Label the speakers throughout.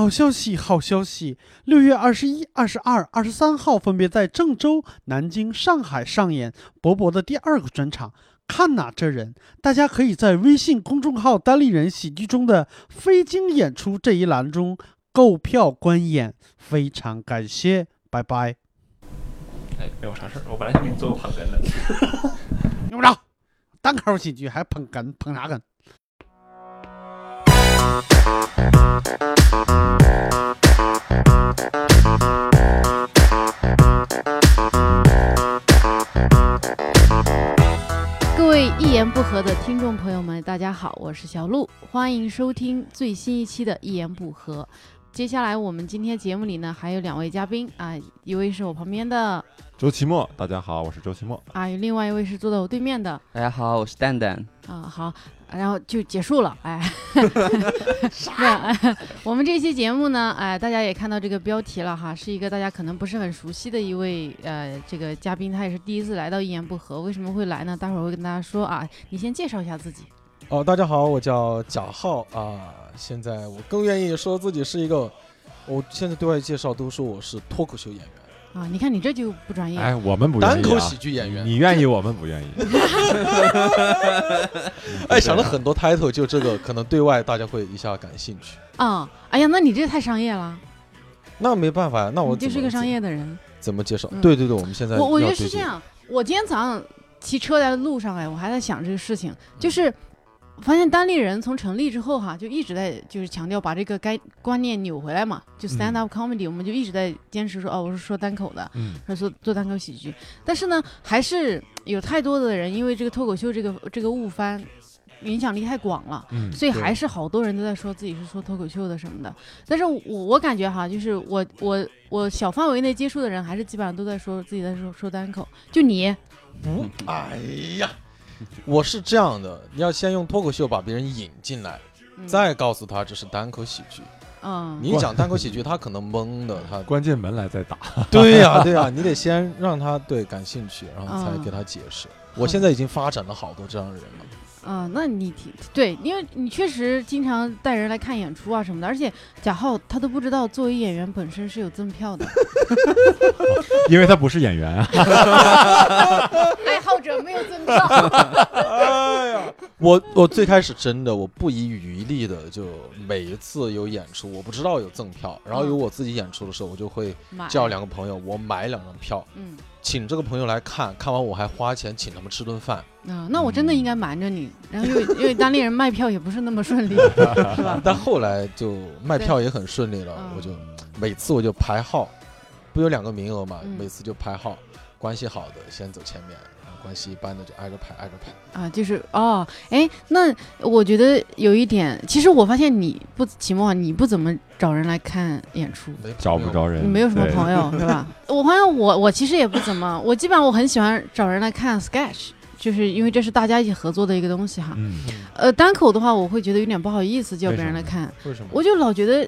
Speaker 1: 好消息，好消息！六月二十一、二十二、二十三号分别在郑州、南京、上海上演博博的第二个专场。看呐、这人！大家可以在微信公众号“单立人喜剧”中的“非经演出”这一栏中购票观演。非常感谢，拜拜！
Speaker 2: 哎，没有啥事儿，我本来想给你做个捧哏的。
Speaker 1: 用不着，单口喜剧还捧哏，捧啥哏？
Speaker 3: 各位一言不合的听众朋友们，大家好，我是小鹿，欢迎收听最新一期的《一言不合》。接下来我们今天节目里呢，还有两位嘉宾啊，一位是我旁边的
Speaker 4: 周奇墨，大家好，我是周奇墨。
Speaker 3: 啊，另外一位是坐在我对面的
Speaker 5: 大家好，我是蛋蛋。
Speaker 3: 啊，好，然后就结束了，哎，没有哎 我们这期节目呢，哎，大家也看到这个标题了哈，是一个大家可能不是很熟悉的一位呃这个嘉宾，他也是第一次来到一言不合，为什么会来呢？待会儿我会跟大家说啊，你先介绍一下自己。
Speaker 6: 哦，大家好，我叫贾浩啊。现在我更愿意说自己是一个，我现在对外介绍都说我是脱口秀演员、
Speaker 3: 啊，你看你这就不专业，
Speaker 4: 哎，我们不愿
Speaker 6: 单
Speaker 4: 意、啊、
Speaker 6: 口喜剧演员。
Speaker 4: 你愿意，我们不 愿意。嗯
Speaker 6: 哎，想
Speaker 4: 啊
Speaker 6: 了很多 title，就这个可能对外大家会一下感兴趣。
Speaker 3: 啊、哎呀，那你这太商业了，
Speaker 6: 那没办法呀，那我
Speaker 3: 你就
Speaker 6: 怎
Speaker 3: 是
Speaker 6: 么
Speaker 3: 个商业的人。
Speaker 6: 怎么介绍
Speaker 3: 嗯？
Speaker 6: 对对对，我们现在
Speaker 3: 我我觉
Speaker 6: 要
Speaker 3: 得
Speaker 6: 对
Speaker 3: 是这
Speaker 6: 个，
Speaker 3: 样，我今天早上骑车在路上，哎，我还在想这个事情，
Speaker 6: 嗯
Speaker 3: 就是发现单立人从成立之后哈，就一直在就是强调把这个该观念扭回来嘛，就
Speaker 6: 嗯
Speaker 3: stand up comedy，、我们就一直在坚持说哦，我是说单口的，
Speaker 4: 嗯，
Speaker 3: 说做做单口喜剧，但是呢，还是有太多的人因为这个脱口秀这个这个误翻，影响力太广了。
Speaker 4: 嗯
Speaker 3: 所以
Speaker 6: 对
Speaker 3: 还是好多人都在说自己是说脱口秀的什么的。但是我我感觉哈，就是我我我小范围内接触的人，还是基本上都在说自己在说说单口。就你，
Speaker 6: 不，哎呀，我是这样的，你要先用脱口秀把别人引进来，
Speaker 3: 嗯、
Speaker 6: 再告诉他这是单口喜剧。
Speaker 3: 嗯，
Speaker 6: 你讲单口喜剧，他可能懵的，他
Speaker 4: 关键门来再打。
Speaker 6: 对呀、对呀、你得先让他对感兴趣，然后才
Speaker 3: 嗯
Speaker 6: 给他解释。我现在已经发展了好多这样的人 了，
Speaker 3: 啊、那你挺对，因为你确实经常带人来看演出啊什么的，而且贾浩他都不知道作为演员本身是有赠票的，
Speaker 4: 因为他不是演员啊。
Speaker 3: 爱好者没有赠 票。
Speaker 6: 我我最开始真的我不遗余力的，就每一次有演出，我不知道有赠票，然后有我自己演出的时候，我就会
Speaker 3: 买
Speaker 6: 叫两个朋友，我买两张票，
Speaker 3: 嗯
Speaker 6: 请这个朋友来看，看完我还花钱请他们吃顿饭。
Speaker 3: 啊、那我真的应该瞒着你，然后因为因为单立人卖票也不是那么顺利，是 吧？
Speaker 6: 但后来就卖票也很顺利了
Speaker 3: 嗯，
Speaker 6: 我就每次我就排号，不有两个名额嘛，
Speaker 3: 嗯
Speaker 6: 每次就排号，关系好的先走前面，然后关系一般的就挨着排挨着排。
Speaker 3: 啊，就是哦，哎，那我觉得有一点，其实我发现你不，秦墨，你不怎么找人来看演出，
Speaker 6: 没
Speaker 4: 找不着
Speaker 3: 你
Speaker 4: 人，
Speaker 3: 没有什么
Speaker 4: 对
Speaker 3: 朋 友是吧？我发现我我其实也不怎么，我基本上我很喜欢找人来看 sketch，就是因为这是大家一起合作的一个东西哈。
Speaker 4: 嗯，
Speaker 3: 呃，单口的话，我会觉得有点不好意思叫
Speaker 4: 为
Speaker 3: 别人
Speaker 4: 什
Speaker 3: 来
Speaker 4: 么
Speaker 3: 看，
Speaker 6: 为什么？
Speaker 3: 我就老觉得。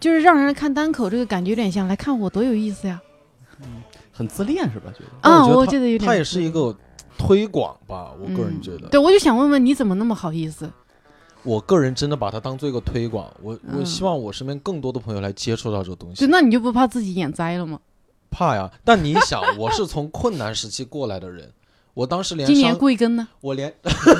Speaker 3: 就是让人看单口，这个感觉有点像来看我多有意思呀！
Speaker 5: 嗯很自恋是吧？觉得
Speaker 3: 啊，
Speaker 6: 我觉得
Speaker 3: 我觉得有点，
Speaker 6: 它也是一个推广吧，我个人
Speaker 3: 嗯
Speaker 6: 觉得，
Speaker 3: 对，我就想问问你怎么那么好意思？
Speaker 6: 我个人真的把它当做一个推广。我我
Speaker 3: 嗯
Speaker 6: 希望我身边更多的朋友来接触到这个东
Speaker 3: 就
Speaker 6: 西，
Speaker 3: 那你就不怕自己演栽了吗？
Speaker 6: 怕呀。但你想， 我是从困难时期过来的人，我当时连
Speaker 3: 今年
Speaker 6: 商，
Speaker 3: 贵庚呢？
Speaker 6: 我连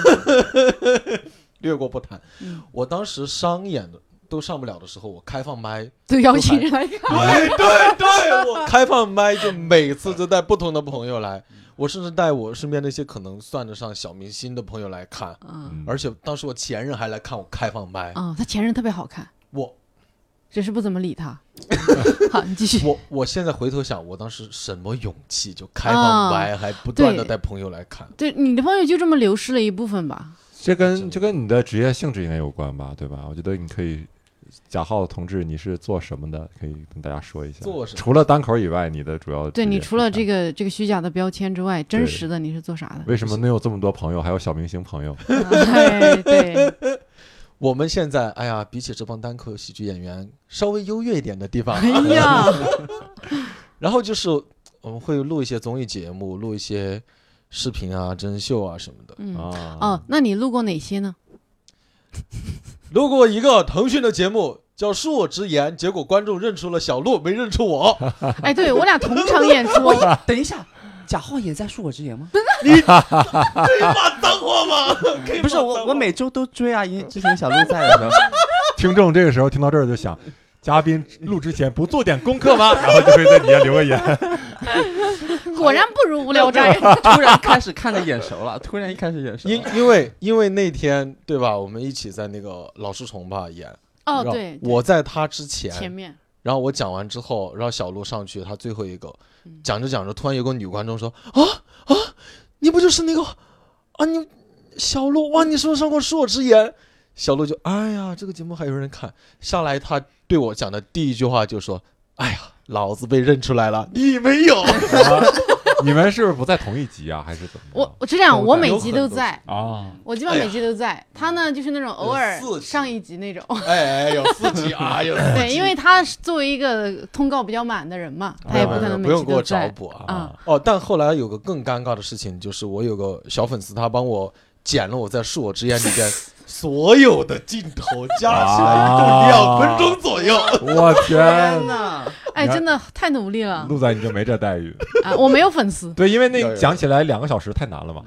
Speaker 6: 略过不谈。
Speaker 3: 嗯
Speaker 6: 我当时商演的都上不了的时候，我开放 麦，
Speaker 3: 都邀请人来看。
Speaker 6: 对对对，我开放麦就每次都带不同的朋友来，我甚至带我身边那些可能算得上小明星的朋友来看，
Speaker 3: 嗯
Speaker 6: 而且当时我前任还来看我开放麦，
Speaker 3: 啊，他前任特别好看，
Speaker 6: 我
Speaker 3: 只是不怎么理他。好，你继续。
Speaker 6: 我我现在回头想，我当时什么勇气就开放麦，还不断的
Speaker 3: 哦对
Speaker 6: 带朋友来看，
Speaker 3: 对，你的朋友就这么流失了一部分吧？
Speaker 4: 这跟这跟你的职业性质应该有关吧，对吧？我觉得你可以，贾浩同志，你是做什么的？可以跟大家说一下。
Speaker 6: 做什么
Speaker 4: 除了单口以外，你的主要
Speaker 3: 对
Speaker 4: 职业
Speaker 3: 你
Speaker 4: 是
Speaker 3: 除了
Speaker 4: 啥
Speaker 3: 这个这个虚假的标签之外，真
Speaker 4: 对
Speaker 3: 实的你是做啥的？
Speaker 4: 为什么能有这么多朋友，还有小明星朋友？
Speaker 3: 哎对，
Speaker 6: 我们现在哎呀，比起这帮单口喜剧演员稍微优越一点的地方，
Speaker 3: 哎呀，
Speaker 6: 然后就是我们会录一些综艺节目，录一些视频啊、真人秀啊什么的。
Speaker 3: 嗯，
Speaker 4: 啊，
Speaker 3: 哦，那你录过哪些呢？
Speaker 6: 录过一个腾讯的节目叫恕我直言，结果观众认出了小鹿，没认出我。
Speaker 3: 哎，对我俩同场演出，
Speaker 5: 等一下，贾浩也在恕我直言吗？
Speaker 6: 可以骂脏话吗？可以骂脏话
Speaker 5: 不是我，我每周都追啊，因为之前小鹿在的时候，
Speaker 4: 听众这个时候听到这儿就想，嘉宾录之前不做点功课吗？ 然后就会在底下留个言。
Speaker 3: 果然不如无聊斋。
Speaker 5: 突然开始看着眼熟了，突然一开始眼熟了
Speaker 6: 因因为因为那天对吧，我们一起在那个老树丛吧演。
Speaker 3: 哦，
Speaker 6: 然后
Speaker 3: 对，
Speaker 6: 我在他之
Speaker 3: 前
Speaker 6: 前，
Speaker 3: 面
Speaker 6: 然后我讲完之后，然后小鹿上去，他最后一个
Speaker 3: 嗯
Speaker 6: 讲着讲着，突然有个女观众说：“啊啊，你不就是那个啊你小鹿哇？你是不是上过《恕我直言》？”小鹿就哎呀，这个节目还有人看。上来他对我讲的第一句话就说：“哎呀，老子被认出来了，你没有。
Speaker 4: 啊你们是不是不在同一集啊？还是怎么着？
Speaker 3: 我我是这样，
Speaker 6: 都在
Speaker 3: 我每
Speaker 6: 有
Speaker 3: 集
Speaker 6: 很
Speaker 3: 都
Speaker 6: 多
Speaker 3: 在，
Speaker 2: 啊，
Speaker 3: 我基本上每集都在。他呢，就是那种偶尔
Speaker 6: 有四集
Speaker 3: 上一集那种。”
Speaker 6: 哎哎，有四 级啊，有四
Speaker 3: 对，
Speaker 6: 级
Speaker 3: 因为他是作为一个通告比较满的人嘛，他也
Speaker 6: 不
Speaker 3: 哎可能每
Speaker 6: 哎不用
Speaker 3: 集
Speaker 6: 给我
Speaker 3: 都
Speaker 6: 找
Speaker 3: 在。
Speaker 6: 补啊。
Speaker 3: 啊，
Speaker 6: 哦，但后来有个更尴尬的事情，就是我有个小粉丝，他帮我剪了我在《恕我直言》里边所有的镜头，加起来一共两分钟左右。
Speaker 4: 我天
Speaker 5: 天，呐，
Speaker 3: 哎，
Speaker 4: 你看
Speaker 3: 真的太努力了
Speaker 4: 鹿仔你就没这待遇。，
Speaker 3: 啊！我没有粉丝
Speaker 4: 对，因为
Speaker 6: 有
Speaker 4: 那
Speaker 6: 有
Speaker 4: 讲起来两个小时太难了嘛。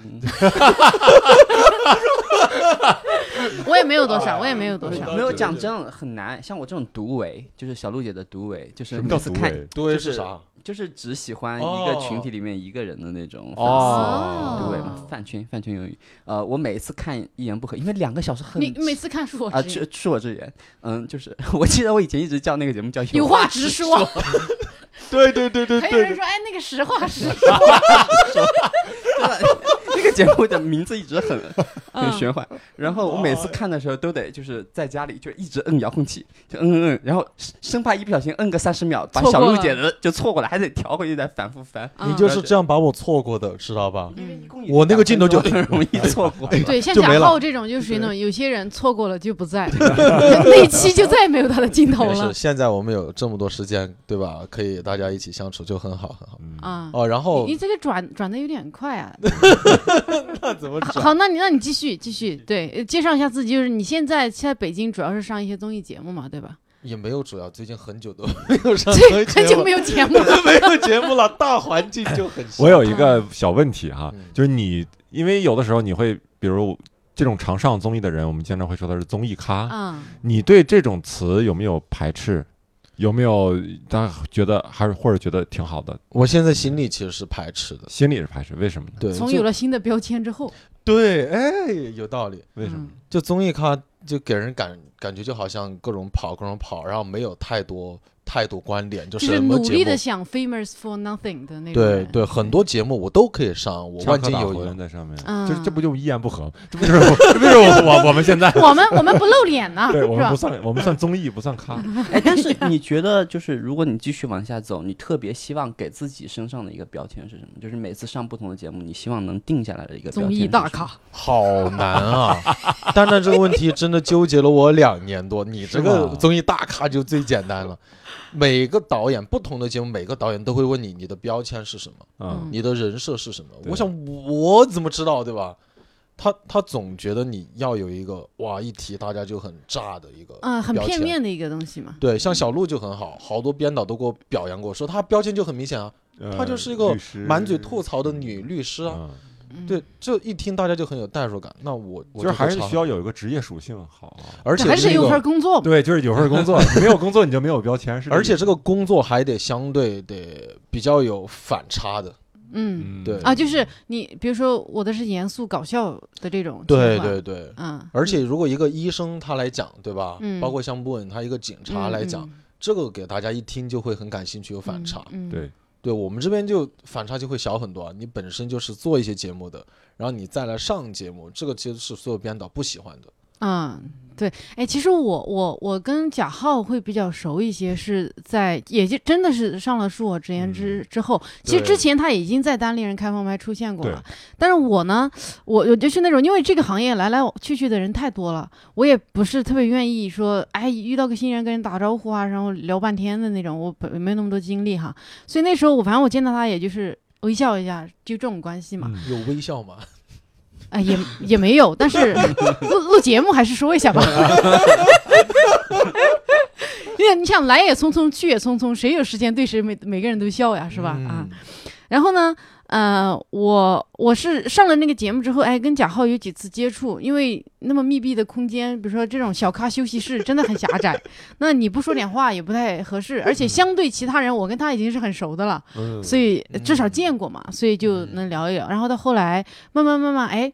Speaker 3: 我也没有
Speaker 6: 哎
Speaker 3: 多少，我也没有多
Speaker 6: 哦
Speaker 3: 少。
Speaker 5: 没有讲真的很难。像我这种独唯，就是小鹿姐的独唯，就是
Speaker 4: 什么叫
Speaker 5: 每次
Speaker 4: 独
Speaker 5: 看，
Speaker 4: 尾？
Speaker 6: 对，
Speaker 5: 就是
Speaker 6: 是啥？啊
Speaker 5: 就是只喜欢一个群体里面一个人的那种
Speaker 4: 哦
Speaker 3: 啊
Speaker 5: 独唯嘛，饭圈饭圈用语。呃，我每一次看一言不合，因为两个小时很
Speaker 3: 你每次看书我
Speaker 5: 啊，
Speaker 3: 直
Speaker 5: 恕恕我直言，嗯，就是我记得我以前一直叫那个节目叫
Speaker 3: 有话直
Speaker 5: 说，
Speaker 3: 说，
Speaker 6: 对对对对
Speaker 3: 还有人
Speaker 6: 对。
Speaker 3: 说哎那个实话实 说，
Speaker 5: 那个节目的名字一直 很很
Speaker 3: 嗯
Speaker 5: 玄幻。然后我每次看的时候都得就是在家里就一直摁遥控器，就摁摁摁，然后生生怕一不小心摁个三十秒，把
Speaker 3: 错
Speaker 5: 小
Speaker 3: 过
Speaker 5: 鹿
Speaker 3: 了
Speaker 5: 姐的就错过了，还得调回去再反复翻。
Speaker 3: 啊
Speaker 6: 你就是这样把我错过的，知道吧？
Speaker 5: 因为
Speaker 3: 嗯
Speaker 5: 一共也
Speaker 6: 我那个
Speaker 5: 就
Speaker 6: 镜头就
Speaker 5: 两分钟很容易错过。
Speaker 3: 对，像
Speaker 6: 就
Speaker 3: 贾
Speaker 6: 没了
Speaker 3: 浩这种就是属于那种有些人错过了就不在， 那一期就再也没有他的镜头
Speaker 6: 没
Speaker 3: 了
Speaker 6: 事，现在我们有这么多时间，对吧？可以大家一起相处，就很好很好。
Speaker 4: 嗯，
Speaker 3: 啊！
Speaker 6: 哦，然后
Speaker 3: 你你这个转转的有点快啊！
Speaker 6: 那怎么
Speaker 3: 好，那你那你继续继续，对，呃介绍一下自己，就是你现在在北京主要是上一些综艺节目嘛，对吧？
Speaker 6: 也没有主要，最近很久都没有上综
Speaker 3: 这很
Speaker 6: 艺节
Speaker 3: 久
Speaker 6: 目了
Speaker 3: 没有节 目了，
Speaker 6: 没有节目了，大环境就很
Speaker 4: 我有一个小问题哈
Speaker 6: 嗯，
Speaker 4: 就是你，因为有的时候你会，比如这种常上综艺的人，我们经常会说他是综艺咖，
Speaker 3: 嗯，
Speaker 4: 你对这种词有没有排斥？有没有他觉得还是或者觉得挺好的？
Speaker 6: 我现在心里其实是排斥的，
Speaker 4: 心里是排斥，为什么呢？
Speaker 6: 对，
Speaker 3: 从
Speaker 6: 就
Speaker 3: 有了新的标签之后，
Speaker 6: 对，哎，有道理。
Speaker 4: 为什么？
Speaker 3: 嗯
Speaker 6: 就综艺咖就给人感感觉就好像各种跑各种跑，然后没有太多太多观点，就
Speaker 3: 就是是
Speaker 6: 什么
Speaker 3: 努力
Speaker 6: 节
Speaker 3: 的
Speaker 6: 目，
Speaker 3: 想 famous for nothing 的那种
Speaker 6: 对
Speaker 3: 人
Speaker 6: 对，很多节目我都可以上，我万
Speaker 4: 金
Speaker 6: 金油
Speaker 4: 油
Speaker 6: 盐。
Speaker 4: 在上面，
Speaker 3: 嗯
Speaker 4: 这这不就一言不 合？这不就是这不就是我我们现在？
Speaker 3: 我们我们不露脸 呢，
Speaker 4: 对我
Speaker 3: 是
Speaker 4: 们
Speaker 3: 吧
Speaker 4: 不？算我们算综艺，不算咖。
Speaker 3: 嗯
Speaker 5: 哎，但是你觉得就是如果你继续往下走，你特别希望给自己身上的一个标签是什么？就是每次上不同的节目，你希望能定下来的一个
Speaker 3: 综
Speaker 5: 标签是
Speaker 3: 艺
Speaker 5: 什
Speaker 3: 大
Speaker 5: 么
Speaker 3: 咖，
Speaker 6: 好难啊！蛋蛋这个问题真的纠结了我两年多。你这
Speaker 4: 是
Speaker 6: 个
Speaker 4: 吗
Speaker 6: 综艺大咖就最简单了，每个导演不同的节目，每个导演都会问你你的标签是什么。
Speaker 4: 嗯，
Speaker 6: 你的人设是什么？
Speaker 4: 对
Speaker 6: 我想我怎么知道，对吧？他他总觉得你要有一个哇，一提大家就很炸的一个，
Speaker 3: 嗯，很
Speaker 6: 标
Speaker 3: 片
Speaker 6: 签
Speaker 3: 面的一个东西嘛。
Speaker 6: 对，像小鹿就很好，好多编导都给我表扬过，说他标签就很明显啊，
Speaker 4: 呃
Speaker 6: 她就是一个
Speaker 4: 律师
Speaker 6: 满嘴吐槽的女律师啊，
Speaker 4: 嗯
Speaker 3: 嗯
Speaker 6: 对，，这一听大家就很有代入感。那我
Speaker 4: 就
Speaker 6: 我
Speaker 4: 是
Speaker 6: 就
Speaker 4: 还是
Speaker 6: 会尝
Speaker 4: 需要，有一个职业属性好啊。
Speaker 6: 而
Speaker 3: 这
Speaker 6: 且
Speaker 3: 还是
Speaker 6: 这
Speaker 3: 得有
Speaker 6: 个
Speaker 3: 份工作嘛。
Speaker 4: 对，就是有份工 作，没有工作你就没有标签，是这个意思。
Speaker 6: 而且这个工作还得相对得比较有反差的，
Speaker 3: 嗯，
Speaker 4: 嗯，
Speaker 6: 对
Speaker 3: 啊，就是你，比如说我的是严肃搞笑的这种，
Speaker 6: 对对，对。
Speaker 3: 嗯，
Speaker 6: 而且如果一个医生他来讲，对吧？
Speaker 3: 嗯
Speaker 6: 包括像布恩他一个警察来讲，
Speaker 3: 嗯
Speaker 6: 这个给大家一听就会很感兴趣，有反差。
Speaker 3: 嗯，嗯
Speaker 4: 对，
Speaker 6: 对我们这边就反差就会小很多啊。你本身就是做一些节目的，然后你再来上节目，这个其实是所有编导不喜欢的。
Speaker 3: 嗯，对，哎，其实我我我跟贾浩会比较熟一些，是在也就真的是上了《恕我直言
Speaker 4: 嗯
Speaker 3: 之》之后，其实
Speaker 6: 对
Speaker 3: 之前他已经在单立人开放麦出现过
Speaker 4: 对
Speaker 3: 了，但是我呢，我我就是那种因为这个行业来来去去的人太多了，我也不是特别愿意说，哎，遇到个新人跟人打招呼啊，然后聊半天的那种，我本没有那么多精力哈，所以那时候我反正我见到他也就是微笑一下，就这种关系嘛，
Speaker 4: 嗯
Speaker 6: 有微笑吗？
Speaker 3: 哎，也也没有，但是录录节目还是说一下吧。为 你想来也匆匆，去也匆匆，谁有时间对谁每每个人都笑呀， 是吧？
Speaker 6: 嗯
Speaker 3: 啊，然后呢，呃，我我是上了那个节目之后，哎，跟贾浩有几次接触，因为那么密闭的空间，比如说这种小咖休息室，真的很狭窄， 那你不说点话也不太合适，而且相对其他人，我跟他已经是很熟的了，
Speaker 6: 嗯
Speaker 3: 所以呃至少见过嘛，所以就能聊一聊。然后到后来，慢慢慢慢，哎，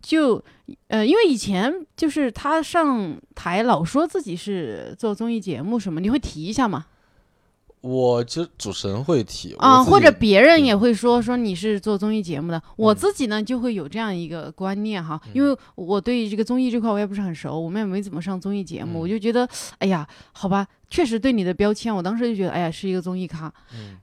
Speaker 3: 就呃，因为以前就是他上台老说自己是做综艺节目什么，你会提一下嘛？
Speaker 6: 我其实主持人会提
Speaker 3: 啊，
Speaker 6: 我自己嗯
Speaker 3: 或者别人也会说说你是做综艺节目的。我自己呢就会有这样一个观念哈，
Speaker 6: 嗯
Speaker 3: 因为我对这个综艺这块我也不是很熟，我们也没怎么上综艺节目，
Speaker 6: 嗯
Speaker 3: 我就觉得，哎呀，好吧，确实对你的标签，我当时就觉得，哎呀，是一个综艺咖。
Speaker 6: 嗯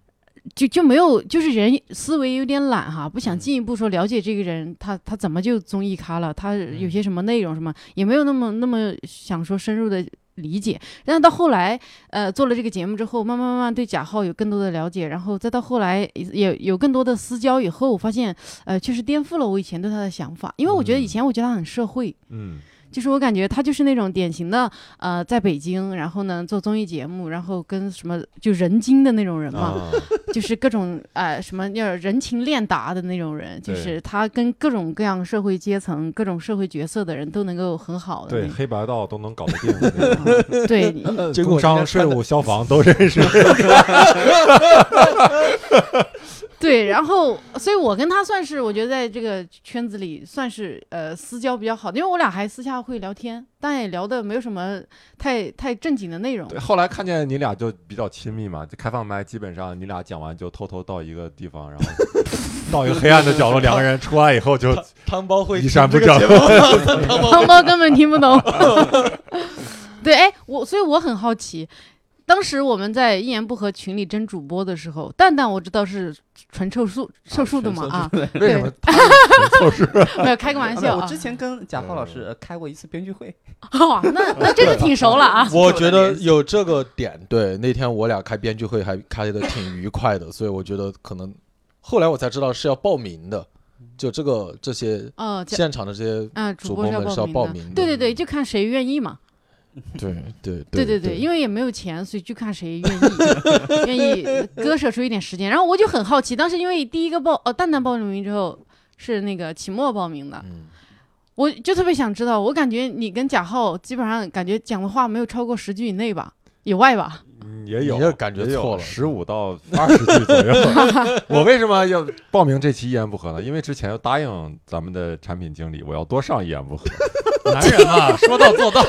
Speaker 3: 就就没有，就是人思维有点懒哈，不
Speaker 6: 嗯
Speaker 3: 想进一步说了解这个人，他他怎么就综艺咖了，他
Speaker 6: 嗯
Speaker 3: 有些什么内容什么，也没有那么那么想说深入的理解。但是到后来，呃，做了这个节目之后，慢慢慢慢对贾浩有更多的了解，然后再到后来也有更多的私交以后，我发现，呃，确实颠覆了我以前对他的想法，因为我觉得以前我觉得他很社会，
Speaker 4: 嗯
Speaker 3: 就是我感觉他就是那种典型的，呃，在北京，然后呢做综艺节目，然后跟什么就人精的那种人嘛。
Speaker 4: 啊，
Speaker 3: 就是各种呃什么要人情练达的那种人，就
Speaker 4: 对
Speaker 3: 是他跟各种各样社会阶层、各种社会角色的人都能够很好的
Speaker 4: 对，
Speaker 3: 那
Speaker 4: 黑白道都能搞得定的那种。
Speaker 3: 种。对，你
Speaker 6: 结果
Speaker 4: 呃工商、
Speaker 6: 人家穿
Speaker 4: 税
Speaker 6: 的
Speaker 4: 务、消防都认识。
Speaker 3: 对，然后，所以我跟他算是，我觉得在这个圈子里算是呃私交比较好的，因为我俩还私下会聊天，但也聊的没有什么太太正经的内容
Speaker 4: 对，。后来看见你俩就比较亲密嘛，就开放麦基本上你俩讲完就偷偷到一个地方，然 后到一个黑暗的角落，两个人出来以后 就
Speaker 6: 汤汤包会
Speaker 4: 一山
Speaker 6: 听
Speaker 4: 不
Speaker 6: 这个
Speaker 4: 正
Speaker 6: 节目
Speaker 3: 汤包根本听不懂。 对，哎，我所以我很好奇，当时我们在一言不合群里争主播的时候，蛋蛋我知道是纯凑数凑数的嘛啊，
Speaker 4: 为什么他们全凑是
Speaker 3: 没有开个玩笑
Speaker 5: 我
Speaker 3: 啊
Speaker 5: 之。前跟贾浩老师呃开过一次编剧 会，
Speaker 3: 哇，那那这个挺熟了啊。
Speaker 6: 我觉得有这个点，对，那天我俩开编剧会还开的挺愉快的，所以我觉得可能后来我才知道是要报名的，就这个这些
Speaker 3: 嗯哦，这
Speaker 6: 现场的这些，
Speaker 3: 啊，
Speaker 6: 主
Speaker 3: 主播是
Speaker 6: 播们是要
Speaker 3: 要
Speaker 6: 报
Speaker 3: 报
Speaker 6: 名的
Speaker 3: 的。对对对，就看谁愿意嘛。
Speaker 6: 对对
Speaker 3: 对
Speaker 6: 对
Speaker 3: 对，因为也没有钱，所以就看谁愿意愿意割舍出一点时间。然后我就很好奇，当时因为第一个报哦蛋蛋报名之后是那个期末报名的，
Speaker 6: 嗯
Speaker 3: 我就特别想知道，我感觉你跟贾浩基本上感觉讲的话没有超过十句以内吧，以外吧？
Speaker 4: 嗯也有
Speaker 6: 你这感觉错了
Speaker 4: 十五 到二十句左右。我为什么要报名这期一言不合呢？因为之前答应咱们的产品经理，我要多上一言不合。 哎男人啊，说到做 到。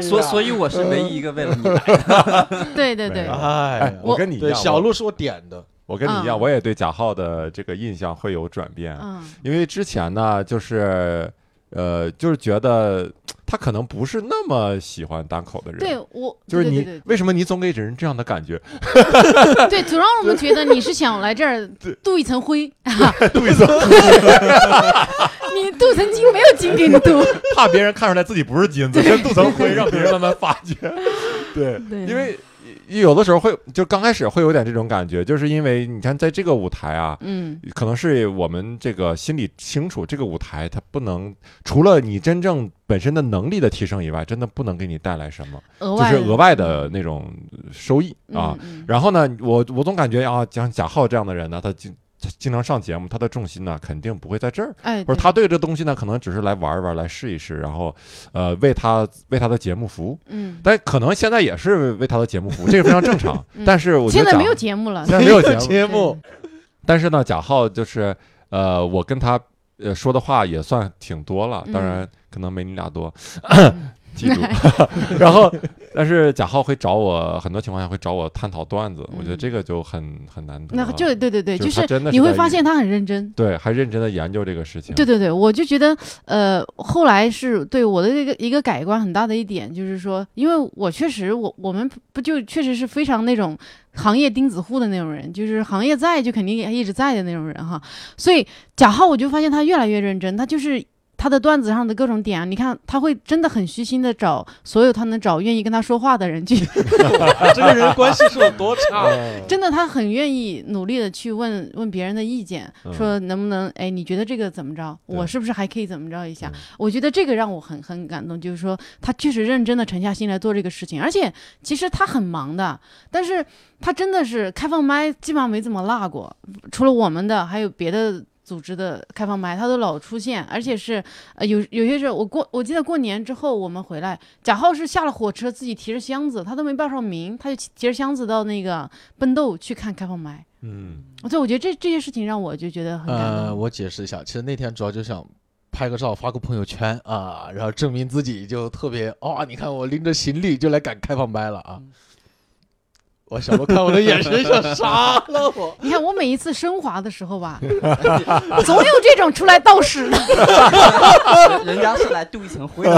Speaker 5: 所所以我是唯一一个为了你来，
Speaker 3: 对对对
Speaker 4: 没，有
Speaker 6: 哎
Speaker 4: 哎，，我跟你一
Speaker 6: 对
Speaker 4: 样，
Speaker 6: 小
Speaker 4: 我
Speaker 6: 鹿是我点的，
Speaker 4: 我跟你一样，
Speaker 3: 嗯
Speaker 4: 我也对贾浩的这个印象会有转变。
Speaker 3: 嗯
Speaker 4: 因为之前呢，就是呃，就是觉得他可能不是那么喜欢单口的人。
Speaker 3: 对，我
Speaker 4: 就是你
Speaker 3: 对对
Speaker 4: 为什么你总给人这样的 感觉？
Speaker 3: 对对，总让我们觉得你是想来这儿镀一层灰，
Speaker 4: 杜一泽
Speaker 3: 你镀层金没有金给你镀。
Speaker 4: 怕别人看出来自己不是金 子，先镀层灰，让别人慢慢发觉。对，
Speaker 3: 对
Speaker 4: 因为有的时候会，就刚开始会有点这种感觉，就是因为你看在这个舞台啊，
Speaker 3: 嗯
Speaker 4: 可能是我们这个心里清楚，这个舞台它不能除了你真正本身的能力的提升以外，真的不能给你带来什么，
Speaker 3: 额
Speaker 4: 就
Speaker 3: 外
Speaker 4: 是额外的那种收益啊。
Speaker 3: 嗯嗯
Speaker 4: 然后呢，我我总感觉啊，像贾浩这样的人呢，他经他经常上节目，他的重心呢肯定不会在这儿，
Speaker 3: 哎，
Speaker 4: 或者
Speaker 3: 对
Speaker 4: 他对这东西呢可能只是来玩一玩，来试一试，然后呃为他为他的节目服务。
Speaker 3: 嗯，
Speaker 4: 但可能现在也是为他的节目服务，这个非常正常
Speaker 3: 嗯。
Speaker 4: 但是我觉
Speaker 3: 现
Speaker 4: 得
Speaker 3: 在
Speaker 4: 贾
Speaker 3: 没有节 目了，
Speaker 4: 现在没有节目，
Speaker 6: 节目
Speaker 4: 但是呢，贾浩就是呃，我跟他呃说的话也算挺多了，
Speaker 3: 嗯
Speaker 4: 当然可能没你俩多， 记住。 然后，但是贾浩会找我，很多情况下会找我探讨段子，我觉得
Speaker 3: 嗯
Speaker 4: 这个就很很难得
Speaker 3: 那
Speaker 4: 了。
Speaker 3: 就对对对，
Speaker 4: 啊就是
Speaker 3: 是
Speaker 4: 他真的是
Speaker 3: 你会
Speaker 4: 在嗯
Speaker 3: 发
Speaker 4: 意
Speaker 3: 现他很认真。
Speaker 4: 对，还认真的研究这个事情。
Speaker 3: 对对对，我就觉得，呃，后来是对我的这个一个改观很大的一点，就是说，因为我确实，我我们不就确实是非常那种行业钉子户的那种人，就是行业在就肯定也一直在的那种人哈。所以贾浩，我就发现他越来越认真，他就是。他的段子上的各种点啊，你看他会真的很虚心的找所有他能找愿意跟他说话的人去，
Speaker 6: 这个人关系是有多差？
Speaker 3: 真的他很愿意努力的去问问别人的意见，说能不能哎你觉得这个怎么着，我
Speaker 4: 对
Speaker 3: 是不是还可以怎么着一下
Speaker 4: 嗯？
Speaker 3: 我觉得这个让我很很感动，就是说他确实认真的沉下心来做这个事情，而且其实他很忙的，但是他真的是开放麦基本上没怎么落过，除了我们的，还有别的组织的开放麦，他都老出现，而且是呃有有些时候我过我记得过年之后我们回来，贾浩是下了火车自己提着箱子，他都没报上名，他就提提着箱子到那个笨豆去看开放麦。
Speaker 4: 嗯，
Speaker 3: 所以我觉得这这些事情让我就觉得很感动。
Speaker 6: 呃，我解释一下，其实那天主要就想拍个照，发个朋友圈啊，然后证明自己就特别哦，你看我拎着行李就来赶开放麦了啊。
Speaker 3: 嗯
Speaker 6: 我小罗看我的眼神想杀 了我，
Speaker 3: 你看我每一次升华的时候吧， 总有这种出来道士的。
Speaker 5: 人家是来镀一层 灰的，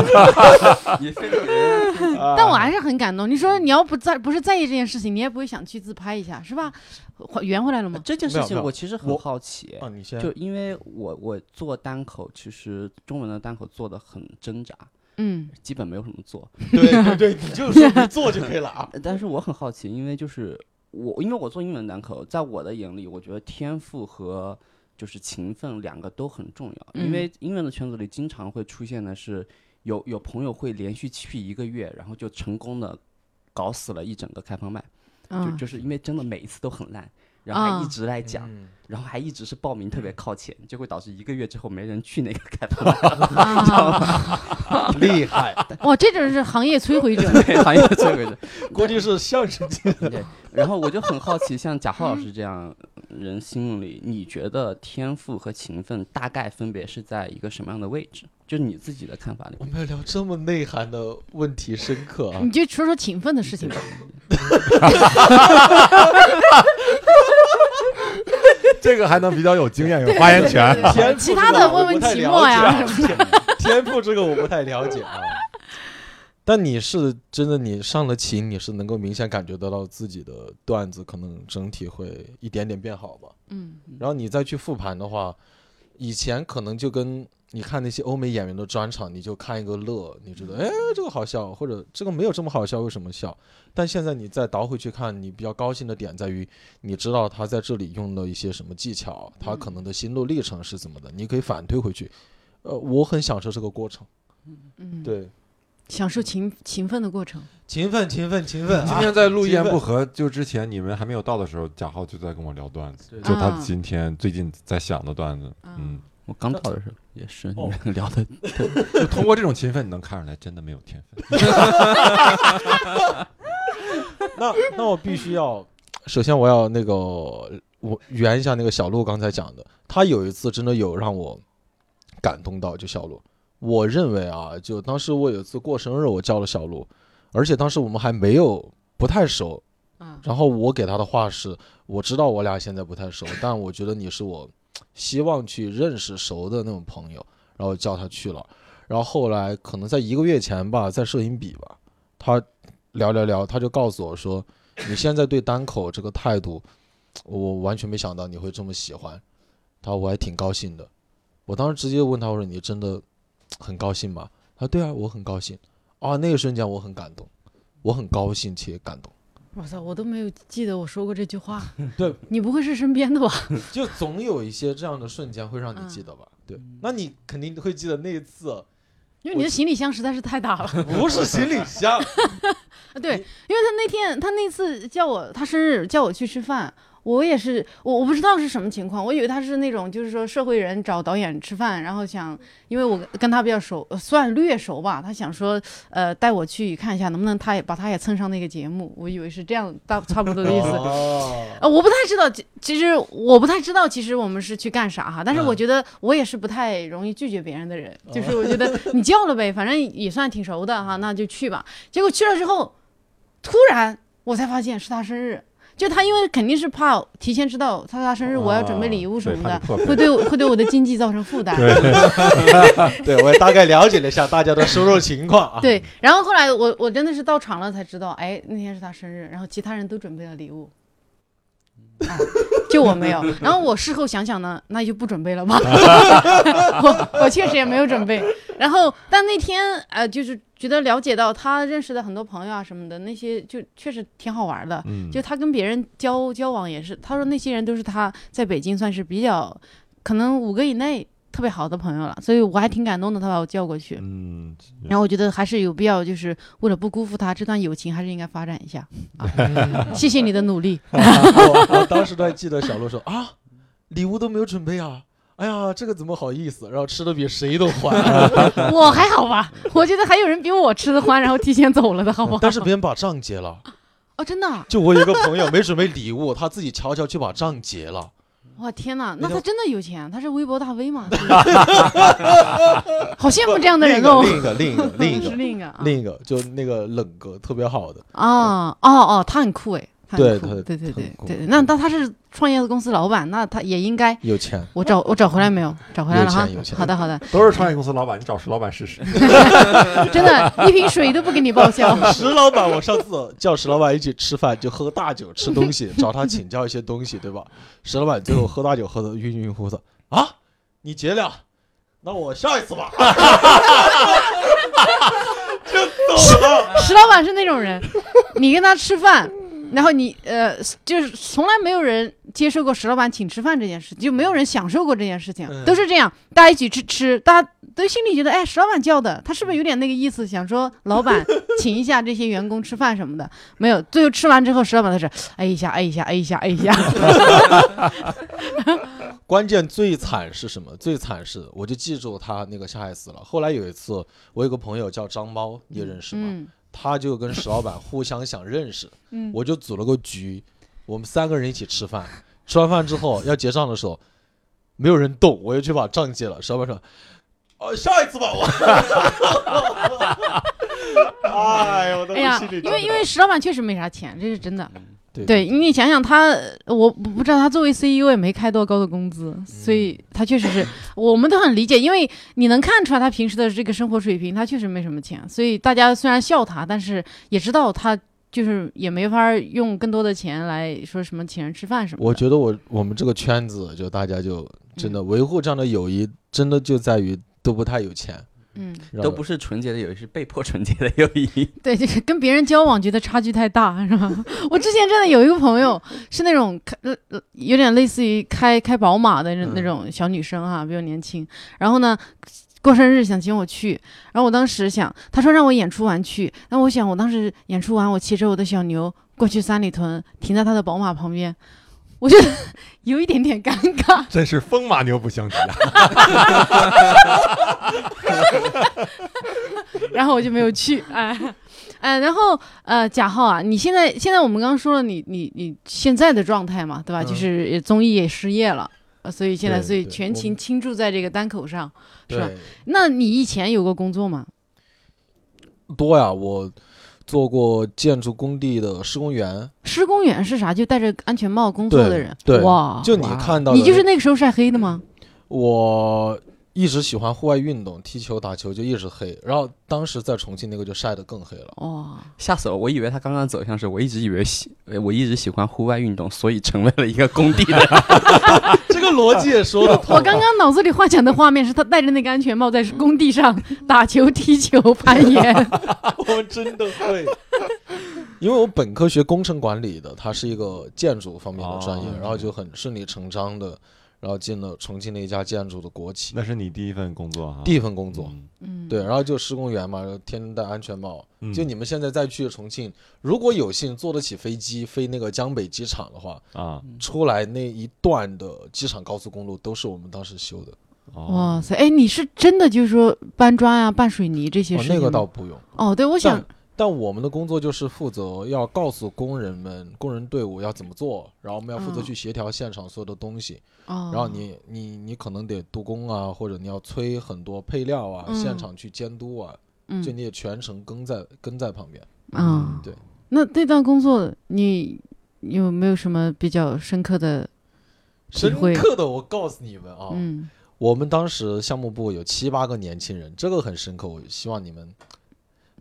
Speaker 5: 你非得给人 家镀一层
Speaker 6: 啊
Speaker 3: 但我还是很感动。你说你要不在不是在意这件事情，你也不会想去自拍一下，是吧？还圆回来了吗？
Speaker 5: 这件
Speaker 6: 没
Speaker 5: 事
Speaker 6: 有没
Speaker 5: 情
Speaker 6: 有
Speaker 5: 我哦其实很
Speaker 6: 我
Speaker 5: 好奇，
Speaker 6: 啊，你先
Speaker 5: 就因为我我做单口，其实中文的单口做的很挣扎，
Speaker 3: 嗯，
Speaker 5: 基本没有什么做。
Speaker 6: 对 对对，你就说你做就可以了啊。
Speaker 5: 呃但是我很好奇，因为就是我，因为我做英文单口，在我的眼里，我觉得天赋和就是勤奋两个都很重要。因为英文的圈子里经常会出现的是，有有朋友会连续去一个月，然后就成功的搞死了一整个开放麦，就
Speaker 3: 嗯，
Speaker 5: 就是因为真的每一次都很烂，然后还一
Speaker 3: 啊
Speaker 5: 直来讲，
Speaker 6: 嗯
Speaker 5: 然后还一直是报名特别靠前，就会导致一个月之后没人去那个开放麦，
Speaker 3: 啊
Speaker 6: 厉害，
Speaker 3: 哇，这种是行业摧毁者。
Speaker 5: 对，行业摧毁者。
Speaker 6: 估计是相声界
Speaker 5: 对，然后我就很好奇，像贾浩老师这样人心里，你觉得天赋和勤奋大概分别是在一个什么样的位置？就你自己的看法里
Speaker 6: 我，们要聊这么内涵的问题，深刻啊
Speaker 3: 你！就说说勤奋的事情吧。
Speaker 4: 这个还能比较有经验，有发言权。
Speaker 6: 天赋
Speaker 3: 其他的问问
Speaker 6: 这
Speaker 3: 期
Speaker 6: 个
Speaker 3: 末
Speaker 6: 我不太了
Speaker 3: 呀
Speaker 6: 解啊
Speaker 3: 什么的。
Speaker 6: 天赋这个我不太了解啊。但你是真的，你上了琴，你是能够明显感觉得到自己的段子可能整体会一点点变好吧。
Speaker 3: 嗯
Speaker 6: 然后你再去复盘的话，以前可能就跟你看那些欧美演员的专场，你就看一个乐，你觉得哎这个好笑，或者这个没有这么好笑，为什么笑？但现在你再倒回去看，你比较高兴的点在于，你知道他在这里用了一些什么技巧，他可能的心路历程是怎么的，你可以反推回去。呃，我很享受这个过程。
Speaker 3: 嗯，，
Speaker 6: 对，
Speaker 3: 享受勤勤奋的过程。
Speaker 6: 勤奋，勤奋，勤奋
Speaker 4: 今
Speaker 6: 啊！
Speaker 4: 天在录一言
Speaker 6: 勤奋
Speaker 4: 不合就之前，你们还没有到的时候，贾浩就在跟我聊段子，就他
Speaker 3: 啊
Speaker 4: 今天最近在想的段子。嗯，
Speaker 5: 我刚到的时候也是你
Speaker 6: 哦
Speaker 5: 们 聊的，
Speaker 4: 就通过这种勤奋，你能看出来真的没有天分。
Speaker 6: 那那我必须要，首先我要那个我圆一下那个小鹿刚才讲的，他有一次真的有让我感动到，就小鹿，我认为啊，就当时我有一次过生日，我叫了小鹿，而且当时我们还没有不太熟，
Speaker 3: 啊
Speaker 6: 然后我给他的话是，我知道我俩现在不太熟，但我觉得你是我希望去认识熟的那种朋友，然后叫他去了。然后后来可能在一个月前吧，在摄影笔吧，他聊聊聊，他就告诉我说，你现在对单口这个态度，我完全没想到你会这么喜欢。他说我还挺高兴的，我当时直接问他我说你真的很高兴吗？他说对啊，我很高兴。啊，那个瞬间我很感动，我很高兴且感动。
Speaker 3: 我操，我都没有记得我说过这句话。
Speaker 6: 对，
Speaker 3: 你不会是身边的吧？
Speaker 6: 就总有一些这样的瞬间会让
Speaker 3: 嗯
Speaker 6: 你记得吧？对，那你肯定会记得那一次，
Speaker 3: 因为你的行李箱实在是太大了。
Speaker 6: 不是行李箱，
Speaker 3: 啊，对，因为他那天他那次叫我，他生日叫我去吃饭，我也是，我我不知道是什么情况，我以为他是那种就是说社会人找导演吃饭，然后想，因为我跟他比较熟，呃算略熟吧，他想说，呃，带我去看一下能不能他也把他也蹭上那个节目，我以为是这样，大差不多的意思。
Speaker 6: 哦，
Speaker 3: 呃，我不太知道，其其实我不太知道，其实我们是去干啥哈。但是我
Speaker 6: 嗯
Speaker 3: 觉得我也是不太容易拒绝别人的人，就是我觉得你叫了呗，反正也算挺熟的哈，那就去吧。结果去了之后，突然我才发现是他生日，就他因为肯定是怕提前知道他他生日，我要
Speaker 4: 啊
Speaker 3: 准备礼
Speaker 4: 哦
Speaker 3: 物什么的，会对我会对我的经济造成负担。
Speaker 6: 对我也大概了解了一下大家的收入情况 啊。
Speaker 3: 对，然后后来我我真的是到场了才知道，哎，那天是他生日，然后其他人都准备了礼物，就我没有。然后我事后想想呢，那就不准备了吧。我我确实也没有准备。然后，但那天呃，就是觉得了解到他认识的很多朋友啊什么的，那些就确实挺好玩的。
Speaker 4: 嗯，
Speaker 3: 就他跟别人交交往也是，他说那些人都是他在北京算是比较可能五个以内特别好的朋友了，所以我还挺感动的，他把我叫过去。
Speaker 4: 嗯，
Speaker 3: 然后我觉得还是有必要，就是为了不辜负他这段友情，还是应该发展一下。啊谢谢你的努力。
Speaker 6: 我我当时都还记得小鹿说啊，礼物都没有准备啊，哎呀，这个怎么好意思？然后吃的比谁都 欢，
Speaker 3: 我还好吧，我觉得还有人比我吃的欢，然后提前走了的好不好？
Speaker 6: 但是别人把账结了。
Speaker 3: 哦，真的啊，
Speaker 6: 就我有一个朋友没准备礼物，他自己悄悄去把账结了。
Speaker 3: 哇天哪，
Speaker 6: 那
Speaker 3: 那
Speaker 6: 就
Speaker 3: 他真的有钱，他是微博大 V 嘛？是好羡慕这样的
Speaker 6: 另一
Speaker 3: 人
Speaker 6: 个
Speaker 3: 哦。
Speaker 6: 另一个另一个另一
Speaker 3: 是
Speaker 6: 个
Speaker 3: 另一个啊
Speaker 6: 另一个，就那个冷哥特别好的，
Speaker 3: 啊，哦哦，他很酷哎，他很
Speaker 6: 对
Speaker 3: 酷
Speaker 6: 他
Speaker 3: 对对
Speaker 6: 他
Speaker 3: 对
Speaker 6: 很酷
Speaker 3: 对对，那那他是创业公司老板，那他也应该。
Speaker 6: 有钱，
Speaker 3: 我找我找回来没有？找回来
Speaker 6: 有
Speaker 3: 了哈
Speaker 6: 钱有。钱
Speaker 3: 好的好的，
Speaker 4: 都是创业公司老板，你找石老板试 试。
Speaker 3: 真的，一瓶水都不给你报销。
Speaker 6: 石老板，我上次叫石老板一起吃饭，就喝大酒、吃东西，找他请教一些东西，对吧？石老板最后喝大酒喝的晕晕乎乎的啊，你结了，那我下一次吧， 就走了。
Speaker 3: 石老板是那种人，你跟他吃饭，然后你呃，就是从来没有人接受过石老板请吃饭这件事，就没有人享受过这件事情，
Speaker 6: 嗯
Speaker 3: 都是这样，大家一起去吃，大家都心里觉得，哎，石老板叫的，他是不是有点那个意思，想说老板请一下这些员工吃饭什么的？没有，最后吃完之后，石老板他是哎一下，哎一下，哎一下，哎一下，
Speaker 6: 关键最惨是什么？最惨是我就记住他那个下一次了。后来有一次，我有个朋友叫张猫，你也认识吗？
Speaker 3: 嗯
Speaker 6: 他就跟石老板互相想认识，
Speaker 3: 嗯，
Speaker 6: 我就组了个局，我们三个人一起吃饭。吃完饭之后要结账的时候，没有人动，我又去把账结了。石老板说：“哦，下一次吧，我。”哎呦，我都
Speaker 3: 哎呀
Speaker 6: 心，里
Speaker 3: 因为因为石老板确实没啥钱，这是真的。
Speaker 6: 对
Speaker 3: 对你想想他，我不不知道他作为 CEO 也没开多高的工资，
Speaker 6: 嗯
Speaker 3: 所以他确实是我们都很理解，因为你能看出来他平时的这个生活水平，他确实没什么钱，所以大家虽然笑他，但是也知道他就是也没法儿用更多的钱来说什么请人吃饭什么的。
Speaker 6: 我觉得我我们这个圈子就大家就真的维护这样的友谊，真的就在于都不太有钱，
Speaker 3: 嗯，
Speaker 5: 都不
Speaker 6: 是
Speaker 5: 是纯洁的友谊，是被迫纯洁的友谊。
Speaker 3: 对，这个跟别人交往觉得差距太大，是吧？ 我之前真的有一个朋友是那种开，呃呃有点类似于开开宝马的那那种小女生哈、比我年轻。然后呢，过生日想请我去，然后我当时想，他说让我演出完去，那我想我当时演出完，我骑着我的小牛过去三里屯，停在他的宝马旁边，我觉得 有一点点尴尬。
Speaker 4: 真是风马牛不相及啊！
Speaker 3: 然后我就没有去，哎，哎，然后呃，贾浩啊，你现在现在我们刚刚说了你你你现在的状态嘛，对吧？
Speaker 6: 嗯
Speaker 3: 就是也综艺也失业了，呃所以现在
Speaker 6: 对
Speaker 3: 所以
Speaker 6: 对
Speaker 3: 全
Speaker 6: 我
Speaker 3: 情
Speaker 6: 们
Speaker 3: 倾注在这个单口上。是吧
Speaker 6: 对
Speaker 3: 那你以前有过工作吗？
Speaker 6: 多呀。我做过建筑工地的施工员，
Speaker 3: 施工员是啥？就戴着安全帽工作的人。
Speaker 6: 对
Speaker 3: 啊
Speaker 6: 对
Speaker 3: 哇，
Speaker 6: 就你
Speaker 5: 哇
Speaker 6: 看到的
Speaker 3: 你就是那个时候晒黑的吗？
Speaker 6: 我一直喜欢户外运动，踢球、打球就一直黑。然后当时在重庆那个就晒得更黑了。
Speaker 3: 哇，
Speaker 5: 吓死我！我以为他刚刚走向是，我一直以为喜，呃我一直喜欢户外运动，所以成为了一个工地的。
Speaker 6: 这个逻辑也说得通
Speaker 3: 我刚刚脑子里幻想的画面是他戴着那个安全帽在工地上 打球、踢球、攀岩。
Speaker 6: 我真的会。因为我本科学工程管理的，它是一个建筑方面的专业，
Speaker 4: 哦
Speaker 6: 然后就很顺理成章的，然后进了重庆的一家建筑的国企，
Speaker 4: 那是你第一份工作啊？
Speaker 6: 第一份工作。
Speaker 4: 嗯
Speaker 3: 嗯，
Speaker 6: 对，然后就施工员嘛，然后天天戴安全帽。
Speaker 4: 嗯
Speaker 6: 就你们现在再去重庆，如果有幸坐得起飞机飞那个江北机场的话，
Speaker 4: 啊，
Speaker 6: 出来那一段的机场高速公路都是我们当时修的。
Speaker 4: 哦
Speaker 3: 哇塞，哎，你是真的就是说搬砖啊、搬水泥这些
Speaker 6: 哦
Speaker 3: 事，情
Speaker 6: 那个
Speaker 3: 吗
Speaker 6: 倒不用。
Speaker 3: 哦，对，我想
Speaker 6: 但但我们的工作就是负责要告诉工人们、工人队伍要怎么做，然后我们要负责
Speaker 3: 嗯
Speaker 6: 去协调现场所有的东西。
Speaker 3: 哦，
Speaker 6: 然后你你你可能得督工啊，或者你要催很多配料啊，
Speaker 3: 嗯
Speaker 6: 现场去监督啊，就
Speaker 3: 嗯
Speaker 6: 你也全程跟在跟在旁边。
Speaker 3: 啊，
Speaker 6: 嗯对，
Speaker 3: 那那段工作你有没有什么比较深刻的？体
Speaker 6: 深
Speaker 3: 会
Speaker 6: 刻的，我告诉你们啊，
Speaker 3: 嗯
Speaker 6: 我们当时项目部有七八个年轻人，这个很深刻，我希望你们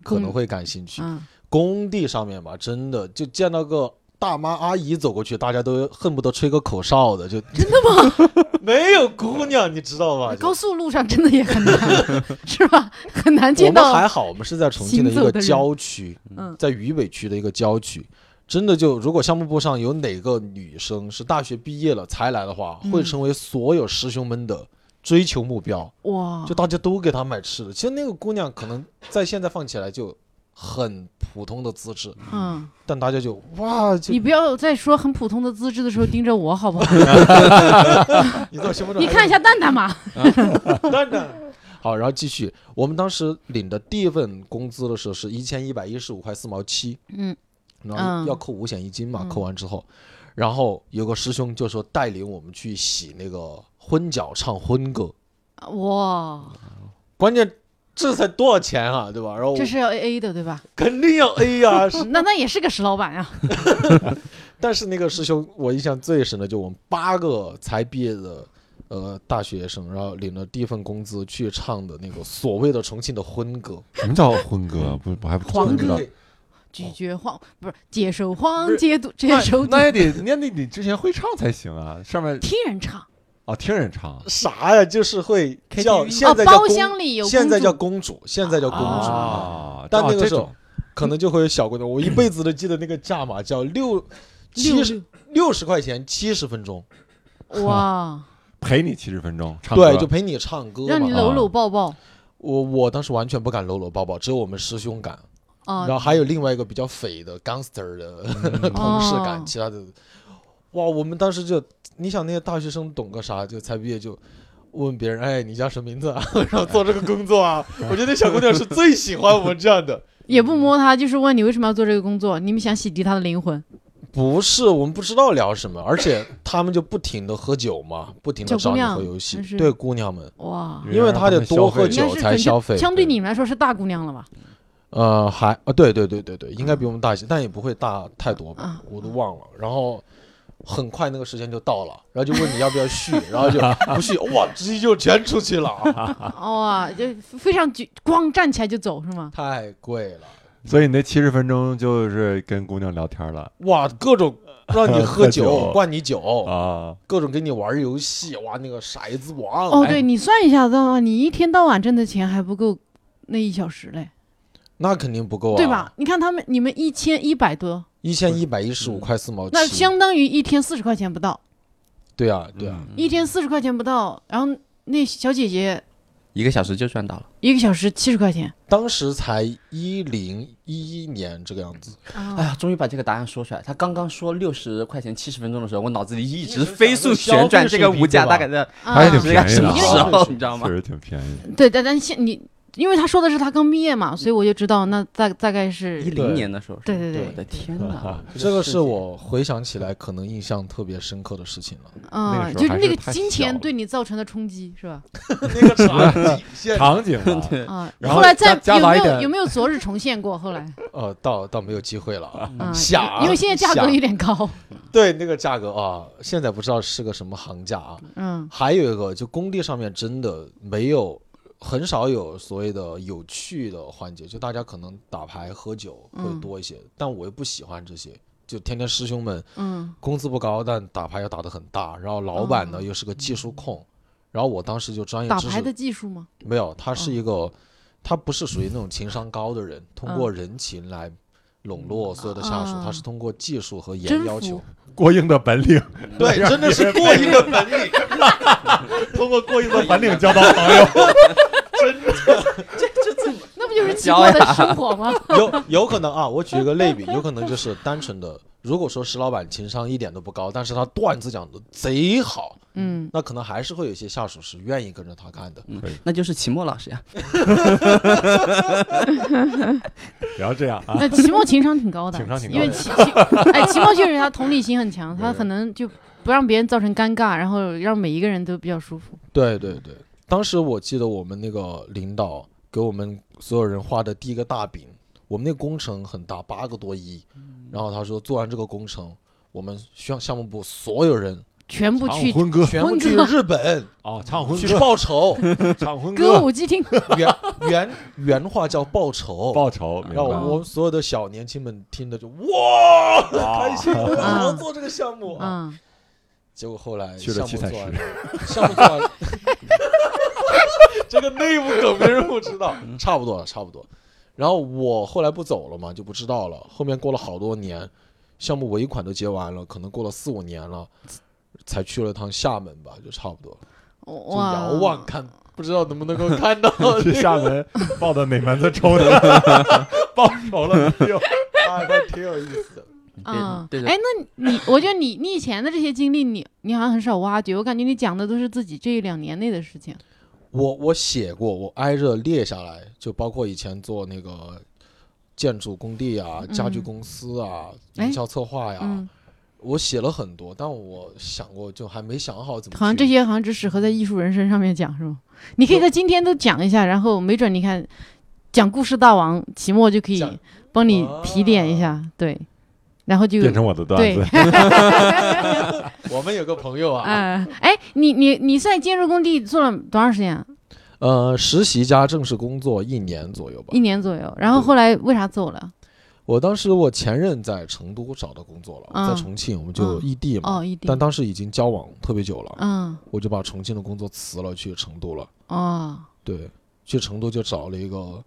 Speaker 6: 可能
Speaker 3: 工
Speaker 6: 会感兴趣。
Speaker 3: 啊，
Speaker 6: 工地上面吧，真的就见到个大妈阿姨走过去，大家都恨不得吹个口哨的，就真的吗？ 没有姑娘，你知道吧？就
Speaker 3: 高速路上真的也很难， 是吧？很难见
Speaker 6: 我们
Speaker 3: 到
Speaker 6: 还好，我们是在重庆的一
Speaker 3: 行走
Speaker 6: 个
Speaker 3: 的人
Speaker 6: 郊区，
Speaker 3: 嗯
Speaker 6: 在渝北区的一个郊区。真的就，如果项目部上有哪个女生是大学毕业了才来的话，
Speaker 3: 嗯
Speaker 6: 会成为所有师兄们的追求目标，
Speaker 3: 哦哇
Speaker 6: 就，大家都给她买吃的。其实那个姑娘可能在现在放起来就很普通的资质，
Speaker 3: 嗯，
Speaker 6: 但大家就哇，就
Speaker 3: 你不要在说很普通的资质的时候盯着我好不好？
Speaker 6: 你知道胸部
Speaker 3: 你看一下蛋蛋嘛，
Speaker 6: 蛋蛋。好，然后继续，我们当时领的第一份工资的时候是一千一百一十五块四毛七，
Speaker 3: 嗯
Speaker 6: 然
Speaker 3: 嗯
Speaker 6: 后要扣五险一金嘛，
Speaker 3: 嗯
Speaker 6: 扣完之后，然后有个师兄就说带领我们去洗那个婚脚唱婚歌，
Speaker 3: 哇，
Speaker 6: 哦关键这才多少钱啊，对吧？然后
Speaker 3: 这是要 A A 的对 吧？
Speaker 6: 肯定要 A 呀、是
Speaker 3: 那那也是个石老板呀，啊
Speaker 6: 但是那个师兄我印象最深的就我们八个才毕业的。呃，大学生，然后领了第一份工资去唱的那个所谓的重庆的婚歌，
Speaker 4: 什么叫婚歌？不，我还不
Speaker 3: 黄
Speaker 4: 真不知道
Speaker 3: 歌。拒绝黄不是接受黄接度接
Speaker 4: 那
Speaker 3: 受度
Speaker 4: 那也得，那得你之前会唱才行啊！上面
Speaker 3: 听人唱
Speaker 4: 哦，听人唱，
Speaker 6: 啥呀？就是会
Speaker 5: KTV
Speaker 6: 叫
Speaker 3: 啊
Speaker 6: 现在，叫
Speaker 3: 包
Speaker 6: 公，
Speaker 3: 厢里有
Speaker 6: 现在
Speaker 3: 公
Speaker 6: 叫
Speaker 3: 主啊
Speaker 6: 公主，现
Speaker 4: 啊
Speaker 6: 在叫公主，
Speaker 4: 哦，
Speaker 6: 但
Speaker 4: 哦
Speaker 6: 那个
Speaker 4: 这
Speaker 6: 时候
Speaker 4: 种
Speaker 6: 可能就会有小规则。我一辈子都记得那个价码叫六七十六十块钱七十分钟，
Speaker 3: 哇，
Speaker 4: 陪你七十分钟唱歌，
Speaker 6: 对，就陪你唱歌
Speaker 3: 让你
Speaker 6: 嘛。
Speaker 3: 搂搂抱抱
Speaker 6: 我我当时完全不敢搂搂抱抱，只有我们师兄敢，
Speaker 3: 啊
Speaker 6: 然，后还有另外一个比较匪的 gangster 的 同事
Speaker 3: 哦
Speaker 6: 敢，其他的，哇，我们当时就，你想那些大学生懂个啥？就才毕业就。问别人，哎，你叫什么名字啊？ 然后做这个工作 啊？我觉得小姑娘是最喜欢我们这样的。
Speaker 3: 也不摸他，就是问你为什么要做这个工作，你们想洗涤他的灵魂，
Speaker 6: 不是，我们不知道聊什么， 而且他们就不停的喝酒嘛，不停的
Speaker 3: 叫姑
Speaker 6: 找你
Speaker 3: 娘
Speaker 6: 喝游戏
Speaker 3: 真是，
Speaker 6: 对姑娘们，
Speaker 3: 哇，
Speaker 6: 因为他得多喝
Speaker 3: 应该
Speaker 6: 酒
Speaker 3: 是
Speaker 6: 才
Speaker 3: 很
Speaker 6: 消费
Speaker 3: 相对
Speaker 6: 对
Speaker 3: 你们来说是大姑娘了吧？
Speaker 6: 呃，还啊，对对对对对，应该比我们大一些，但也不会大太多吧
Speaker 3: 嗯啊，
Speaker 6: 我都忘了。然后很快那个时间就到了，然后就问你要不要续，然 后就不续，哇，直接就全出去了啊，
Speaker 3: 哇，就非常举，光站起来就走是吗？
Speaker 6: 太贵了，
Speaker 4: 所以你那七十分钟就是跟姑娘聊天了
Speaker 6: 哇，各种让你喝
Speaker 4: 喝酒
Speaker 6: 酒，灌你酒，
Speaker 4: 啊！
Speaker 6: 各种跟你玩游戏，哇，那个骰子王，
Speaker 3: 哦，
Speaker 6: 哎
Speaker 3: 对你算一下的话，你一天到晚挣的钱还不够那一小时嘞，
Speaker 6: 那肯定不够啊，
Speaker 3: 对吧？？你看他们，你们一千一百多，
Speaker 6: 一千一百一十五块四毛七，
Speaker 3: 嗯那相当于一天四十块钱不到，
Speaker 6: 对啊，对啊，
Speaker 5: 嗯
Speaker 3: 一天四十块钱不到，然后那小姐姐
Speaker 5: 一个小时就赚到了。
Speaker 3: 一个小时七十块钱，
Speaker 6: 当时才一零一一年这个样子，
Speaker 5: 哎
Speaker 3: 啊，
Speaker 5: 呀，终于把这个答案说出来。他刚刚说六十块钱七十分钟的时候，我脑子里一直飞速旋转这个物价，大概在
Speaker 4: 还挺
Speaker 5: 是
Speaker 4: 便
Speaker 5: 在
Speaker 4: 宜
Speaker 5: 什
Speaker 4: 的啊，
Speaker 5: 么时候，你知道
Speaker 4: 确
Speaker 5: 吗？
Speaker 4: 实挺便宜的。
Speaker 3: 对，但但现你，因为他说的是他刚毕业嘛，所以我就知道那大大概
Speaker 5: 一
Speaker 3: 是，
Speaker 5: 零年的时候，
Speaker 3: 对对对
Speaker 5: 我的天哪，
Speaker 6: 这个
Speaker 5: 世
Speaker 6: 是
Speaker 5: 界
Speaker 6: 我回想起来可能印象特别深刻的事情了。
Speaker 3: 嗯，
Speaker 4: 那个时候
Speaker 3: 就是
Speaker 4: 还
Speaker 3: 那
Speaker 4: 是
Speaker 3: 个
Speaker 4: 太
Speaker 3: 金
Speaker 4: 小
Speaker 3: 钱
Speaker 4: 了
Speaker 3: 对你造成的冲击是吧？
Speaker 6: 那个场景现
Speaker 4: 场景嘛
Speaker 5: 对，
Speaker 3: 啊，
Speaker 4: 然后
Speaker 3: 后来
Speaker 4: 加
Speaker 3: 再
Speaker 4: 加
Speaker 3: 有
Speaker 4: 大
Speaker 3: 没
Speaker 4: 一
Speaker 3: 有
Speaker 4: 点
Speaker 3: 有没有昨日重现过？后来
Speaker 6: 呃，倒倒没有机会了啊。
Speaker 4: 嗯
Speaker 3: 啊，
Speaker 6: 想
Speaker 3: 因为现在价格
Speaker 6: 想
Speaker 3: 有点 高，
Speaker 6: 对，那个价格啊，现在不知道是个什么行价啊。
Speaker 3: 嗯
Speaker 6: 还有一个，就工地上面真的没有很少有所谓的有趣的环节，就大家可能打牌喝酒会
Speaker 3: 嗯
Speaker 6: 多一些，但我又不喜欢这些，就天天师兄们
Speaker 3: 嗯
Speaker 6: 工资不高，但打牌又打得很大。然后老板呢、又是个技术控，然后我当时就
Speaker 4: 嗯
Speaker 6: 专业
Speaker 3: 哦打
Speaker 6: 知
Speaker 3: 牌的
Speaker 6: 识
Speaker 3: 技术吗？
Speaker 6: 没有，他是一个，他不是属于那种情商高的人，通过人情来笼络所有的下属，
Speaker 3: 啊
Speaker 6: 他是通过技术和
Speaker 3: 征
Speaker 6: 严要求
Speaker 3: 服。
Speaker 4: 过硬的本领，
Speaker 6: 对，真的是过硬的本领， 通 过过硬 的
Speaker 4: 本领交到朋友。
Speaker 3: 那
Speaker 4: 呃
Speaker 3: 不就是奇怪的生 活吗？
Speaker 6: 有有可能啊，我举一个类比，有可能就是单纯的，如果说石老板情商一点都不高，但是他段子讲的贼好，
Speaker 3: 嗯，
Speaker 6: 那可能还是会有一些下属是愿意跟着他干的。
Speaker 5: 那就是期末老师呀。
Speaker 4: 不要这样啊！
Speaker 3: 那期末情商挺高 的，
Speaker 4: 情商挺
Speaker 3: 因为
Speaker 4: 高的
Speaker 3: 期期哎，期末确实他同理心很强，他可能就不让别人造成尴尬，然后让每一个人都比较舒服。
Speaker 6: 对对对，当时我记得我们那个领导给我们所有人画的第一个大饼，我们那个工程很大，
Speaker 4: 嗯
Speaker 6: 八个多亿，然后他说做完这个工程，我们需要项目部所有人
Speaker 3: 全部
Speaker 4: 唱
Speaker 3: 去
Speaker 4: 婚歌
Speaker 6: 全部去日本
Speaker 4: 哦，唱婚
Speaker 6: 去
Speaker 4: 歌，
Speaker 6: 报仇，
Speaker 4: 唱婚
Speaker 3: 歌
Speaker 4: 歌，
Speaker 3: 舞伎町。
Speaker 6: 原原原话叫报仇。
Speaker 4: 报仇，明
Speaker 6: 让
Speaker 4: 白
Speaker 6: 我
Speaker 4: 吗？
Speaker 6: 我们所有的小年轻们听的就哇， 开心，我要做这个项目。
Speaker 3: 嗯，
Speaker 6: 结果后来
Speaker 4: 啊去了
Speaker 6: 项
Speaker 4: 七
Speaker 6: 目
Speaker 4: 彩
Speaker 6: 做完
Speaker 4: 石
Speaker 6: 了，项目做完了， 这个内部梗没人不知道，嗯差不多了，差不多。然后我后来不走了嘛，就不知道了。后面过了好多年，项目尾款都结完了，可能过了四五年了，才去了趟厦门吧，就差不多了。就
Speaker 3: 哇，
Speaker 6: 遥望看，不知道能不能够看到
Speaker 4: 去
Speaker 6: 这
Speaker 4: 厦
Speaker 6: 个，
Speaker 4: 门报的哪门子仇 呢？报仇了，哎呦
Speaker 6: 哎，还挺有意思的。
Speaker 3: 嗯，
Speaker 5: 对对
Speaker 3: 哎，那你，我觉得你你以前的这些经历，你你好像很少挖掘，我感觉你讲的都是自己这一两年内的事情。
Speaker 6: 我我写过，我挨着列下来，就包括以前做那个建筑工地啊、家具
Speaker 3: 嗯
Speaker 6: 公司啊、
Speaker 3: 哎
Speaker 6: 营销策划呀、
Speaker 3: 嗯，
Speaker 6: 我写了很多，但我想过就还没想好怎么去。
Speaker 3: 好像这些好像只适合在艺术人生上面讲，是吗？你可以在今天都讲一下，然后没准你看讲故事大王期末就可以
Speaker 6: 讲啊
Speaker 3: 帮你提点一下，对，然后就
Speaker 4: 变成我的段
Speaker 3: 对
Speaker 4: 子，，
Speaker 6: 我们有个朋友啊，
Speaker 3: 嗯，哎，你你你在建筑工地做了多长时间啊？
Speaker 6: 呃，实习加正式工作一年左右吧
Speaker 3: 一。年左右，然后后来为啥走了？
Speaker 6: 我当时我前任在成都找到工作了，
Speaker 3: 嗯
Speaker 6: 我在重庆我们就
Speaker 3: 嗯
Speaker 6: 异地嘛，
Speaker 3: 哦，异地
Speaker 6: 但，当时已经交往特别久了，
Speaker 3: 嗯，
Speaker 6: 我就把重庆的工作辞了，去成都了。
Speaker 3: 哦，
Speaker 6: 对，去成都就找了一个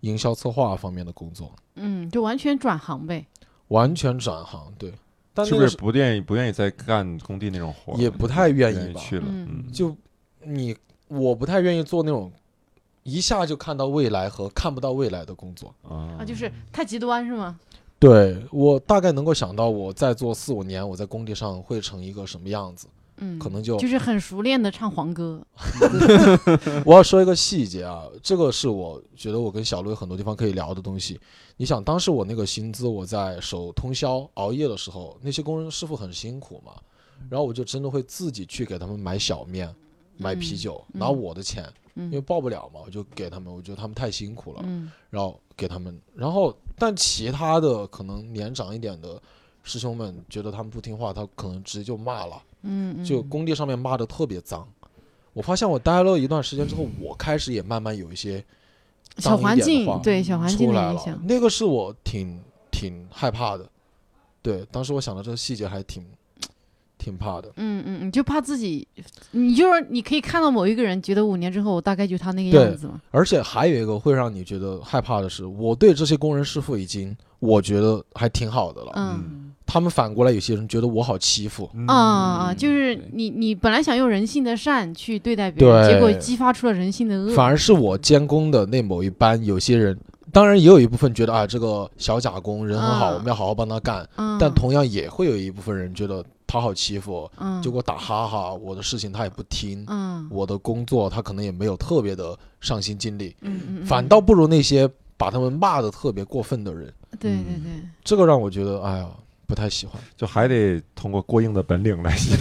Speaker 6: 营销策划方面的工作，
Speaker 3: 嗯，就完全转行呗。
Speaker 6: 完全转行。对，但
Speaker 4: 是
Speaker 6: 那
Speaker 4: 不
Speaker 6: 个
Speaker 4: 是不愿意不愿意再干工地那种活儿了？
Speaker 6: 也不太愿
Speaker 4: 愿
Speaker 6: 意
Speaker 4: 意
Speaker 6: 吧？
Speaker 4: 去了，
Speaker 3: 嗯
Speaker 4: 嗯，
Speaker 6: 就你，我不太愿意做那种一下就看到未来和看不到未来的工作。
Speaker 4: 啊
Speaker 3: 啊，就是太极端是吗？
Speaker 6: 对我大概能够想到，我再做四五年，我在工地上会成一个什么样子，
Speaker 3: 嗯，
Speaker 6: 可能就
Speaker 3: 就是很熟练的唱黄歌。
Speaker 6: 我要说一个细节啊，这个是我觉得我跟小鹿有很多地方可以聊的东西。你想，当时我那个薪资，我在守通宵熬夜的时候，那些工人师傅很辛苦嘛，
Speaker 3: 嗯
Speaker 6: 然后我就真的会自己去给他们买小面、买啤酒，
Speaker 3: 嗯
Speaker 6: 拿我的钱，因为
Speaker 3: 嗯
Speaker 6: 报不了嘛，我就给他们，我觉得他们太辛苦了，
Speaker 3: 嗯
Speaker 6: 然后给他们。然后，但其他的可能年长一点的师兄们觉得他们不听话，他可能直接就骂了。
Speaker 3: 嗯，嗯
Speaker 6: 就工地上面骂的特别脏。我发现我待了一段时间之后，我开始也慢慢有一些
Speaker 3: 小
Speaker 6: 脏一
Speaker 3: 环
Speaker 6: 点的
Speaker 3: 境
Speaker 6: 话
Speaker 3: 对小环境
Speaker 6: 出
Speaker 3: 的
Speaker 6: 来
Speaker 3: 影
Speaker 6: 了
Speaker 3: 响，。
Speaker 6: 那个是我挺挺害怕的。对，当时我想到这个细节还挺挺怕的。
Speaker 3: 嗯嗯，你就怕自己，你就是你可以看到某一个人，觉得五年之后我大概就他那个
Speaker 6: 对
Speaker 3: 样子嘛。
Speaker 6: 而且还有一个会让你觉得害怕的是，我对这些工人师傅已经我觉得还挺好的了。
Speaker 3: 嗯
Speaker 6: 他们反过来有些人觉得我好欺负。
Speaker 4: 嗯
Speaker 3: 啊啊，就是
Speaker 5: 对
Speaker 3: 你你本来想用人性的善去对待别人，
Speaker 6: 对
Speaker 3: 结果激发出了人性的恶。
Speaker 6: 反而是我监工的那某一班，有些人当然也有一部分觉得啊，这个小甲工人很好，
Speaker 3: 嗯
Speaker 6: 我们要好好帮他干。
Speaker 3: 嗯，
Speaker 6: 但同样也会有一部分人觉得他好欺负，
Speaker 3: 嗯
Speaker 6: 就给我打哈哈，我的事情他也不听，
Speaker 3: 嗯
Speaker 6: 我的工作他可能也没有特别的上心尽力，
Speaker 3: 嗯嗯，嗯
Speaker 6: 反倒不如那些把他们骂的特别过分的人，
Speaker 3: 对
Speaker 6: 嗯
Speaker 3: 对对，
Speaker 6: 这个让我觉得哎呀不太喜欢。
Speaker 4: 就还得通过过硬的本 领来吸引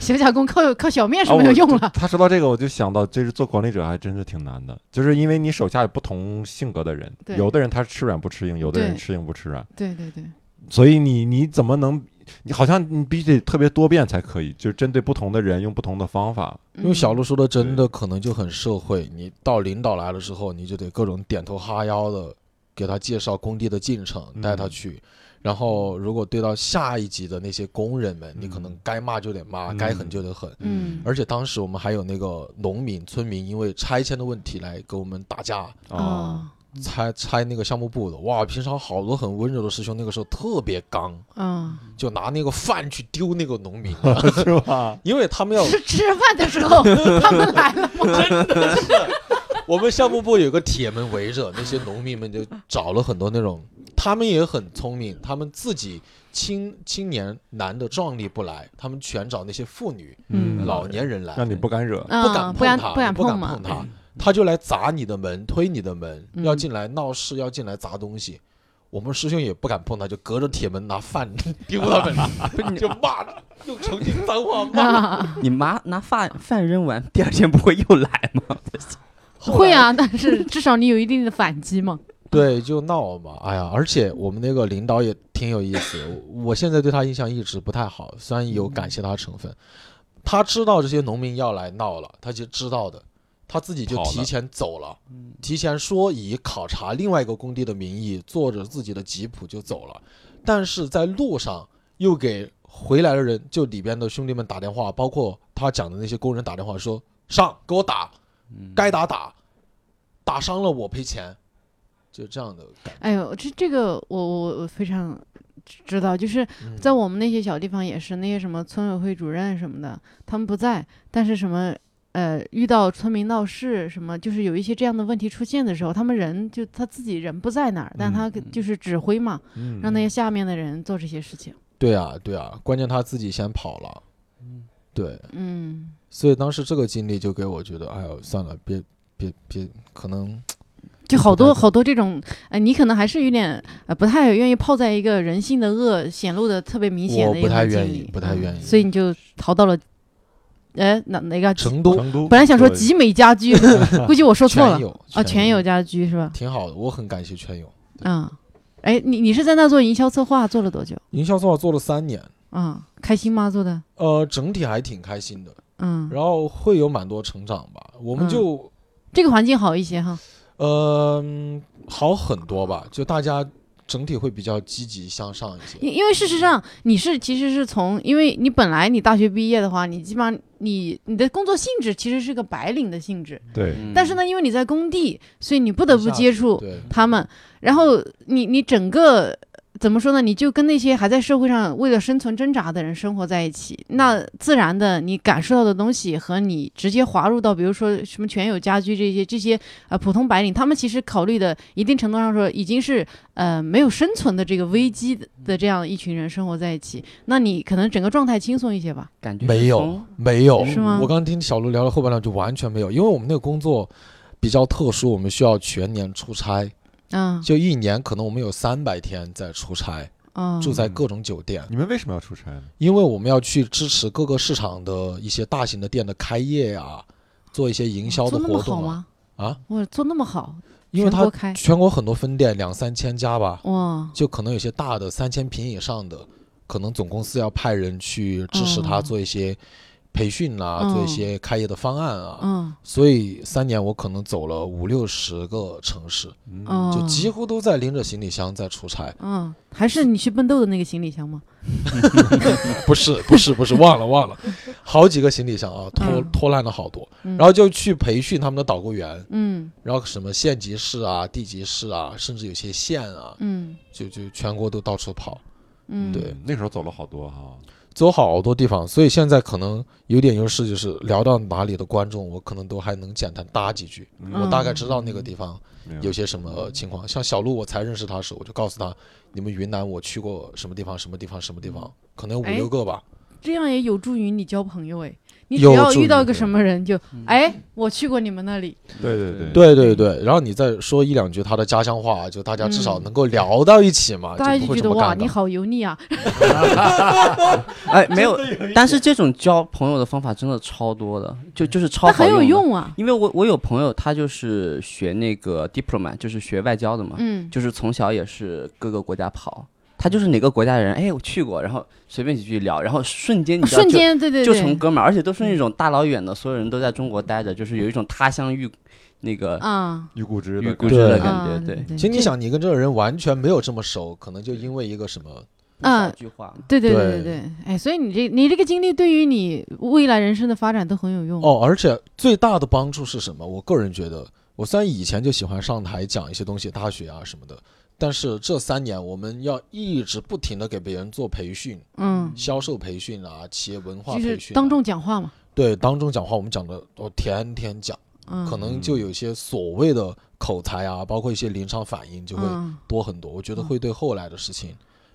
Speaker 3: 小假工靠靠小面是
Speaker 4: 啊
Speaker 3: 没有
Speaker 4: 我
Speaker 3: 用了。
Speaker 4: 他说到这个，我就想到，这是做管理者还真是挺难的，就是因为你手下有不同性格的人，
Speaker 3: 对
Speaker 4: 有的人他吃软不吃硬，有的人
Speaker 3: 对
Speaker 4: 吃硬不吃软，
Speaker 3: 对对对，
Speaker 4: 所以你你怎么能，你好像你必须得特别多变才可以，就是针对不同的人用不同的方法。
Speaker 3: 因
Speaker 6: 因为小鹿说的真的可能就很社会，你到领导来了之后，你就得各种点头哈腰的给他介绍工地的进程，
Speaker 4: 嗯
Speaker 6: 带他去。然后，如果对到下一级的那些工人们，你可能
Speaker 4: 嗯
Speaker 6: 该骂就得骂，
Speaker 4: 嗯
Speaker 6: 该狠就得狠。
Speaker 3: 嗯
Speaker 6: 而且当时我们还有那个农民、村民因为拆迁的问题来跟我们打架，
Speaker 3: 哦
Speaker 4: 啊，
Speaker 6: 拆拆那个项目部的。哇，平常好多很温柔的师兄，那个时候特别刚，
Speaker 3: 嗯，
Speaker 6: 就拿那个饭去丢那个农民，
Speaker 4: 是吧？
Speaker 6: 因为他们要
Speaker 3: 是吃 饭的时 候他们来了吗？
Speaker 6: 我们项目部有个铁门围着，那些农民们就找了很多那种，他们也很聪明，他们自己青青年男的壮力不来，他们全找那些妇女、
Speaker 3: 嗯
Speaker 6: 老年人来，
Speaker 4: 让你不敢惹，
Speaker 6: 不
Speaker 3: 啊，
Speaker 6: 敢
Speaker 3: 不敢
Speaker 6: 碰他，
Speaker 3: 敢
Speaker 6: 不敢
Speaker 3: 嘛 啊
Speaker 6: 碰，他，他就来砸你的门，推你的门，
Speaker 3: 嗯
Speaker 6: 要进来闹事，要进来砸东西。我们师兄也不敢碰他，就隔着铁门拿饭丢他 们，就骂，用重庆脏话骂。
Speaker 3: 啊，
Speaker 5: 你拿拿饭饭扔完， 第二天不会又来吗？
Speaker 6: 后
Speaker 3: 啊
Speaker 6: 来
Speaker 3: 会，啊，但是至少你有一定的反击嘛。
Speaker 6: 对，就闹嘛。哎呀，而且我们那个领导也挺有意思，我现在对他印象一直不太好，虽然
Speaker 4: 嗯
Speaker 6: 有感谢他成分。他知道这些农民要来闹了，他就知道的，他自己就
Speaker 4: 跑了
Speaker 6: 提前走了，
Speaker 5: 嗯
Speaker 6: 提前说以考察另外一个工地的名义，坐着自己的吉普就走了。但是在路上又给回来的人，就里边的兄弟们打电话，包括他讲的那些工人打电话说：“上，给我打，
Speaker 3: 嗯
Speaker 6: 该打打，打伤了我赔钱。”就这样的感觉。
Speaker 3: 哎呦，这这个我我我非常知知道，就是
Speaker 6: 嗯
Speaker 3: 在我们那些小地方也是，那些什么村委会主任什么的，他们不在，但是什么呃，遇到村民闹事什么，就是有一些这样的问题出现的时候，他们人就他自己人不在那儿，但他给
Speaker 5: 嗯
Speaker 3: 就是指挥嘛，
Speaker 4: 嗯
Speaker 3: 让那些下面的人做这些事情。
Speaker 6: 对啊，对啊，关键他自己先跑了。对，
Speaker 3: 嗯，
Speaker 6: 所以当时这个经历就给我觉得，哎呦，算了，别别别，可能
Speaker 3: 就好
Speaker 6: 不太
Speaker 3: 多
Speaker 6: 懂
Speaker 3: 好多这种，呃，你可能还是有点呃不太愿意泡在一个人性的恶显露的特别明显
Speaker 6: 我
Speaker 3: 的一
Speaker 6: 不
Speaker 3: 个
Speaker 6: 太愿
Speaker 3: 经
Speaker 6: 意
Speaker 3: 历
Speaker 6: 不太
Speaker 3: 嗯
Speaker 6: 愿意
Speaker 3: 所以你就逃到了，哎，哪哪个
Speaker 6: 成都
Speaker 4: 成都
Speaker 3: 本来想说
Speaker 4: 对
Speaker 3: 集美家居， 估计我说错
Speaker 6: 全
Speaker 3: 了
Speaker 6: 有
Speaker 3: 啊，全友家居是吧？
Speaker 6: 挺好的，我很感谢全友。
Speaker 3: 嗯，哎，你你是在那做营销策划做了多久？
Speaker 6: 营销策划做了三年，
Speaker 3: 嗯，开心吗？做的？
Speaker 6: 呃，整体还挺开心的，
Speaker 3: 嗯，
Speaker 6: 然后会有蛮多成长吧。我们
Speaker 3: 嗯
Speaker 6: 就
Speaker 3: 这个环境好一些哈。
Speaker 6: 呃嗯好很多吧，就大家整体会比较积极向上一些。
Speaker 3: 因因为事实上你是其实是从，因为你本来你大学毕业的话，你基本上你你的工作性质其实是个白领的性质，
Speaker 4: 对
Speaker 5: 嗯
Speaker 3: 但是，呢，因为你在工地，所以你不得
Speaker 6: 一
Speaker 3: 不
Speaker 6: 下
Speaker 3: 接触
Speaker 6: 对，
Speaker 3: 他们，然后你你整个怎么说呢？你就跟那些还在社会上为了生存挣扎的人生活在一起，那自然的你感受到的东西和你直接滑入到，比如说什么全友家居这些这些呃普通白领，他们其实考虑的一定程度上说已经是呃没有生存的这个危机的的这样一群人生活在一起，那你可能整个状态轻松一些吧。
Speaker 5: 感觉是
Speaker 6: 没有
Speaker 5: 从，
Speaker 6: 没有，
Speaker 3: 是吗
Speaker 6: 我刚听小卢聊到后半段就完全没有，因为我们那个工作比较特殊，我们需要全年出差，
Speaker 3: 嗯
Speaker 6: 就一年可能我们有三百天在出差，
Speaker 3: 嗯
Speaker 6: 住在各种酒店，
Speaker 4: 你们为什么要出差呢？
Speaker 6: 因为我们要去支持各个市场的一些大型的店的开业呀、做一些营销的
Speaker 3: 做那么
Speaker 6: 活
Speaker 3: 好
Speaker 6: 动啊。
Speaker 3: 吗？
Speaker 6: 啊，
Speaker 3: 我做那么好，
Speaker 6: 因为
Speaker 3: 全国
Speaker 6: 它
Speaker 3: 开
Speaker 6: 全国很多分店，两三千家吧，
Speaker 3: 哇，
Speaker 6: 就可能有些大的三千平以上的，可能总公司要派人去支持他
Speaker 3: 哦
Speaker 6: 做一些培训啦、
Speaker 3: 嗯
Speaker 6: 做一些开业的方案啊。
Speaker 3: 嗯
Speaker 6: 所以三年我可能走了五六十个城市，
Speaker 3: 嗯，
Speaker 6: 就几乎都在拎着行李箱在出差。
Speaker 3: 嗯，还是你去奋斗的那个行李箱吗？
Speaker 6: 不是不是不是，忘了忘了，好几个行李箱啊，拖
Speaker 3: 嗯
Speaker 6: 拖烂了好多。
Speaker 3: 嗯
Speaker 6: 然后就去培训他们的导购员，
Speaker 3: 嗯
Speaker 6: 然后什么县级市啊、地级市啊，甚至有些县啊，
Speaker 3: 嗯
Speaker 6: 就就全国都到处跑，
Speaker 3: 嗯，
Speaker 6: 对，
Speaker 4: 那时候走了好多哈，
Speaker 6: 走好多地方。所以现在可能有点优势，就是聊到哪里的观众，我可能都还能简单搭几句，
Speaker 3: 嗯
Speaker 6: 我大概知道那个地方
Speaker 4: 明白
Speaker 6: 有些什么情况。像小鹿，我才认识他的时，候，我就告诉他，你们云南我去过什么地方、什么地方、什么地方，可能有五
Speaker 3: 哎
Speaker 6: 六个吧。
Speaker 3: 这样也有助于你交朋友哎。你只
Speaker 6: 有
Speaker 3: 要
Speaker 6: 助
Speaker 3: 遇到个
Speaker 6: 于对
Speaker 3: 什么人就，哎，我去过你们那里，
Speaker 4: 对对对，
Speaker 6: 对对对，然后你再说一两句他的家乡话，就大家至少能够聊到一起嘛，
Speaker 3: 大家
Speaker 6: 啊
Speaker 3: 就
Speaker 6: 就不会
Speaker 3: 觉
Speaker 6: 这
Speaker 3: 得
Speaker 6: 么
Speaker 3: 哇，
Speaker 6: 尴
Speaker 3: 你
Speaker 6: 尬。
Speaker 3: 好油腻啊！
Speaker 5: 哎，没有，但是这种交朋友的方法真的超多的，就
Speaker 6: 嗯
Speaker 5: 就是超
Speaker 3: 那
Speaker 5: 好
Speaker 3: 很有
Speaker 5: 的。
Speaker 3: 用 啊。
Speaker 5: 因为我我有朋友，他就是学那个 diplomat，就是学外交的嘛，
Speaker 3: 嗯，
Speaker 5: 就是从小也是各个国家跑，他就是哪个国家的人，哎，我去过，然后随便几句聊，然后瞬间你 知道
Speaker 3: 瞬
Speaker 5: 就
Speaker 3: 间，对对嗯
Speaker 5: 就成
Speaker 3: 对，
Speaker 5: 哥们儿，而且都是那种大老远的，所有人都在中国待着，就是有一种他乡遇那个
Speaker 3: 啊，
Speaker 4: 预估值
Speaker 5: 遇
Speaker 4: 的
Speaker 5: 故知的
Speaker 6: 对
Speaker 5: 感觉，
Speaker 3: 啊
Speaker 5: 对，
Speaker 6: 其实你，想，你跟这个人完全没有这么熟，可能就因为一个什么，
Speaker 3: 嗯
Speaker 5: 一小句话嘛，
Speaker 3: 对对对对
Speaker 6: 对
Speaker 3: 对，哎，所以你这你这个经历对于你未来人生的发展都很有用。
Speaker 6: 哦，而且最大的帮助是什么？我个人觉得，我虽然以前就喜欢上台讲一些东西，大学啊什么的，但是这三年我们要一直不停的给别人做培训、
Speaker 3: 嗯，
Speaker 6: 销售培训啊、企业文化
Speaker 3: 就
Speaker 6: 培
Speaker 3: 是
Speaker 6: 训啊、
Speaker 3: 当众讲话嘛，
Speaker 6: 对当中讲话，我们讲的我天天讲，
Speaker 3: 嗯，
Speaker 6: 可能就有一些所谓的口才啊，包括一些临场反应就会
Speaker 3: 嗯
Speaker 6: 多很多，我觉得会对后来的事情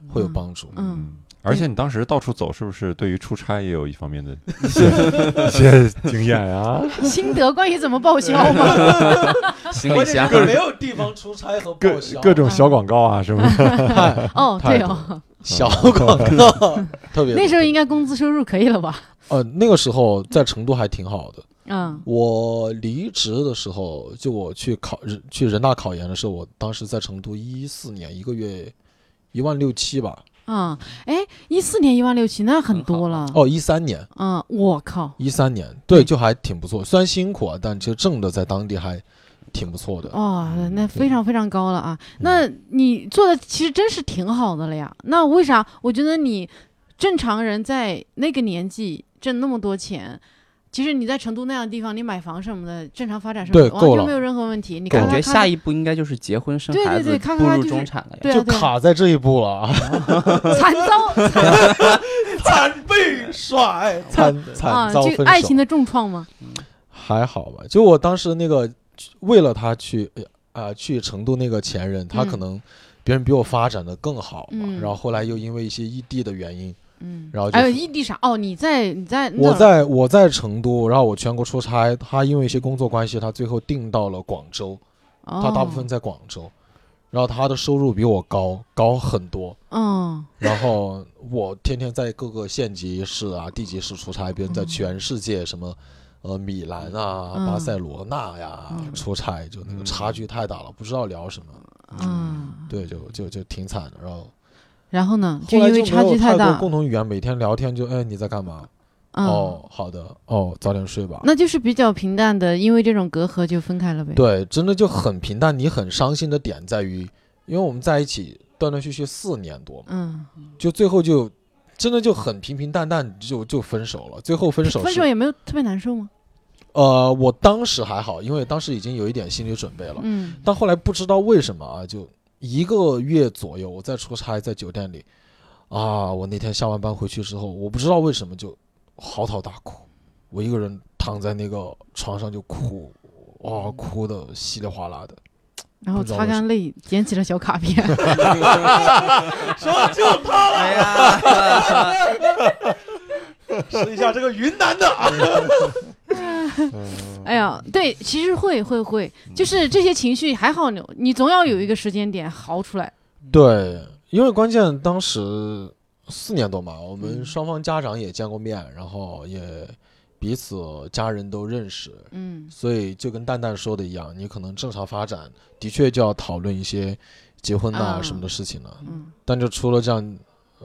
Speaker 6: 会有帮助。
Speaker 3: 嗯，
Speaker 4: 而且你当时到处走，是不是对于出差也有一方面的一 些一些经验 啊？
Speaker 3: 心得关于怎么报 销嘛，
Speaker 5: 行李
Speaker 4: 啊
Speaker 5: 箱
Speaker 6: 是没有地方出差和
Speaker 4: 各各种小广告啊什么的，
Speaker 6: 太
Speaker 3: 哦，
Speaker 6: 嗯太
Speaker 3: 对
Speaker 6: 多
Speaker 3: 哦，
Speaker 6: 小广告， 特别
Speaker 3: 嗯那时候应该工资收入可以了吧？
Speaker 6: 呃，那个时候在成都还挺好的。
Speaker 3: 嗯
Speaker 6: 我离职的时候，就我去考去人大考研的时候，我当时在成都一四年，一个月一万六七吧，
Speaker 3: 嗯，哎，一四年一万六七，那很多了。
Speaker 6: 哦，一三年，
Speaker 3: 嗯，我靠。
Speaker 6: 一三年，对，
Speaker 3: 嗯
Speaker 6: 就还挺不错，虽然辛苦啊，但其实挣的在当地还挺不错的。
Speaker 3: 哦，
Speaker 6: 嗯
Speaker 3: 那非常非常高了啊！那你做的其实真是挺好的了呀。那为啥？我觉得你正常人在那个年纪挣那么多钱，其实你在成都那样的地方，你买房什么的，正常发展生
Speaker 6: 对
Speaker 3: 活
Speaker 6: 够
Speaker 3: 完全
Speaker 6: 了
Speaker 3: 没有任何问题。你看
Speaker 5: 感
Speaker 3: 看
Speaker 5: 觉
Speaker 3: 看
Speaker 5: 下一步应该就是结婚生
Speaker 3: 对
Speaker 5: 孩
Speaker 3: 对
Speaker 5: 子，
Speaker 3: 对看
Speaker 5: 步
Speaker 3: 看
Speaker 5: 入
Speaker 3: 就是
Speaker 5: 中产了呀。
Speaker 3: 对啊
Speaker 6: 就
Speaker 3: 对啊
Speaker 6: 卡在这一步了啊，
Speaker 3: 惨遭
Speaker 6: 惨被甩， 惨
Speaker 3: 啊，
Speaker 6: 惨遭分
Speaker 3: 这
Speaker 6: 手。
Speaker 3: 个爱情的重创吗？
Speaker 6: 还好吧，就我当时那个为了他去啊、去成都那个前任，他
Speaker 3: 嗯
Speaker 6: 可能别人比我发展的更好嘛，
Speaker 3: 嗯
Speaker 6: 然后后来又因为一些异地的原因，
Speaker 3: 嗯，
Speaker 6: 然后就
Speaker 3: 还有
Speaker 6: 是
Speaker 3: 异地啥？哦，你在你在那
Speaker 6: 我
Speaker 3: 儿
Speaker 6: 在我在成都，然后我全国出差，他因为一些工作关系，他最后定到了广州，
Speaker 3: 哦
Speaker 6: 他大部分在广州，然后他的收入比我高高很多，
Speaker 3: 哦
Speaker 6: 然后我天天在各个县级市啊、地级市出差，别人在全世界什么，呃，米兰啊、
Speaker 3: 嗯
Speaker 6: 巴塞罗那呀、
Speaker 3: 嗯
Speaker 6: 出差，就那个差距太大了，不知道聊什么。
Speaker 3: 嗯嗯，
Speaker 6: 对，就就就挺惨的。然后
Speaker 3: 然后呢？
Speaker 6: 后
Speaker 3: 就
Speaker 6: 来
Speaker 3: 因为
Speaker 6: 就
Speaker 3: 差
Speaker 6: 没有
Speaker 3: 距
Speaker 6: 太多
Speaker 3: 大，
Speaker 6: 共同语言，每天聊天就哎你在干嘛？
Speaker 3: 嗯，
Speaker 6: 哦，好的，哦早点睡吧。
Speaker 3: 那就是比较平淡的，因为这种隔阂就分开了呗。
Speaker 6: 对，真的就很平淡。你很伤心的点在于，因为我们在一起断断续续四年多嘛，
Speaker 3: 嗯，
Speaker 6: 就最后就真的就很平平淡淡就就分手了。最后分手
Speaker 3: 分
Speaker 6: 是
Speaker 3: 手也没有特别难受吗？
Speaker 6: 呃，我当时还好，因为当时已经有一点心理准备了。
Speaker 3: 嗯
Speaker 6: 但后来不知道为什么啊，就一个月左右，我在出差，在酒店里，啊，我那天下完班回去之后，我不知道为什么就嚎啕大哭，我一个人躺在那个床上就哭，哇，哭的稀里哗啦的。
Speaker 3: 然后
Speaker 6: 不知道
Speaker 3: 擦
Speaker 6: 为什
Speaker 3: 干
Speaker 6: 么
Speaker 3: 泪，捡起了小卡片。
Speaker 5: 哎呀，
Speaker 6: 试一下这个云南的，
Speaker 3: 哎呀，对，其实会会会，
Speaker 6: 嗯
Speaker 3: 就是这些情绪还好呢，你总要有一个时间点嚎出来。
Speaker 6: 对，因为关键当时四年多嘛，我们
Speaker 3: 嗯
Speaker 6: 双方家长也见过面，然后也彼此家人都认识，
Speaker 3: 嗯
Speaker 6: 所以就跟蛋蛋说的一样，你可能正常发展的确就要讨论一些结婚呐、
Speaker 3: 啊
Speaker 6: 什么的事情了、
Speaker 3: 嗯
Speaker 6: 但就出了这样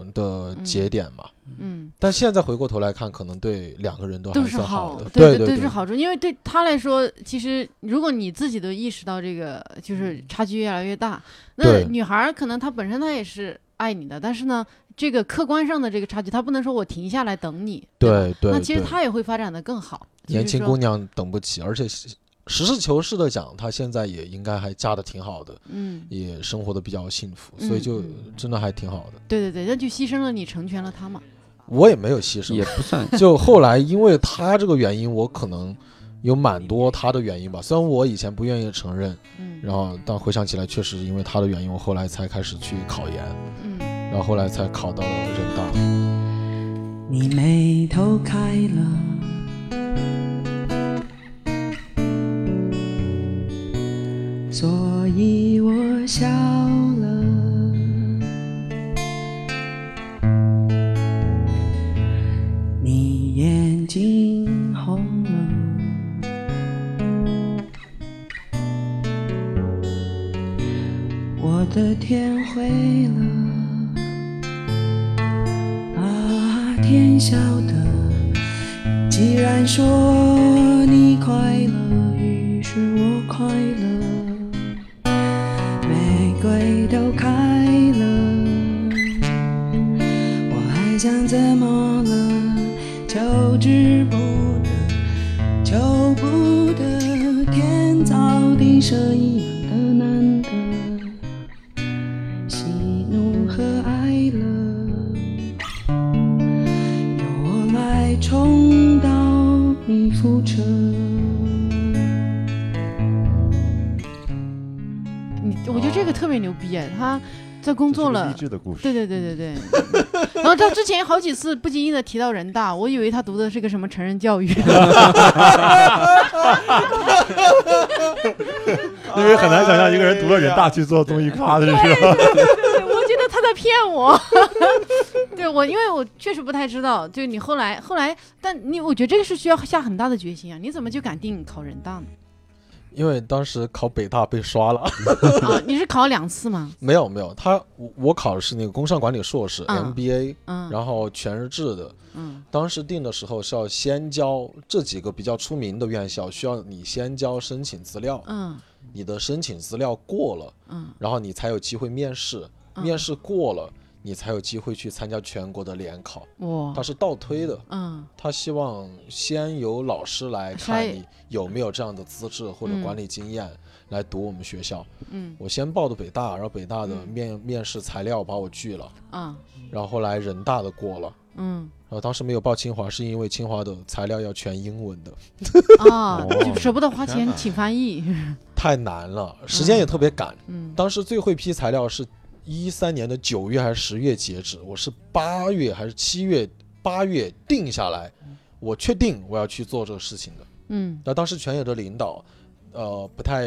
Speaker 6: 嗯的节点嘛、
Speaker 3: 嗯，
Speaker 6: 但现在回过头来看，可能对两个人都还
Speaker 3: 都是
Speaker 6: 算
Speaker 3: 好
Speaker 6: 的，
Speaker 3: 对
Speaker 6: 对
Speaker 3: 都是。好处。因为对他来说，其实如果你自己都意识到这个，就是差距越来越大，那
Speaker 6: 嗯对
Speaker 3: 女孩儿可能她本身她也是爱你的，但是呢，这个客观上的这个差距，她不能说我停下来等你，吧
Speaker 6: 对对
Speaker 3: 那其实
Speaker 6: 对
Speaker 3: 她也会发展的更好。
Speaker 6: 年轻
Speaker 3: 就是
Speaker 6: 姑
Speaker 3: 说，
Speaker 6: 娘等不起，而且实实事求是的讲，她现在也应该还嫁的挺好的，
Speaker 3: 嗯，
Speaker 6: 也生活的比较幸福，所以
Speaker 3: 嗯
Speaker 6: 就
Speaker 3: 嗯
Speaker 6: 真的还挺好的。
Speaker 3: 对对对，那就牺牲了你，成全了她嘛。
Speaker 6: 我也没有牺牲
Speaker 5: 也，不算
Speaker 6: 就后来因为他这个原因，我可能有蛮多他的原因吧。虽然我以前不愿意承认，
Speaker 3: 嗯，
Speaker 6: 然后但回想起来，确实因为他的原因，我后来才开始去考研，
Speaker 3: 嗯。
Speaker 6: 然后后来才考到了人大。
Speaker 7: 你眉头开了，所以我笑了。你眼睛红了，我的天灰了。啊，天晓得，既然说你快乐，于是我快乐，玫瑰都开了，我还想怎么了？求之不得，求不得，天造地设一样的难得，喜怒和哀乐。由我来重蹈你覆辙。
Speaker 3: 你我觉得这个特别牛逼哎，他在工作了
Speaker 4: 励。志的故事，
Speaker 3: 对对对对对， 然后他之前好几次不经意的提到人大，我以为他读的是个什么成人教育，
Speaker 4: 因为很难想象一个人读了人大去做综艺咖的，是吧？
Speaker 3: 我觉得他在在骗我。 对我，因为我确实不太知道。就你后来后来，但你我觉得这个是需要下很大的决心啊！你怎么就敢定考人 大呢？
Speaker 6: 因为当时考北大被 刷了，
Speaker 3: 啊，你是考两次吗？
Speaker 6: 没有没有，他我我考的是那个工商管理硕士、
Speaker 3: 嗯
Speaker 6: MBA，
Speaker 3: 嗯，
Speaker 6: 然后全日制的。
Speaker 3: 嗯
Speaker 6: 当时定的时候是要先交这几个比较出名的院校，需要你先交申请资料，
Speaker 3: 嗯
Speaker 6: 你的申请资料过了，
Speaker 3: 嗯，
Speaker 6: 然后你才有机会面试，
Speaker 3: 嗯
Speaker 6: 面试过了，你才有机会去参加全国的联考。
Speaker 3: 哇
Speaker 6: 它，是倒推的，
Speaker 3: 嗯
Speaker 6: 他希望先由老师来看
Speaker 3: 筛
Speaker 6: 你有没有这样的资质或者
Speaker 3: 嗯
Speaker 6: 管理经验来读我们学校。
Speaker 3: 嗯
Speaker 6: 我先报的北大，然后北大的
Speaker 3: 嗯
Speaker 6: 面、面试材料把我拒了，
Speaker 3: 啊
Speaker 6: 然后后来人大的过了。
Speaker 3: 嗯
Speaker 6: 然后当时没有报清华，是因为清华的材料要全英文的，
Speaker 3: 啊，
Speaker 4: 哦
Speaker 3: 就舍不得花
Speaker 2: 天
Speaker 3: 钱
Speaker 2: 哪
Speaker 3: 请翻译。
Speaker 6: 太难了，时间也特别赶。
Speaker 3: 嗯
Speaker 6: 当时最后一批材料是一三年的九月还是十月截止，我是八月还是七月八月定下来，我确定我要去做这个事情的。
Speaker 3: 嗯
Speaker 6: 那当时全野的领导，呃，不太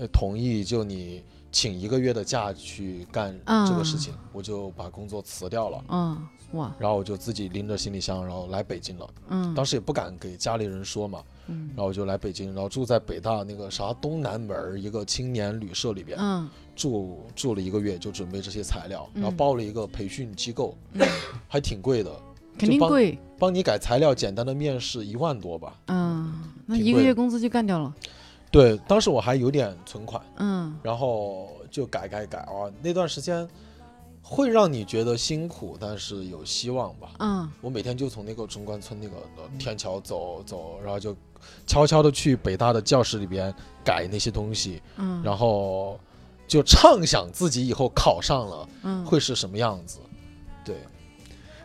Speaker 6: 呃同意，就你请一个月的假去干这个事情，我就把工作辞掉了。
Speaker 3: 啊哇
Speaker 6: 然后我就自己拎着行李箱，然后来北京了。
Speaker 3: 嗯
Speaker 6: 当时也不敢给家里人说嘛，
Speaker 3: 嗯
Speaker 6: 然后我就来北京，然后住在北大那个啥东南门儿一个青年旅社里边
Speaker 3: 嗯
Speaker 6: 住住了一个月，就准备这些材料，
Speaker 3: 嗯
Speaker 6: 然后报了一个培训机构，
Speaker 3: 嗯
Speaker 6: 还挺贵的，
Speaker 3: 肯定
Speaker 6: 帮
Speaker 3: 贵。
Speaker 6: 帮你改材料，简单的面试一万多吧。
Speaker 3: 嗯，那
Speaker 6: 挺
Speaker 3: 一个
Speaker 6: 贵
Speaker 3: 月
Speaker 6: 的
Speaker 3: 工资就干掉了。
Speaker 6: 对，当时我还有点存款，
Speaker 3: 嗯
Speaker 6: 然后就改改改啊，那段时间会让你觉得辛苦，但是有希望吧。
Speaker 3: 嗯
Speaker 6: 我每天就从那个中关村那个呃天桥走走，然后就悄悄的去北大的教室里边改那些东西，
Speaker 3: 嗯，
Speaker 6: 然后就畅想自己以后考上了
Speaker 3: 嗯
Speaker 6: 会是什么样子。对，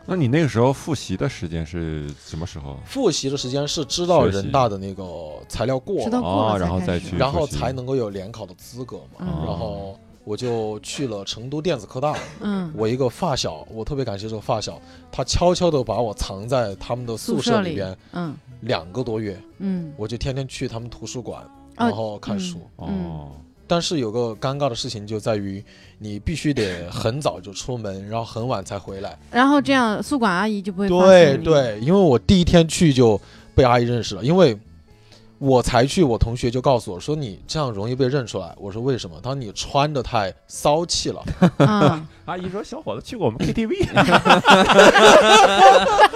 Speaker 4: 那你那个时候复习的时间是什么时候？
Speaker 6: 复习的时间是知道
Speaker 4: 学习
Speaker 6: 人大的那个材料过
Speaker 3: 知
Speaker 6: 了，
Speaker 3: 道过了
Speaker 4: 哦然后
Speaker 3: 开
Speaker 4: 再
Speaker 3: 始
Speaker 4: 去
Speaker 6: 然后
Speaker 4: 复习哦
Speaker 6: 才能够有联考的资格嘛。
Speaker 3: 嗯
Speaker 6: 然后我就去了成都电子科大。
Speaker 3: 嗯
Speaker 6: 我一个发小，我特别感谢这个发小，他悄悄地把我藏在他们的宿
Speaker 3: 宿
Speaker 6: 舍
Speaker 3: 舍
Speaker 6: 里边
Speaker 3: 嗯
Speaker 6: 两个多月，
Speaker 3: 嗯
Speaker 6: 我就天天去他们图书馆，
Speaker 3: 啊
Speaker 6: 然后看书。
Speaker 4: 哦，
Speaker 2: 嗯
Speaker 6: 但是有个尴尬的事情就在于，你必须得很早就出门，然后很晚才回来。
Speaker 3: 然后这样宿管阿姨就不会发
Speaker 6: 对
Speaker 3: 现你，
Speaker 6: 对，因为我第一天去就被阿姨认识了，因为我才去，我同学就告诉我说你这样容易被认出来。我说为什么？他说你穿的太骚 气了。
Speaker 3: 啊，
Speaker 2: 阿姨说：“小伙子去过我们 KTV，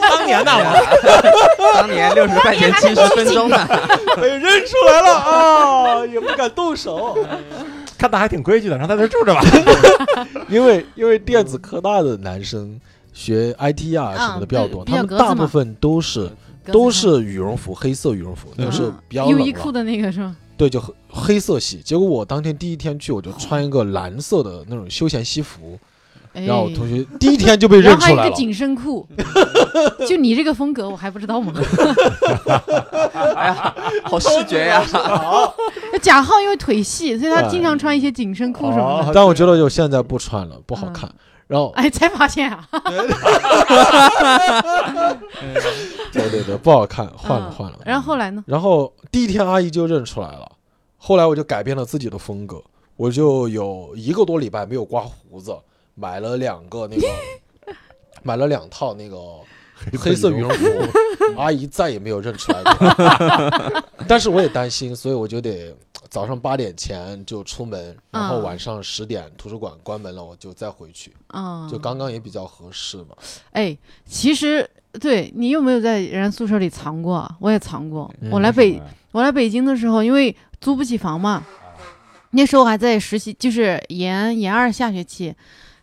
Speaker 5: 当 年呐，我当年六十块钱七十分钟呢，
Speaker 6: 被认出来了啊，也不敢动手，
Speaker 2: 看他还挺规矩的，让他在这儿住着吧。
Speaker 6: 因为因为电子科大的男生学 IT 啊什么的比较多，
Speaker 3: 嗯比较
Speaker 6: 他
Speaker 3: 格
Speaker 6: 们
Speaker 3: 子嘛
Speaker 6: 大部分都是
Speaker 3: 格子
Speaker 6: 都
Speaker 3: 衫
Speaker 6: 是羽绒服，黑色羽绒服，那
Speaker 3: 嗯
Speaker 6: 个是比较
Speaker 3: 优
Speaker 6: 冷
Speaker 3: 衣库
Speaker 6: 了，
Speaker 3: 的那个是吧？
Speaker 6: 对，就黑黑色系。结果我当天第一天去，我就穿一个蓝色的那种休闲西服，
Speaker 3: 哎，
Speaker 6: 然后我同学第一天就被
Speaker 3: 然
Speaker 6: 认
Speaker 3: 后还有
Speaker 6: 出
Speaker 3: 一
Speaker 6: 来了
Speaker 3: 个。紧身裤， 就你这个风格我还不知道吗？
Speaker 5: 哎呀，好视觉呀！
Speaker 3: 贾浩因为腿细，所以他
Speaker 6: 对
Speaker 3: 经常穿一些紧身裤什么的。
Speaker 6: 但我觉得就现在不穿了，不
Speaker 3: 嗯
Speaker 6: 好看。然后，
Speaker 3: 哎，才发现啊，
Speaker 6: 对对对，不好看，换了
Speaker 3: 嗯
Speaker 6: 换了。
Speaker 3: 然后后来呢？
Speaker 6: 然后第一天阿姨就认出来了，后来我就改变了自己的风格，我就有一个多礼拜没有刮胡子，买了两 个那个，买了两套那个黑色羽绒服，阿姨再也没有认出来过。 但是我也担心，所以我就得早上八点前就出门，然后
Speaker 3: 嗯
Speaker 6: 晚上十点图书馆关门了，我就再回去，
Speaker 3: 啊，
Speaker 6: 就刚刚也比较合适嘛。
Speaker 3: 哎，其实对你有没有在人家宿舍里藏过啊？我也藏过。
Speaker 6: 嗯
Speaker 3: 我来北
Speaker 4: 为什么呀
Speaker 3: 我来北京的时候，因为租不起房嘛，那时候还在实习，就是研研二下学期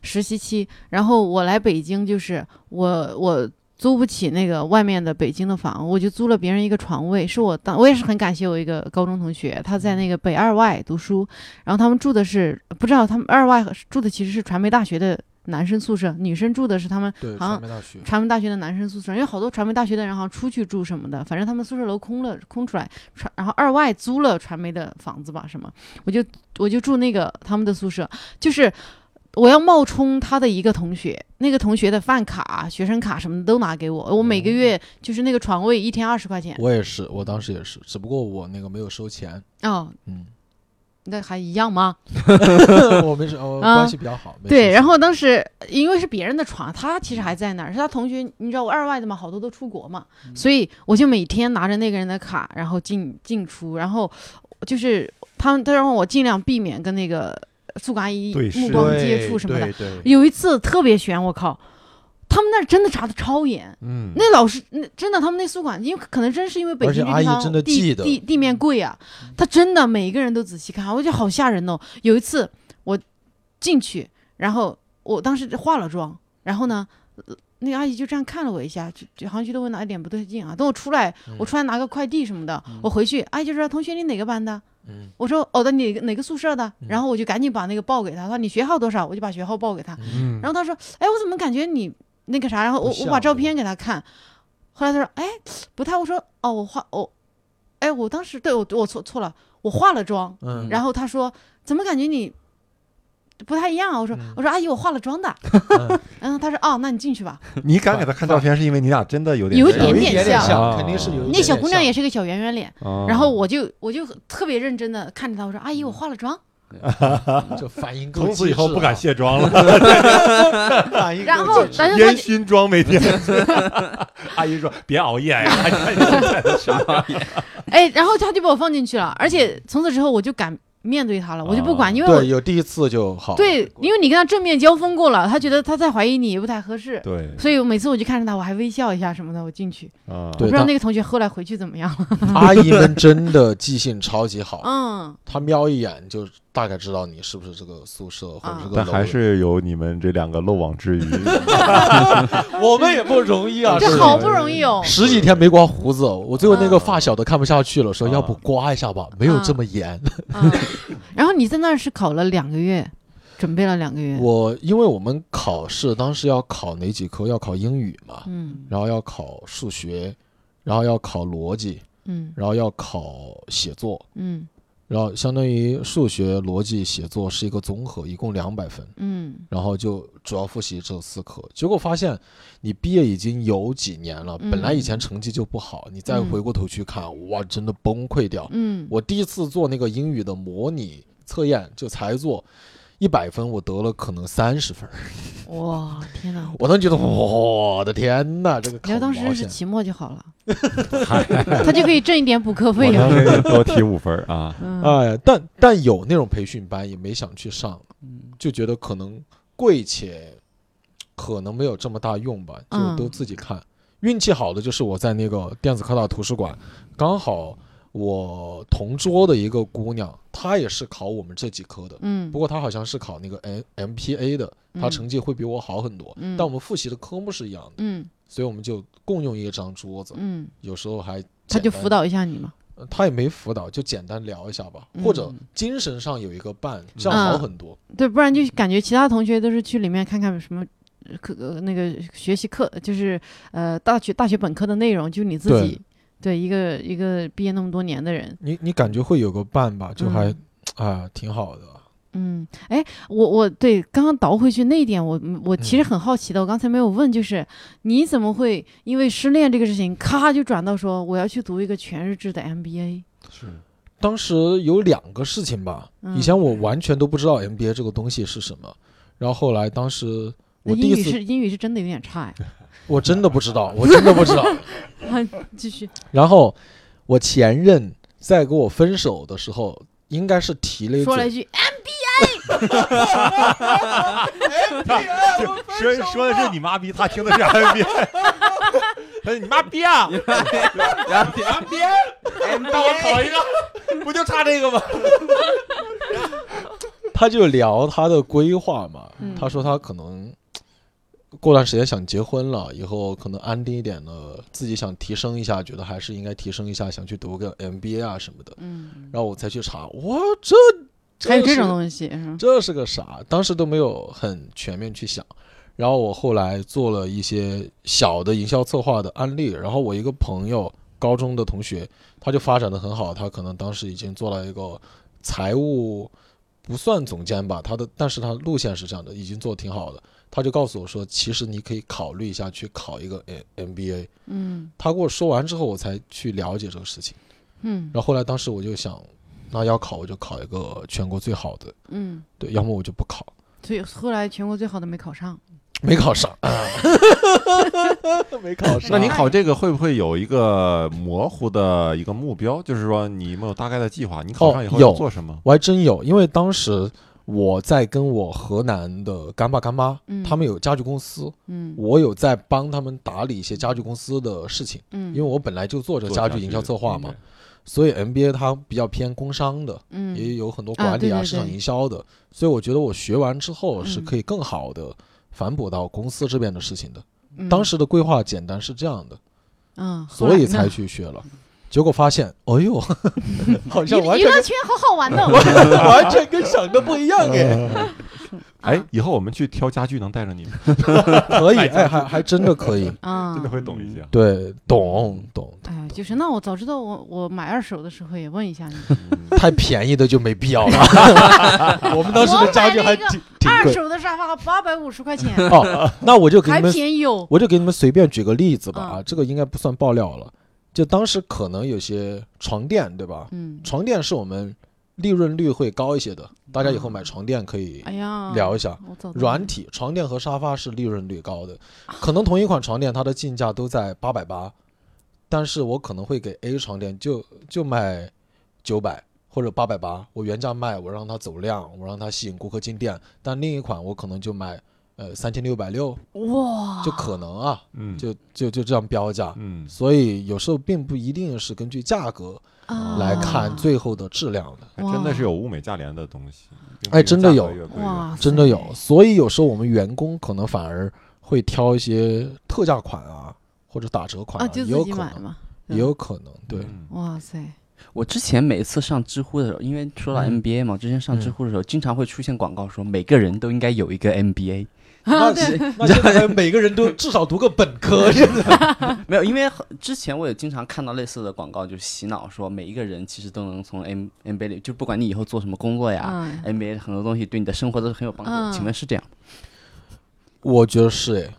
Speaker 3: 实习期。然后我来北京，就是我我租不起那个外面的北京的房，我就租了别人一个床位。是我当我也是很感谢我一个高中同学，他在那个北二外读书，然后他们住的是不知道他们二外住的其实是传媒大学的男生宿舍，女生住的是他们
Speaker 6: 对，
Speaker 3: 好像
Speaker 6: 传媒大学，
Speaker 3: 传媒大学的男生宿舍，因为好多传媒大学的人好像出去住什么的，反正他们宿舍楼空了，空出来，传然后二外租了传媒的房子吧，什么，我就我就住那个他们的宿舍，就是我要冒充他的一个同学，那个同学的饭卡、啊学生卡什么的都拿给我，我每个月就是那个床位一天二十块钱，
Speaker 6: 我也是，我当时也是，只不过我那个没有收钱，
Speaker 3: 哦，
Speaker 6: 嗯。
Speaker 3: 那还一样吗？
Speaker 6: 我没事，我
Speaker 3: 啊
Speaker 6: 关系比较好。没事
Speaker 3: 对，然后当时因为是别人的床，他其实还在那儿，是他同学，你知道我二外的嘛，好多都出国嘛，所以我就每天拿着那个人的卡，然后进进出，然后就是他们，他让我尽量避免跟那个苏嘎一
Speaker 4: 对
Speaker 3: 目
Speaker 4: 视
Speaker 3: 光
Speaker 6: 对
Speaker 3: 接触什么的。
Speaker 6: 对对
Speaker 3: 有一次特别悬，我靠，他们那儿真的查的超严，
Speaker 4: 嗯，
Speaker 3: 那老师，那真的，他们那宿管，因为可能真是因为北
Speaker 6: 而
Speaker 3: 京
Speaker 6: 且
Speaker 3: 这地
Speaker 6: 阿姨
Speaker 3: 方
Speaker 6: 真的
Speaker 3: 地
Speaker 6: 记得嗯
Speaker 3: 地地面贵啊，他真的每一个人都仔细看，我觉得好吓人哦。有一次我进去，然后我当时化了妆，然后呢，呃那个阿姨就这样看了我一下，就就好像觉得我哪一点不对劲啊。等我出来，
Speaker 6: 嗯
Speaker 3: 我出来拿个快递什么的，我回去，阿姨就说：“啊同学，你哪个班的？”
Speaker 6: 嗯
Speaker 3: 我说：“哦，的哪个哪个宿舍的？”然后我就赶紧把那个报给他，他说：“你学号多少？”我就把学号报给他。
Speaker 4: 嗯
Speaker 3: 然后他说：“哎，我怎么感觉你那个啥？”然后我
Speaker 6: 不
Speaker 3: 我
Speaker 6: 像
Speaker 3: 把照
Speaker 6: 对吧
Speaker 3: 片给他看，后来他说：“哎，不太。”我说：“哦，我化我，哎，我当时对我我错错了，我化了妆。”
Speaker 6: 嗯，
Speaker 3: 然后他说：“怎么感觉你不太一样啊？”我说：“
Speaker 6: 嗯
Speaker 3: 我说阿姨，我化了妆的。
Speaker 6: 嗯”
Speaker 3: 然后他说：“哦，那你进去吧。
Speaker 4: 你敢给他看照片，是因为你俩真的有点
Speaker 3: 有一
Speaker 4: 像
Speaker 6: 有一
Speaker 3: 点
Speaker 6: 点
Speaker 3: 像
Speaker 6: 像，肯定是有一点点像。
Speaker 3: 那小姑娘也是个小圆圆脸。
Speaker 4: 哦
Speaker 3: 然后我就我就特别认真的看着她，我说：“阿姨，我
Speaker 6: 嗯
Speaker 3: 化了妆。
Speaker 6: 这反应够
Speaker 4: 从
Speaker 6: 机智啊，
Speaker 4: 此以后不敢卸妆
Speaker 3: 哎
Speaker 4: 了，
Speaker 6: 反应够机智。
Speaker 3: 然后但是她
Speaker 4: 烟熏妆 每天。阿姨说：“别熬夜呀，你看你现在都啥样
Speaker 3: 哎，然后她就把我放进去了，而且从此之后我就敢面对她了，我就不管，
Speaker 4: 哦
Speaker 3: 因为我
Speaker 6: 对有第一次就好。
Speaker 3: 对，因为你跟他正面交锋过了，他觉得他再怀疑你也不太合适，
Speaker 4: 对
Speaker 3: 所以我每次我就看着他，我还微笑一下什么的，我进去。
Speaker 4: 啊，
Speaker 3: 我不
Speaker 6: 对
Speaker 3: 知道
Speaker 6: 但
Speaker 3: 那个同学后来回去怎么样了。
Speaker 6: 阿姨们真的记性超级好，
Speaker 3: 嗯，
Speaker 6: 她瞄一眼就大概知道你是不是这个宿舍或者
Speaker 3: 啊
Speaker 6: 这个
Speaker 4: 但
Speaker 6: 楼
Speaker 4: 还
Speaker 6: 的
Speaker 4: 是有你们这两个漏网之鱼。
Speaker 6: 我们也不容易啊，
Speaker 3: 这
Speaker 6: 是
Speaker 3: 好不容易哦。
Speaker 6: 十几天没刮胡子，我最后那个发小都看不下去了，
Speaker 4: 啊
Speaker 6: 说要不刮一下吧，没有这么严。
Speaker 3: 嗯，然后你在那儿是考了两个月，准备了两个月。
Speaker 6: 我因为我们考试当时要考哪几科？要考英语嘛，
Speaker 3: 嗯
Speaker 6: 然后要考数学，然后要考逻辑，
Speaker 3: 嗯
Speaker 6: 然后要考写作，
Speaker 3: 嗯
Speaker 6: 然后相当于数学、逻辑、写作是一个综合，一共两百分。
Speaker 3: 嗯
Speaker 6: 然后就主要复习这四科，结果发现你毕业已经有几年了，
Speaker 3: 嗯
Speaker 6: 本来以前成绩就不好，你再
Speaker 3: 嗯
Speaker 6: 回过头去看，哇，真的崩溃掉。
Speaker 3: 嗯，
Speaker 6: 我第一次做那个英语的模拟测验，就才做一百分，我得了可能三十分儿，
Speaker 3: 哇天哪！
Speaker 6: 我当时觉得我的天呐，这个
Speaker 3: 你要
Speaker 6: 考
Speaker 3: 当时
Speaker 6: 毛
Speaker 3: 认识
Speaker 6: 线，
Speaker 3: 期末就好 了，
Speaker 4: 哎
Speaker 6: 哎
Speaker 3: 他就可以挣一点补课
Speaker 4: 我
Speaker 3: 费了，
Speaker 6: 啊
Speaker 4: 当。时给你多提五分儿啊
Speaker 3: 嗯
Speaker 6: 哎，但但有那种培训班也没想去上，
Speaker 3: 嗯
Speaker 6: 就觉得可能贵且可能没有这么大用吧，就
Speaker 3: 嗯
Speaker 6: 都自己看。运气好的就是我在那个电子科大图书馆，刚好我同桌的一个姑娘，她也是考我们这几科的，
Speaker 3: 嗯
Speaker 6: 不过他好像是考那个 M M P A 的，他
Speaker 3: 嗯
Speaker 6: 成绩会比我好很多。
Speaker 3: 嗯
Speaker 6: 但我们复习的科目是一样的，
Speaker 3: 嗯
Speaker 6: 所以我们就共用一张桌子，
Speaker 3: 嗯，
Speaker 6: 有时候还
Speaker 3: 他就
Speaker 6: 简单
Speaker 3: 辅，导一下你嘛。
Speaker 6: 呃他也没辅导，就简单聊一下吧，或者
Speaker 3: 嗯
Speaker 6: 精神上有一个伴，这样好很多。
Speaker 3: 对，不然就感觉其他同学都是去里面看看什么呃课、呃那个学习课，就是呃大学大学本科的内容，就你自
Speaker 6: 对
Speaker 3: 己对一个一个毕业那么多年的人，
Speaker 6: 你你感觉会有个伴吧，就还
Speaker 3: 嗯
Speaker 6: 啊挺好的。
Speaker 3: 嗯，哎，我我对刚刚倒回去那一点，我我其
Speaker 6: 嗯
Speaker 3: 实很好奇的，我刚才没有问，就是你怎么会因为失恋这个事情，咔就转到说我要去读一个全日制的 MBA？
Speaker 6: 当时有两个事情吧，
Speaker 3: 嗯
Speaker 6: 以前我完全都不知道 M B A 这个东西是什么，然后后来当时
Speaker 3: 那
Speaker 6: 我第
Speaker 3: 英
Speaker 6: 一
Speaker 3: 语
Speaker 6: 次
Speaker 3: 是英语是真的有点差哎，
Speaker 6: 我真的不知道，我真的不 知道。
Speaker 3: 继续，
Speaker 6: 然后我前任在跟我分手的时候，应该是提了一
Speaker 3: 说了一
Speaker 6: 嘴，
Speaker 3: 句，
Speaker 4: 哎说说的是你妈逼，他听的是 NBA，他说你妈逼啊，你
Speaker 5: 然后
Speaker 4: 妈逼，啊哎帮我考一个，不就差这个 吗？
Speaker 6: 他就聊他的规划嘛，
Speaker 3: 嗯
Speaker 6: 他说他可能。过段时间想结婚了，以后可能安定一点了，自己想提升一下，觉得还是应该提升一下，想去读个 MBA 啊什么的。
Speaker 3: 嗯，
Speaker 6: 然后我才去查，哇，这
Speaker 3: 还有这
Speaker 6: 是
Speaker 3: 种东西，嗯
Speaker 6: 这是个啥？当时都没有很全面去想。然后我后来做了一些小的营销策划的案例，然后我一个朋友，高中的同学，他就发展的很好，他可能当时已经做了一个财务不算总监吧，他的，但是他路线是这样的，已经做得挺好的。他就告诉我说，其实你可以考虑一下去考一个呃 M MBA。
Speaker 3: 嗯
Speaker 6: 他跟我说完之后，我才去了解这个事情。
Speaker 3: 嗯
Speaker 6: 然后后来当时我就想，那要考我就考一个全国最好的，
Speaker 3: 嗯，
Speaker 6: 对，要么我就不考，
Speaker 3: 所以后来全国最好的没考上，
Speaker 6: 没考上，没考上。
Speaker 4: 那您考这个会不会有一个模糊的一个目标？就是说你有没有大概的计划？你考上以后
Speaker 6: 哦有
Speaker 4: 要做什么？
Speaker 6: 我还真有，因为当时我在跟我河南的干爸干妈，
Speaker 3: 嗯
Speaker 6: 他们有家具公司，
Speaker 3: 嗯
Speaker 6: 我有在帮他们打理一些家具公司的事情，
Speaker 3: 嗯，
Speaker 6: 因为我本来就做着
Speaker 4: 做嗯
Speaker 6: 家
Speaker 4: 下
Speaker 6: 具
Speaker 4: 去
Speaker 6: 营销策划嘛
Speaker 4: 对，
Speaker 6: 所以 MBA 它比较偏工商的，
Speaker 3: 嗯
Speaker 6: 也有很多
Speaker 3: 啊
Speaker 6: 管
Speaker 3: 对
Speaker 6: 理啊、
Speaker 3: 对
Speaker 6: 市场
Speaker 3: 对
Speaker 6: 营销的，所以我觉得我学完之后是
Speaker 3: 嗯
Speaker 6: 可以更好的反驳到公司这边的事情的。
Speaker 3: 嗯
Speaker 6: 当时的规划简单是这样的，
Speaker 3: 嗯，后
Speaker 6: 所以
Speaker 3: 来呢
Speaker 6: 才去学了。结果发现，哎 呦，好像完
Speaker 3: 娱娱
Speaker 6: 全
Speaker 3: 乐圈好好玩 的，
Speaker 6: 完全跟想的不一样
Speaker 4: 嗯
Speaker 6: 哎，
Speaker 4: 哎，以后我们去挑家具能带着你吗？
Speaker 6: 可以哎，还还真的可以，
Speaker 3: 啊，
Speaker 4: 真的会懂一些啊。
Speaker 6: 对，懂懂，
Speaker 3: 哎，就是那我早知道我我买二手的时候也问一下你，
Speaker 6: 太便宜的就没必要 了。我 们当时
Speaker 3: 我
Speaker 6: 的家
Speaker 3: 买
Speaker 6: 具
Speaker 3: 了
Speaker 6: 还
Speaker 3: 一个
Speaker 6: 挺挺
Speaker 3: 二
Speaker 6: 贵
Speaker 3: 手的沙发八百五十块 钱，
Speaker 6: 哦，那我就给你
Speaker 3: 还
Speaker 6: 们
Speaker 3: 便宜哦。
Speaker 6: 我就给你们随便举个例子吧，啊，
Speaker 3: 嗯
Speaker 6: 这个应该不算爆料了。就当时可能有些床垫，对吧？
Speaker 3: 嗯，
Speaker 6: 床垫是我们利润率会高一些的，大家以后买床垫可以
Speaker 3: 嗯哎呀，
Speaker 6: 聊一下。
Speaker 3: 我早
Speaker 6: 软体床垫和沙发是利润率高的，可能同一款床垫它的进价都在八百八，但是我可能会给 A 床垫就就卖九百或者八百八，我原价卖，我让它走量，我让它吸引顾客进店，但另一款我可能就卖呃三千六百六，
Speaker 3: 哇，
Speaker 6: 就可能啊，
Speaker 4: 嗯，
Speaker 6: 就就就这样标价。
Speaker 4: 嗯，
Speaker 6: 所以有时候并不一定是根据价格
Speaker 3: 啊
Speaker 4: 哦
Speaker 6: 来看最后后的质量的，
Speaker 4: 还真的是有物美价廉的东西。并
Speaker 6: 哎
Speaker 4: 不是
Speaker 6: 真的
Speaker 4: 价格
Speaker 6: 有
Speaker 4: 越贵越
Speaker 3: 哇，
Speaker 6: 真的有。所以有时候我们员工可能反而会挑一些特价款啊，或者打折款
Speaker 3: 啊，就
Speaker 6: 也
Speaker 3: 自
Speaker 6: 有
Speaker 3: 己
Speaker 6: 可
Speaker 3: 买
Speaker 6: 能，
Speaker 3: 嘛，
Speaker 6: 也有可能。 对，
Speaker 4: 嗯
Speaker 3: 哇塞，
Speaker 5: 我之前每一次上知乎的时候，因为说到
Speaker 6: 嗯
Speaker 5: MBA 嘛，之前上知乎的时候，经常会出现广告说每个人都应该有一个 MBA。
Speaker 6: 那那现在每个人都至少读个本科，现在
Speaker 5: 没有，因为很之前我也经常看到类似的广告，就洗脑说每一个人其实都能从 M MBA 里，就不管你以后做什么工作呀、
Speaker 3: 嗯
Speaker 5: m b a 很多东西对你的生活都是很有帮助的。
Speaker 3: 嗯
Speaker 5: 请问是这样吗？
Speaker 6: 我觉得是哎，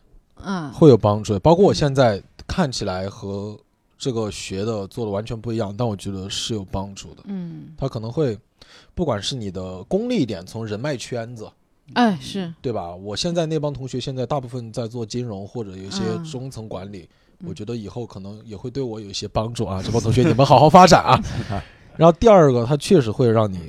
Speaker 3: 嗯
Speaker 6: 会有帮助的。包括我现在看起来和这个学的做的完全不一样，但我觉得是有帮助的。
Speaker 3: 嗯，
Speaker 6: 他可能会，不管是你的功利一点，从人脉圈子，
Speaker 3: 哎是，
Speaker 6: 对吧？我现在那帮同学现在大部分在做金融或者有一些
Speaker 3: 嗯
Speaker 6: 中层管理，
Speaker 3: 嗯
Speaker 6: 我觉得以后可能也会对我有一些帮助啊。这帮同学，你们好好发展啊。然后第二个，它确实会让你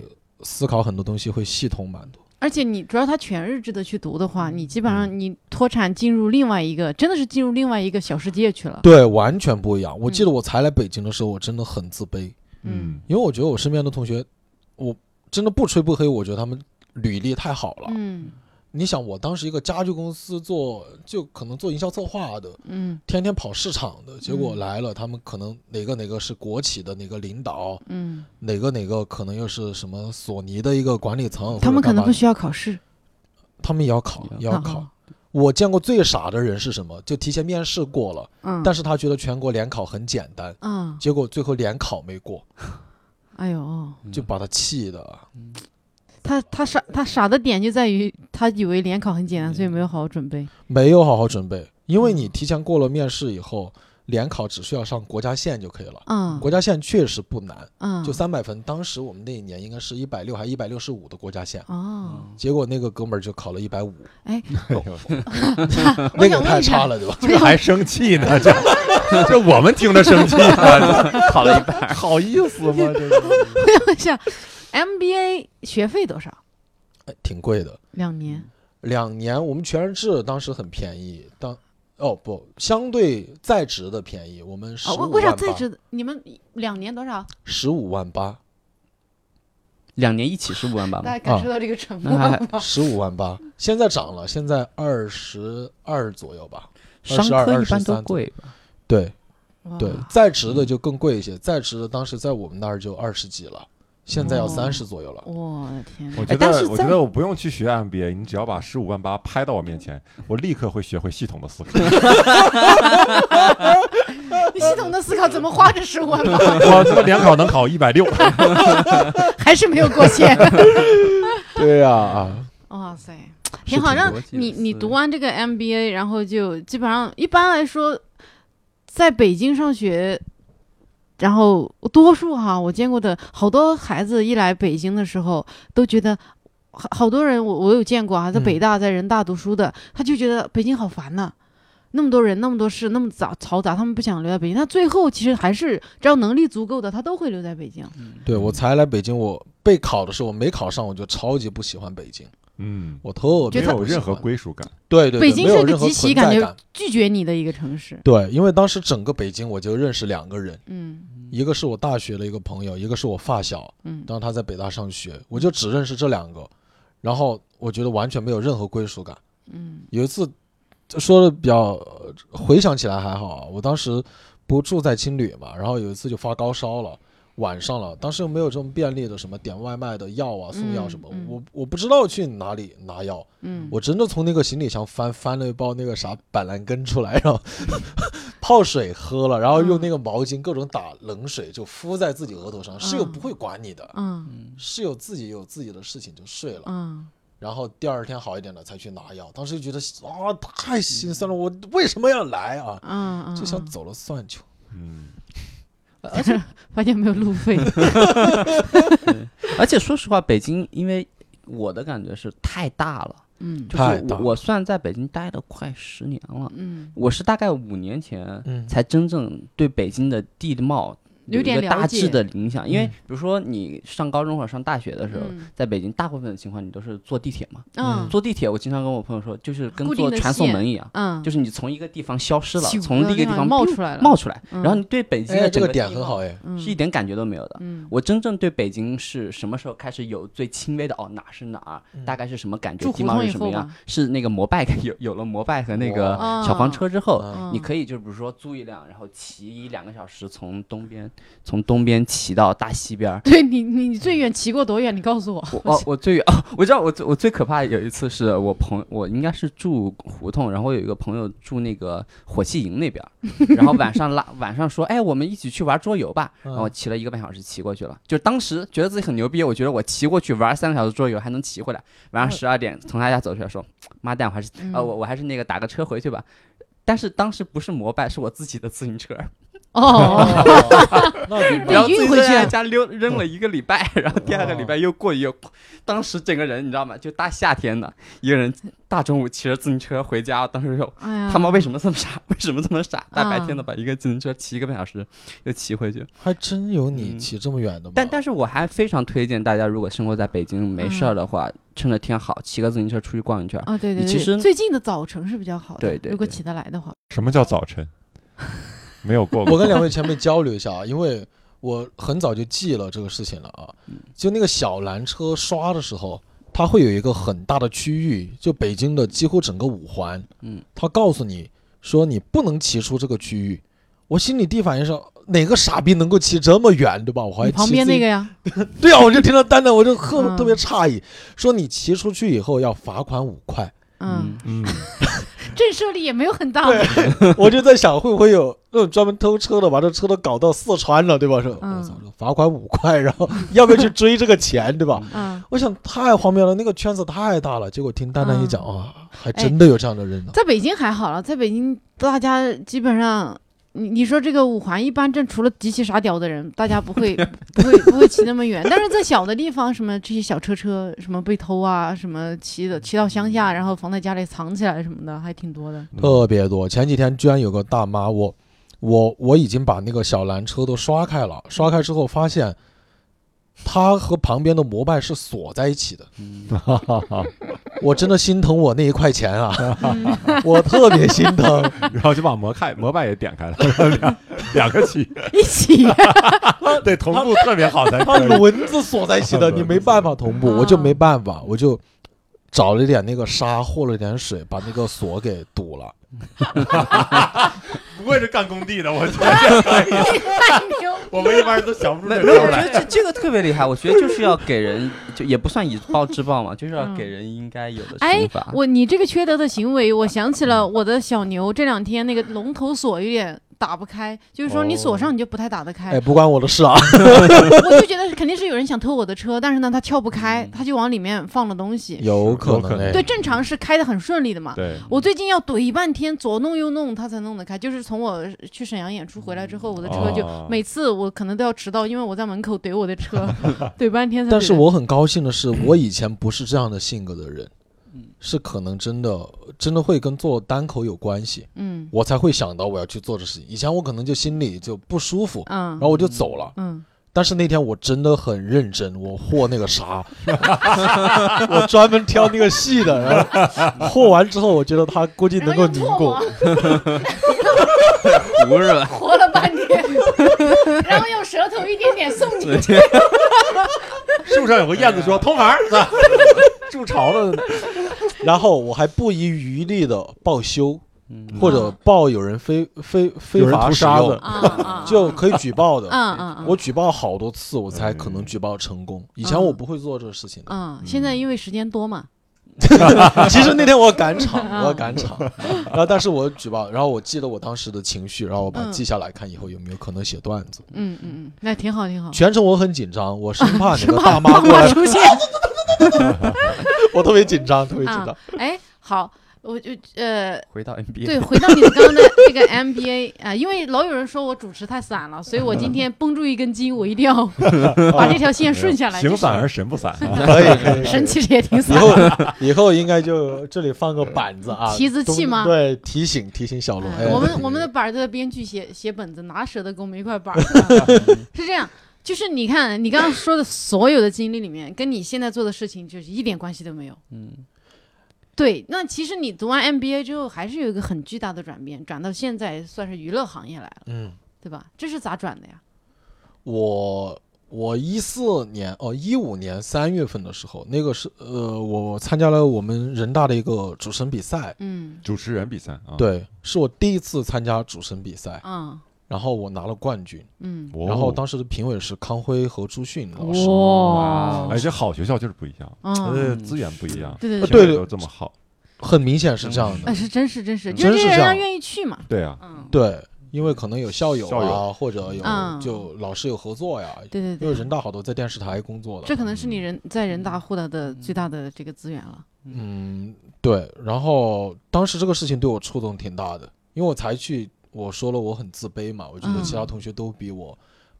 Speaker 6: 思考很多东西，会系统蛮多。
Speaker 3: 而且你主要他全日制的去读的话，
Speaker 6: 嗯
Speaker 3: 你基本上你脱产进入另外一个，真的是进入另外一个小世界去了。
Speaker 6: 对，完全不一样。我记
Speaker 3: 嗯
Speaker 6: 得我才来北京的时候，我真的很自卑，
Speaker 3: 嗯
Speaker 6: 因为我觉得我身边的同学，我真的不吹不黑，我觉得他们履历太好了。
Speaker 3: 嗯
Speaker 6: 你想，我当时一个家具公司做，就可能做营销策划的，
Speaker 3: 嗯
Speaker 6: 天天跑市场的，结果
Speaker 3: 嗯
Speaker 6: 来了，他们可能哪个哪个是国企的哪个领导，
Speaker 3: 嗯，
Speaker 6: 哪个哪个可能又是什么索尼的一个管理层，
Speaker 3: 他们可能不
Speaker 6: 或者干嘛
Speaker 3: 需要考试，
Speaker 6: 他们也要考，也要考
Speaker 3: 啊。。
Speaker 6: 我见过最傻的人是什么？就提前面试过了，
Speaker 3: 嗯，
Speaker 6: 但
Speaker 3: 是
Speaker 6: 是他觉得全国联考很简单，
Speaker 3: 嗯，
Speaker 6: 结果最后联考没过，
Speaker 3: 哎呦，
Speaker 6: 就把他气的。
Speaker 3: 他他傻他傻的点就在于他以为联考很简单，
Speaker 6: 嗯
Speaker 3: 所以没有好好准备。
Speaker 6: 没有好好准备，因为你提前过了面试以后，联考只需要上国家线就可以了。
Speaker 3: 嗯
Speaker 6: 国家线确实不难，
Speaker 3: 嗯，
Speaker 6: 就三百分。当时我们那一年应该是一百六还一百六十五的国家线，
Speaker 3: 哦，
Speaker 6: 结果那个哥们儿就考了一百五，
Speaker 3: 哎，
Speaker 6: 那个太差了，对吧？
Speaker 4: 这还生气呢？ 这这我们听着生气啊呢，
Speaker 5: 考了一
Speaker 1: 哎
Speaker 5: 半，
Speaker 4: 好意思吗？这个
Speaker 3: 我想 MBA 学费多少？
Speaker 6: 哎挺贵的，
Speaker 3: 两年。
Speaker 6: 两年我们全日制当时很便宜，当哦不，相对在职的便宜，我们十
Speaker 3: 啊，为
Speaker 6: 五
Speaker 3: 为啥
Speaker 6: 万啊
Speaker 3: 在
Speaker 6: 八，
Speaker 3: 职你们两年多少？
Speaker 6: 十五万八，
Speaker 5: 两年一起是五万八
Speaker 3: 大
Speaker 5: 吗
Speaker 3: 家？
Speaker 6: 啊
Speaker 3: 感受到这个沉默
Speaker 5: 那还
Speaker 3: 吗？
Speaker 6: 十五万八，现在涨了，现在二十二左右吧。
Speaker 5: 商
Speaker 6: 22
Speaker 5: 科一般都
Speaker 6: 23
Speaker 5: 贵吧？
Speaker 6: 对
Speaker 3: 哇
Speaker 6: 对，在职的就更贵一些，在职的当时在我们那儿就二十几了，现在要三十左右了。
Speaker 3: 我的天哪
Speaker 4: 我！觉
Speaker 5: 哎但是
Speaker 4: 得，我
Speaker 5: 在
Speaker 4: 觉得我不用去学 MBA，你只要把十五万八拍到我面前，我立刻会学会系统的思 考。
Speaker 3: 你系统的思考怎么花这十五万 吧，
Speaker 4: 我他妈联考能考一百六，
Speaker 3: 还是没有过线。
Speaker 6: 对呀啊，
Speaker 3: 哇塞，
Speaker 5: 是
Speaker 3: 挺好。
Speaker 5: 挺
Speaker 3: 让
Speaker 5: 国际的
Speaker 3: 你你
Speaker 5: 思
Speaker 3: 读
Speaker 5: 维
Speaker 3: 完这个 MBA，然后就基本上一般来说，在北京上学然后多数哈，我见过的好多孩子一来北京的时候，都觉得好好多人我，我有见过啊，
Speaker 5: 嗯
Speaker 3: 在北大在人大读书的，他就觉得北京好烦呐、那么多人，那么多事，那么杂嘈杂，他们不想留在北京。那最后其实还是只要能力足够的，他都会留在北京。
Speaker 5: 嗯
Speaker 6: 对我才来北京，我备考的时候我没考上，我就超级不喜欢北京，
Speaker 4: 嗯，
Speaker 6: 我头
Speaker 4: 没
Speaker 6: 特别
Speaker 4: 有
Speaker 6: 不喜
Speaker 4: 任何
Speaker 6: 欢。
Speaker 4: 归属感。
Speaker 6: 对对对，
Speaker 3: 北京
Speaker 6: 没有
Speaker 3: 是个
Speaker 6: 任何
Speaker 3: 极其
Speaker 6: 存在
Speaker 3: 感觉
Speaker 6: 感
Speaker 3: 拒绝你的一个城市。
Speaker 6: 对，因为当时整个北京我就认识两个人，
Speaker 3: 嗯
Speaker 6: 一个是我大学的一个朋友，一个是我发小，
Speaker 3: 嗯
Speaker 6: 当时他在北大上学，我就只认识这两个，然后我觉得完全没有任何归属感。
Speaker 3: 嗯
Speaker 6: 有一次这说的比较，呃回想起来还好啊，我当时不住在青旅嘛，然后有一次就发高烧了。晚上了，当时又没有这种便利的什么点外卖的药啊、送药什么，
Speaker 3: 嗯嗯
Speaker 6: 我我不知道去哪里拿药，
Speaker 3: 嗯，
Speaker 6: 我真的从那个行李箱翻翻了一包那个啥板蓝根出来，然后 泡水喝了，然后
Speaker 3: 嗯
Speaker 6: 用那个毛巾各种打冷水就敷在自己额头上。室友不会管你的，
Speaker 3: 嗯
Speaker 6: 室友自己有自己的事情就睡了。
Speaker 3: 嗯
Speaker 6: 然后第二天好一点了才去拿药，当时就觉得啊太心酸了，我为什么要来啊？
Speaker 3: 嗯嗯，
Speaker 6: 就想走了算球。
Speaker 4: 嗯，
Speaker 3: 发现没有路费。
Speaker 5: 而且说实话，北京因为我的感觉是太大了，
Speaker 3: 嗯
Speaker 5: 就
Speaker 6: 太
Speaker 5: 是
Speaker 6: 大
Speaker 5: 我我算在北京待了快十年了，
Speaker 3: 嗯，
Speaker 5: 我是大概五年前
Speaker 6: 嗯
Speaker 5: 才真正对北京的地貌
Speaker 3: 有
Speaker 5: 一
Speaker 3: 点
Speaker 5: 个
Speaker 3: 了
Speaker 5: 大
Speaker 3: 解
Speaker 5: 致的影响，因为
Speaker 6: 嗯
Speaker 5: 比如说你上高中或者上大学的时候，
Speaker 3: 嗯
Speaker 5: 在北京大部分的情况你都是坐地铁嘛，
Speaker 3: 嗯
Speaker 5: 坐地铁我经常跟我朋友说，就是跟
Speaker 3: 固定
Speaker 5: 坐
Speaker 3: 的
Speaker 5: 传送
Speaker 3: 线
Speaker 5: 门一样，
Speaker 3: 嗯，
Speaker 5: 就是你从一个地方消失了
Speaker 3: 起，
Speaker 5: 从
Speaker 3: 的
Speaker 5: 一个地方
Speaker 3: 冒
Speaker 5: ，biu，
Speaker 3: 出来了，
Speaker 5: 冒出来，
Speaker 3: 嗯
Speaker 5: 然后你对北京
Speaker 6: 哎，
Speaker 5: 的
Speaker 6: 这
Speaker 5: 整
Speaker 6: 个
Speaker 5: 地
Speaker 6: 点很
Speaker 5: 貌
Speaker 6: 好哎，
Speaker 3: 嗯
Speaker 5: 是一点感觉都没有的。
Speaker 3: 嗯
Speaker 5: 我真正对北京是什么时候开始有最轻微的哦哪是哪儿，
Speaker 6: 嗯
Speaker 5: 大概是什么感觉
Speaker 3: 住，
Speaker 5: 地
Speaker 3: 胡
Speaker 5: 貌
Speaker 3: 同
Speaker 5: 是
Speaker 3: 以
Speaker 5: 什么
Speaker 3: 后哦
Speaker 5: 样
Speaker 3: 吧？
Speaker 5: 是那个摩拜 有有了摩拜和那个
Speaker 3: 哇
Speaker 5: 小黄车之后，
Speaker 6: 嗯
Speaker 3: 嗯
Speaker 5: 呃你可以就比如说租一辆，然后骑一两个小时从东边从东边骑到大西边儿
Speaker 3: 。对你你你最远骑过多远？你告诉我。
Speaker 5: 我哦，我最远哦，我知道我最我最可怕的有一次是我朋我应该是住胡同，然后有一个朋友住那个火器营那边 儿，然后晚上拉晚上说，哎，我们一起去玩桌游吧，
Speaker 3: 嗯
Speaker 5: 然后我骑了一个半小时骑过去了，就当时觉得自己很牛逼，我觉得我骑过去玩三个小时桌游还能骑回来，晚上十二点从他家走出来说，妈蛋，我还是
Speaker 3: 嗯
Speaker 5: 啊、我我还是那个打个车回去吧。但是当时不是摩拜，是我自己的自行车，
Speaker 3: 哦，
Speaker 6: 那你
Speaker 3: 得
Speaker 5: 然后
Speaker 3: 运
Speaker 5: 自己
Speaker 3: 回去
Speaker 5: 在
Speaker 3: 啊
Speaker 5: 家溜扔了一个礼拜，然后第二个礼拜又过一又，当时整个人你知道吗？就大夏天的，一个人大中午骑着自行车回家，当时就
Speaker 3: 哎呀，
Speaker 5: 他妈为什么这么傻？ 为什么这么傻？大白天
Speaker 3: 啊
Speaker 5: 的把一个自行车骑一个半小时又骑回去。
Speaker 6: 还真有你
Speaker 5: 嗯
Speaker 6: 骑这么远的吗？
Speaker 5: 但但是我还非常推荐大家，如果生活在北京没
Speaker 3: 嗯
Speaker 5: 事儿的话，趁着天好骑个自行车出去逛一圈儿。
Speaker 3: 啊，对对对，
Speaker 5: 你其实
Speaker 3: 最近的早晨是比较好的，
Speaker 5: 对对
Speaker 3: 如果
Speaker 5: 对
Speaker 3: 起得来的话，
Speaker 4: 什么叫早晨？没有 过
Speaker 6: 我
Speaker 4: 过。
Speaker 6: 跟两位前辈交流一下啊，因为我很早就记了这个事情了啊。就那个小蓝车刷的时候，它会有一个很大的区域，就北京的几乎整个五环，
Speaker 5: 嗯，
Speaker 6: 它告诉你说你不能骑出这个区域。我心里第一反应是，哦哪个傻逼能够骑这么远，对吧？我还
Speaker 3: 你
Speaker 6: 骑
Speaker 3: 旁边
Speaker 6: 自
Speaker 3: 那
Speaker 6: 行
Speaker 3: 个呀，
Speaker 6: 对啊，我就听到丹丹，我就特、
Speaker 3: 嗯
Speaker 6: 特别诧异，说你骑出去以后要罚款五块，
Speaker 3: 嗯，
Speaker 4: 嗯，
Speaker 3: 震慑力也没有很大嘛，
Speaker 6: 我就在想，会不会有那种专门偷车的，把这车都搞到四川了，对吧？说，我
Speaker 3: 嗯
Speaker 6: 操，这罚款五块，然后 要不要去追这个钱，对吧？
Speaker 3: 嗯，
Speaker 6: 我想太荒谬了，那个圈子太大了。结果听丹丹一讲
Speaker 3: 嗯
Speaker 6: 啊，还真的有这样的人呢。
Speaker 3: 在北京还好了，在北京大家基本上。你你说这个五环一般，这除了极其傻屌的人，大家不 会不会不会骑那么远。但是在小的地方，什么这些小车车什么被偷啊，什么骑的骑到乡下，然后放在家里藏起来什么的，还挺多的。
Speaker 6: 特别多。前几天居然有个大妈，我我我已经把那个小蓝车都刷开了，刷开之后发现，它和旁边的摩拜是锁在一起的。
Speaker 5: 嗯
Speaker 6: 我真的心疼我那一块钱 啊，我特别心疼。
Speaker 4: 然后就把摩拜摩拜也点开了， 然后两两个起，
Speaker 3: 一 起，
Speaker 4: 对，同步特别好才
Speaker 6: 它
Speaker 4: 可以。
Speaker 6: 轮子锁在一起的，你没办法同步，
Speaker 3: 啊
Speaker 6: 我就没办法，我就找了一点那个沙，和了一点水，把那个锁给堵了。
Speaker 4: 不会是干工地的，我觉 得
Speaker 3: 太牛！
Speaker 4: 我们一般人都想不出
Speaker 5: 没
Speaker 4: 这
Speaker 5: 没有，
Speaker 4: 招
Speaker 5: 我觉
Speaker 4: 来。
Speaker 5: 得这这个特别厉害。我觉得就是要给人，就也不算以暴制暴嘛，就是要给
Speaker 3: 嗯
Speaker 5: 人应该有的
Speaker 3: 哎
Speaker 5: 惩罚。
Speaker 3: 我你这个缺德的行为，我想起了我的小牛这两天那个龙头锁有点打不开，就是说你锁上你就不太打得开。
Speaker 6: 哎，不关我的事 啊。
Speaker 3: 我就觉得肯定是有人想偷我的车，但是呢他跳不
Speaker 6: 嗯
Speaker 3: 开，他就往里面放了东西。
Speaker 6: 有
Speaker 4: 可
Speaker 6: 可
Speaker 4: 能
Speaker 6: 能
Speaker 4: 哎
Speaker 6: 哎，
Speaker 3: 对，正常是开的很顺利的嘛。
Speaker 4: 对，
Speaker 3: 我最近要怼半天，左弄右弄，他才弄得开。就是从我去沈阳演出回来之后，我的车就
Speaker 4: 哦
Speaker 3: 每次我可能都要迟到，因为我在门口怼我的 车，怼半天才怼得开。
Speaker 6: 但是我很高兴的是，我以前不是这样的性格的人，是可能真的真的会跟做单口有关系，
Speaker 3: 嗯
Speaker 6: 我才会想到我要去做这事情。以前我可能就心里就不舒服，
Speaker 3: 嗯
Speaker 6: 然后我就走了。
Speaker 3: 嗯，
Speaker 6: 但是那天我真的很认真，我和那个啥， 我专门挑那个细的，然后和完之后，我觉得它估计能够凝固。
Speaker 5: 不是吧？
Speaker 3: 活了半天， 然后用舌头一点点送进去。
Speaker 4: 树上有个燕子 说：“同行， 筑巢的。
Speaker 6: 然后我还不遗余力的报修，
Speaker 5: 嗯
Speaker 6: 或者报有人非非非
Speaker 4: 有人
Speaker 6: 法
Speaker 4: 屠
Speaker 6: 使
Speaker 4: 杀
Speaker 6: 用
Speaker 4: 的，
Speaker 3: 啊啊，
Speaker 6: 就可以举报的。
Speaker 3: 嗯嗯嗯，
Speaker 6: 我举报好多次，我才可能举报成功。以前我不会做这个事情的。
Speaker 3: 嗯，现在因为时间多嘛，
Speaker 6: 其实那天我赶场，
Speaker 3: 嗯
Speaker 6: 我赶场，然后但是我举报，然后我记得我当时的情绪，然后我把它
Speaker 3: 嗯
Speaker 6: 记下来，看以后有没有可能写段子。
Speaker 3: 嗯嗯嗯，那挺好挺好。
Speaker 6: 全程我很紧张，我生 怕哪个大妈过来，
Speaker 3: 出现，
Speaker 6: 我特别紧张，特别紧张
Speaker 3: 啊。哎，好，我就呃，
Speaker 5: 回到 NBA，
Speaker 3: 对，回到你刚刚的这个 MBA 啊、因为老有人说我主持太散了，所以我今天绷住一根筋，我一定要把这条线顺下来。
Speaker 4: 行
Speaker 3: 就是
Speaker 4: 散而神不 散啊！
Speaker 6: 可以可以，可
Speaker 3: 神
Speaker 6: 以
Speaker 3: 其实也挺
Speaker 6: 以
Speaker 3: 散
Speaker 6: 后哎
Speaker 3: 的。
Speaker 6: 以后应该就这里放个板子啊，
Speaker 3: 提字器吗
Speaker 6: 东对，提醒提醒小龙。哎
Speaker 3: 嗯我们我们的板儿都在编剧写写本子，哪舍得给我们一块 板儿？嗯是这样，就是你看你刚刚说的所有的经历里面，跟你现在做的事情就是一点关系都没有。
Speaker 5: 嗯，
Speaker 3: 对，那其实你读完 MBA 之后，还是有一个很巨大的转变，转到现在算是娱乐行业来了，
Speaker 6: 嗯，
Speaker 3: 对吧？这是咋转的呀？
Speaker 6: 我我一四年哦一五年三月份的时候，那个是呃我参加了我们人大的一个主持人比赛，
Speaker 3: 嗯
Speaker 4: 主持人比赛 啊，，
Speaker 6: 对，是我第一次参加主持人比赛，
Speaker 3: 啊
Speaker 6: 然后我拿了冠军，
Speaker 3: 嗯，
Speaker 4: 哦
Speaker 6: 然后当时的评委是康辉和朱迅老师。
Speaker 3: 哦
Speaker 6: 啊
Speaker 3: 哇
Speaker 4: 而且哎好学校就是不一样，
Speaker 3: 嗯，
Speaker 4: 呃，资源不一样，
Speaker 3: 对对
Speaker 6: 呃
Speaker 3: 对，
Speaker 4: 评委
Speaker 6: 哎对
Speaker 4: 都这么好，
Speaker 6: 很明显是这样的
Speaker 3: 哎，，是真是真是，
Speaker 6: 嗯
Speaker 3: 就是
Speaker 6: 真
Speaker 3: 这
Speaker 6: 是
Speaker 3: 些人
Speaker 6: 这
Speaker 3: 家
Speaker 6: 样
Speaker 3: 愿意去嘛，
Speaker 4: 对啊，
Speaker 3: 嗯，
Speaker 6: 对，因为可能有校友
Speaker 4: 校
Speaker 6: 啊，
Speaker 4: 友
Speaker 6: 或者有
Speaker 3: 嗯
Speaker 6: 就老师有合作呀，
Speaker 3: 对对
Speaker 6: 因为
Speaker 3: 对，
Speaker 6: 人大好多在电视台工作的
Speaker 3: 这，可能是你人在人大获得的最大的这个资源了。
Speaker 6: 嗯，对。然后当时这个事情对我触动挺大的，因为我才去，我说了我很自卑嘛，我觉得其他
Speaker 3: 嗯
Speaker 6: 同学都比我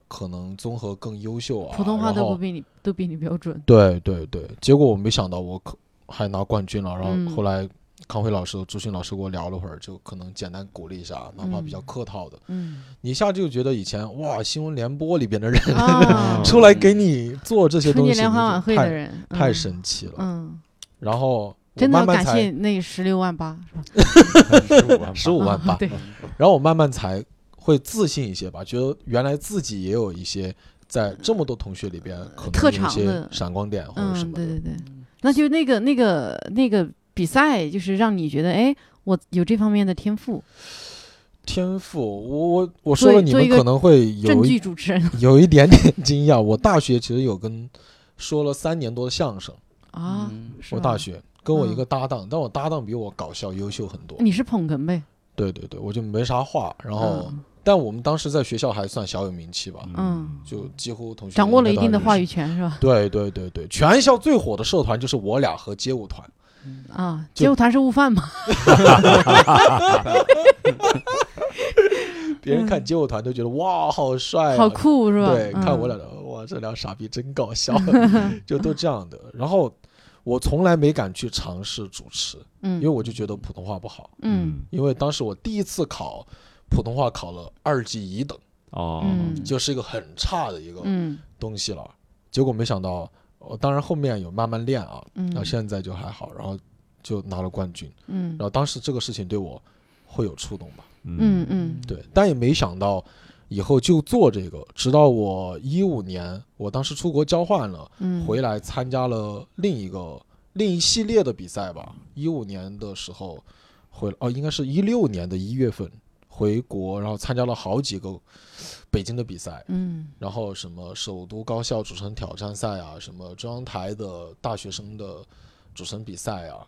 Speaker 6: 可能综合更优秀啊，
Speaker 3: 普通话
Speaker 6: 然
Speaker 3: 都不
Speaker 6: 后
Speaker 3: 比你都比你标准，
Speaker 6: 对对对，结果我没想到我可还拿冠军了，然
Speaker 3: 嗯
Speaker 6: 后后来康辉老师、和朱迅老师给我聊了会儿，就可能简单鼓励一下，哪怕比较
Speaker 3: 嗯
Speaker 6: 客套的，
Speaker 3: 嗯
Speaker 6: 你一下就觉得以前哇，新闻联播里边的人
Speaker 3: 啊，
Speaker 6: 出来给你做这些
Speaker 3: 春
Speaker 6: 东
Speaker 3: 节
Speaker 6: 西，
Speaker 3: 联欢晚会
Speaker 6: 你就
Speaker 3: 的人
Speaker 6: 太太
Speaker 3: 嗯
Speaker 6: 神奇了。
Speaker 3: 嗯，
Speaker 6: 然后我
Speaker 3: 真的要
Speaker 6: 慢慢
Speaker 3: 感
Speaker 6: 才
Speaker 3: 谢那十六万 八，是吧
Speaker 4: 15万吧
Speaker 6: 十五万
Speaker 3: 啊
Speaker 6: 吧，
Speaker 3: 对，
Speaker 6: 然后我慢慢才会自信一些吧，觉得原来自己也有一些在这么多同学里边可
Speaker 3: 特
Speaker 6: 能有一
Speaker 3: 长
Speaker 6: 些
Speaker 3: 的
Speaker 6: 闪光点或者哦什
Speaker 3: 嗯，
Speaker 6: 么
Speaker 3: 对
Speaker 6: 的。
Speaker 3: 对对，那就那个那个那个比赛，就是让你觉得，哎，我有这方面的天赋，
Speaker 6: 天赋，我我我说了，你
Speaker 3: 做一
Speaker 6: 们
Speaker 3: 个
Speaker 6: 可能会
Speaker 3: 正
Speaker 6: 有一嗯
Speaker 3: 剧主持人
Speaker 6: 有一点点惊讶。我大学其实有跟说了三年多的相声，
Speaker 3: 啊，
Speaker 5: 嗯
Speaker 3: 是
Speaker 6: 我
Speaker 3: 吧
Speaker 6: 大学跟我一
Speaker 3: 嗯
Speaker 6: 个搭档，但我搭档比我搞笑优秀很多。
Speaker 3: 你是捧哏呗，
Speaker 6: 对对对，我就没啥话。然后，
Speaker 3: 嗯
Speaker 6: 但我们当时在学校还算小有名气吧，
Speaker 3: 嗯，
Speaker 6: 就几乎同学
Speaker 3: 掌握了
Speaker 6: 应
Speaker 3: 一
Speaker 6: 该都
Speaker 3: 定的
Speaker 6: 还
Speaker 3: 话语
Speaker 6: 认识。
Speaker 3: 权是吧？
Speaker 6: 对对对对，全校最火的社团就是我俩和街舞 团。
Speaker 3: 啊，
Speaker 6: 就
Speaker 3: 街舞团是悟饭嘛？
Speaker 6: 别人看街舞团都觉得哇，好帅、啊，
Speaker 3: 好酷是吧？
Speaker 6: 对，
Speaker 3: 嗯
Speaker 6: 看我俩，哇，这俩傻逼真搞 笑，就都这样的。然后我从来没敢去尝试主持，因为
Speaker 3: 嗯
Speaker 6: 我就觉得普通话不好。
Speaker 3: 嗯
Speaker 6: 因为当时我第一次考普通话，考了二级乙等，
Speaker 4: 哦，
Speaker 3: 嗯
Speaker 6: 就是一个很差的一个
Speaker 3: 嗯
Speaker 6: 东西了。结果没想到，我当然后面有慢慢练啊，然后
Speaker 3: 嗯
Speaker 6: 现在就还好，然后就拿了冠军。
Speaker 3: 嗯
Speaker 6: 然后当时这个事情对我会有触动吧。
Speaker 3: 嗯嗯
Speaker 6: 对，但也没想到以后就做这个，直到我一五年，我当时出国交换了，
Speaker 3: 嗯，
Speaker 6: 回来参加了另一个另一系列的比赛吧。一五年的时候回，哦，应该是一六年的一月份回国，然后参加了好几个北京的比赛，
Speaker 3: 嗯
Speaker 6: 然后什么首都高校主持人挑战赛啊，什么中央台的大学生的主持人比赛啊，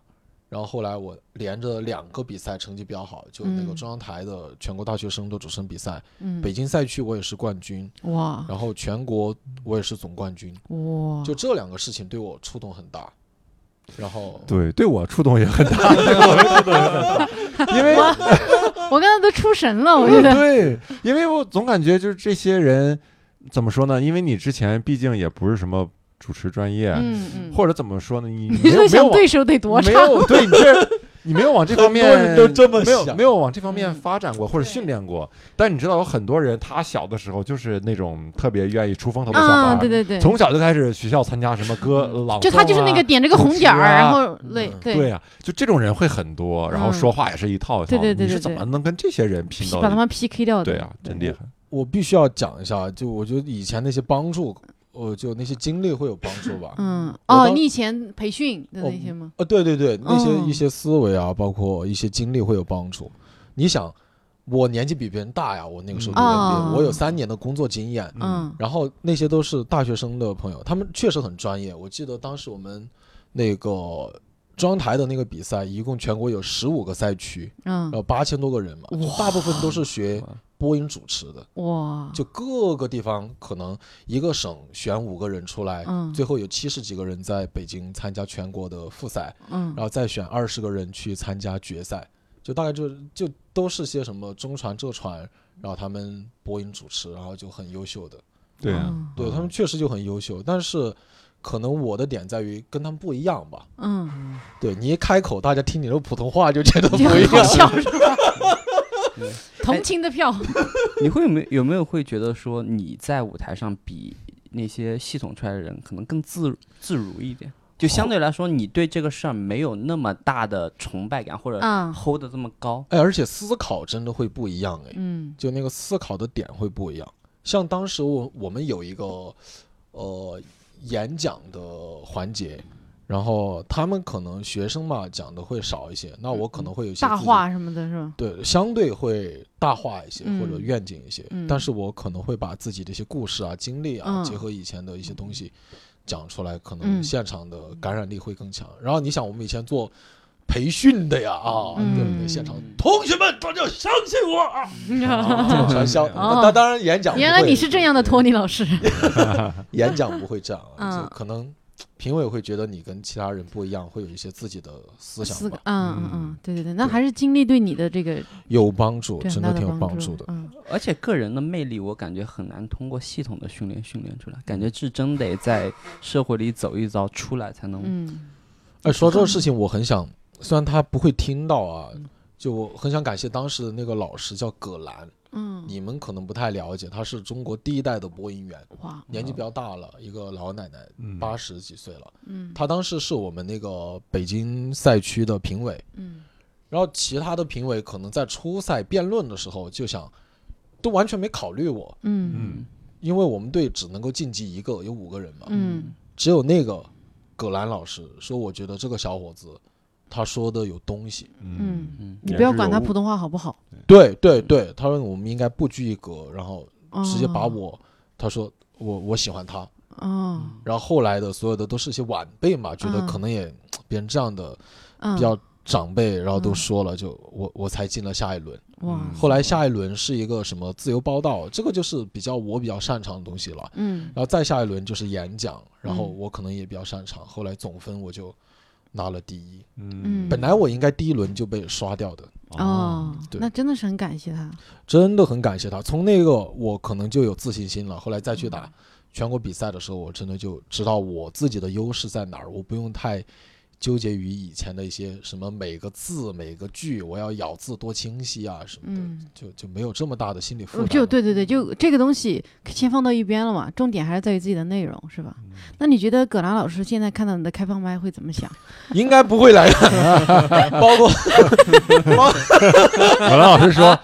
Speaker 6: 然后后来我连着两个比赛成绩比较好，就那个
Speaker 3: 嗯
Speaker 6: 中央台的全国大学生的主持人比赛，
Speaker 3: 嗯，
Speaker 6: 北京赛区我也是冠军，
Speaker 3: 哇
Speaker 6: 然后全国我也是总冠军，
Speaker 3: 哇，
Speaker 6: 就这两个事情对我触动很大。然后
Speaker 4: 对，对我触动也很 大，
Speaker 6: 因为
Speaker 3: 我刚才都出神了， 我觉得，
Speaker 4: 对，因为我总感觉就是这些人怎么说呢？因为你之前毕竟也不是什么主持专业，啊
Speaker 3: 嗯嗯，
Speaker 4: 或者怎么说呢？ 你
Speaker 3: 你
Speaker 4: 没有
Speaker 3: 就
Speaker 4: 没有
Speaker 3: 想
Speaker 4: 往
Speaker 3: 对手得多
Speaker 4: 没
Speaker 3: 差，
Speaker 4: 有啊对你 这。你没有往这方面，
Speaker 6: 很多人都这么
Speaker 4: 没有
Speaker 6: 想
Speaker 4: 没有往这方面
Speaker 3: 嗯
Speaker 4: 发展过或者
Speaker 3: 对
Speaker 4: 训练过，但你知道有很多人，他小的时候就是那种特别愿意出风头的小孩
Speaker 3: 啊，
Speaker 4: 儿，
Speaker 3: 对对对，
Speaker 4: 从小就开始学校参加什么 歌朗诵啊，
Speaker 3: 就他就是那个点这个红点儿，
Speaker 4: 主持啊
Speaker 3: 然后对
Speaker 6: 嗯
Speaker 4: 对呀、啊，就这种人会很多，然后
Speaker 3: 嗯
Speaker 4: 说话也是一套一套
Speaker 3: 对
Speaker 4: 的，
Speaker 3: 对对
Speaker 4: 你是
Speaker 3: 对
Speaker 4: 怎
Speaker 3: 对
Speaker 4: 么能跟这些人拼到
Speaker 3: 把
Speaker 4: 一
Speaker 3: 他们 PK 掉的，
Speaker 4: 对啊，真厉害。
Speaker 6: 我必须要讲一下，就我觉得以前那些帮助，我就那些经历会有帮助吧。
Speaker 3: 嗯，
Speaker 6: 我
Speaker 3: 哦，
Speaker 6: 当
Speaker 3: 你以前培训的
Speaker 6: 我
Speaker 3: 那些吗？
Speaker 6: 呃，对对对，那些
Speaker 3: 嗯
Speaker 6: 一些思维啊，包括一些经历会有帮助。你想，我年纪比别人大呀，我那个时候比别人
Speaker 3: 哦
Speaker 6: 低我有三年的工作经验，
Speaker 3: 嗯，
Speaker 6: 然后那些都是大学生的朋友，他们确实很专业。我记得当时我们那个中央台的那个比赛，一共全国有十五个赛区，
Speaker 3: 嗯
Speaker 6: 然，后八千多个人嘛，就大部分都是学播音主持的，
Speaker 3: 哇，
Speaker 6: 就各个地方可能一个省选五个人出来，
Speaker 3: 嗯
Speaker 6: 最后有七十几个人在北京参加全国的复赛，
Speaker 3: 嗯
Speaker 6: 然后再选二十个人去参加决赛，就大概就就都是些什么中传、浙传，然后他们播音主持，然后就很优秀的，
Speaker 4: 对啊，
Speaker 3: 嗯
Speaker 6: 对他们确实就很优秀，但是可能我的点在于跟他们不一样吧。
Speaker 3: 嗯，
Speaker 6: 对你一开口，大家听你的普通话就觉得不
Speaker 3: 就
Speaker 6: 一
Speaker 3: 很好
Speaker 6: 样。
Speaker 3: 笑是 吧
Speaker 5: 对？
Speaker 3: 同情的票，
Speaker 5: 你会有没有没有会觉得说你在舞台上比那些系统出来的人可能更自自如一点？就相对来说，你对这个事儿没有那么大的崇拜感，或者
Speaker 3: 嗯
Speaker 5: hold 的这么高。
Speaker 6: 哎，而且思考真的会不一样哎。
Speaker 3: 嗯
Speaker 6: 就那个思考的点会不一样。像当时我我们有一个呃演讲的环节，然后他们可能学生嘛讲的会少一些，那我可能会有一些
Speaker 3: 大
Speaker 6: 自己
Speaker 3: 话什么的是吧？
Speaker 6: 对相对会大话一些、
Speaker 3: 嗯
Speaker 6: 或者愿景一些，
Speaker 3: 嗯
Speaker 6: 但是我可能会把自己的一些故事啊、经历啊，
Speaker 3: 嗯
Speaker 6: 结合以前的一些东西讲出来，可
Speaker 3: 嗯
Speaker 6: 能现场的感染力会更强。然后你想，我们以前做。培训的呀啊，对不对？
Speaker 3: 嗯
Speaker 6: 现场同学们，大家相信我啊！
Speaker 3: 嗯
Speaker 6: 这种传销。
Speaker 3: 哦
Speaker 6: 那当然演讲不会，
Speaker 3: 原来你是这样的托尼老师，
Speaker 6: 演讲不会这样啊，
Speaker 3: 嗯
Speaker 6: 就可能评委会觉得你跟其他人不一样，会有一些自己的
Speaker 3: 四
Speaker 6: 思想
Speaker 3: 个
Speaker 6: 吧，，
Speaker 3: 嗯嗯嗯，对对对，那
Speaker 6: 对
Speaker 3: 还是经历对你的这个
Speaker 6: 有帮助，
Speaker 3: 对很
Speaker 6: 真
Speaker 3: 大
Speaker 6: 的挺有帮助
Speaker 3: 助
Speaker 6: 的。
Speaker 3: 嗯
Speaker 5: 而且个人的魅力，我感觉很难通过系统的训练训练出来，感觉是真得在社会里走一遭出来才能。
Speaker 3: 嗯嗯
Speaker 6: 哎，说这个事情，我很想，虽然他不会听到啊，就我很想感谢当时的那个老师叫葛兰，
Speaker 3: 嗯，
Speaker 6: 你们可能不太了解，他是中国第一代的播音员，
Speaker 3: 哇，
Speaker 6: 年纪比较大了，一个老奶奶，
Speaker 4: 嗯
Speaker 6: 八十几岁了。
Speaker 3: 嗯
Speaker 6: 他当时是我们那个北京赛区的评委，
Speaker 3: 嗯
Speaker 6: 然后其他的评委可能在初赛辩论的时候就想，都完全没考虑我，
Speaker 3: 嗯
Speaker 4: 嗯，
Speaker 6: 因为我们队只能够晋级一个，有五个人嘛，
Speaker 3: 嗯
Speaker 6: 只有那个葛兰老师说，我觉得这个小伙子他说的有东西。
Speaker 3: 嗯，
Speaker 5: 嗯，
Speaker 3: 你不要管他
Speaker 4: 言之有物
Speaker 3: 普通话好不好，
Speaker 6: 对对对，他说我们应该不拘一格，然后直接把
Speaker 3: 哦
Speaker 6: 我，他说我我喜欢他。
Speaker 3: 哦
Speaker 6: 然后后来的所有的都是一些晚辈嘛，觉得
Speaker 3: 嗯
Speaker 6: 可能也别人这样的
Speaker 3: 嗯
Speaker 6: 比较长辈，然后都
Speaker 3: 嗯
Speaker 6: 说了，就我我才进了下一轮。
Speaker 3: 哇
Speaker 4: 嗯
Speaker 6: 后来下一轮是一个什么自由报道，这个就是比较我比较擅长的东西了。
Speaker 3: 嗯
Speaker 6: 然后再下一轮就是演讲，然后
Speaker 3: 嗯
Speaker 6: 我可能也比较擅长。后来总分我就拿了第一，
Speaker 3: 嗯
Speaker 6: 本来我应该第一轮就被刷掉的，
Speaker 3: 哦，
Speaker 6: 对
Speaker 3: 那真的是很感谢他，
Speaker 6: 真的很感谢他。从那个我可能就有自信心了。后来再
Speaker 3: 嗯
Speaker 6: 去打全国比赛的时候，我真的就知道我自己的优势在哪儿，我不用太。纠结于以前的一些什么每个字每个句我要咬字多清晰啊什么的，
Speaker 3: 嗯。
Speaker 6: 就就没有这么大的心理
Speaker 3: 呃
Speaker 6: 负担了。
Speaker 3: 就对对对，就这个东西先放到一边了嘛，重点还是在于自己的内容，是吧？
Speaker 6: 嗯
Speaker 3: 那你觉得葛兰老师现在看到你的开放麦会怎么想？
Speaker 6: 应该不会来的，包括
Speaker 4: 葛兰老师说，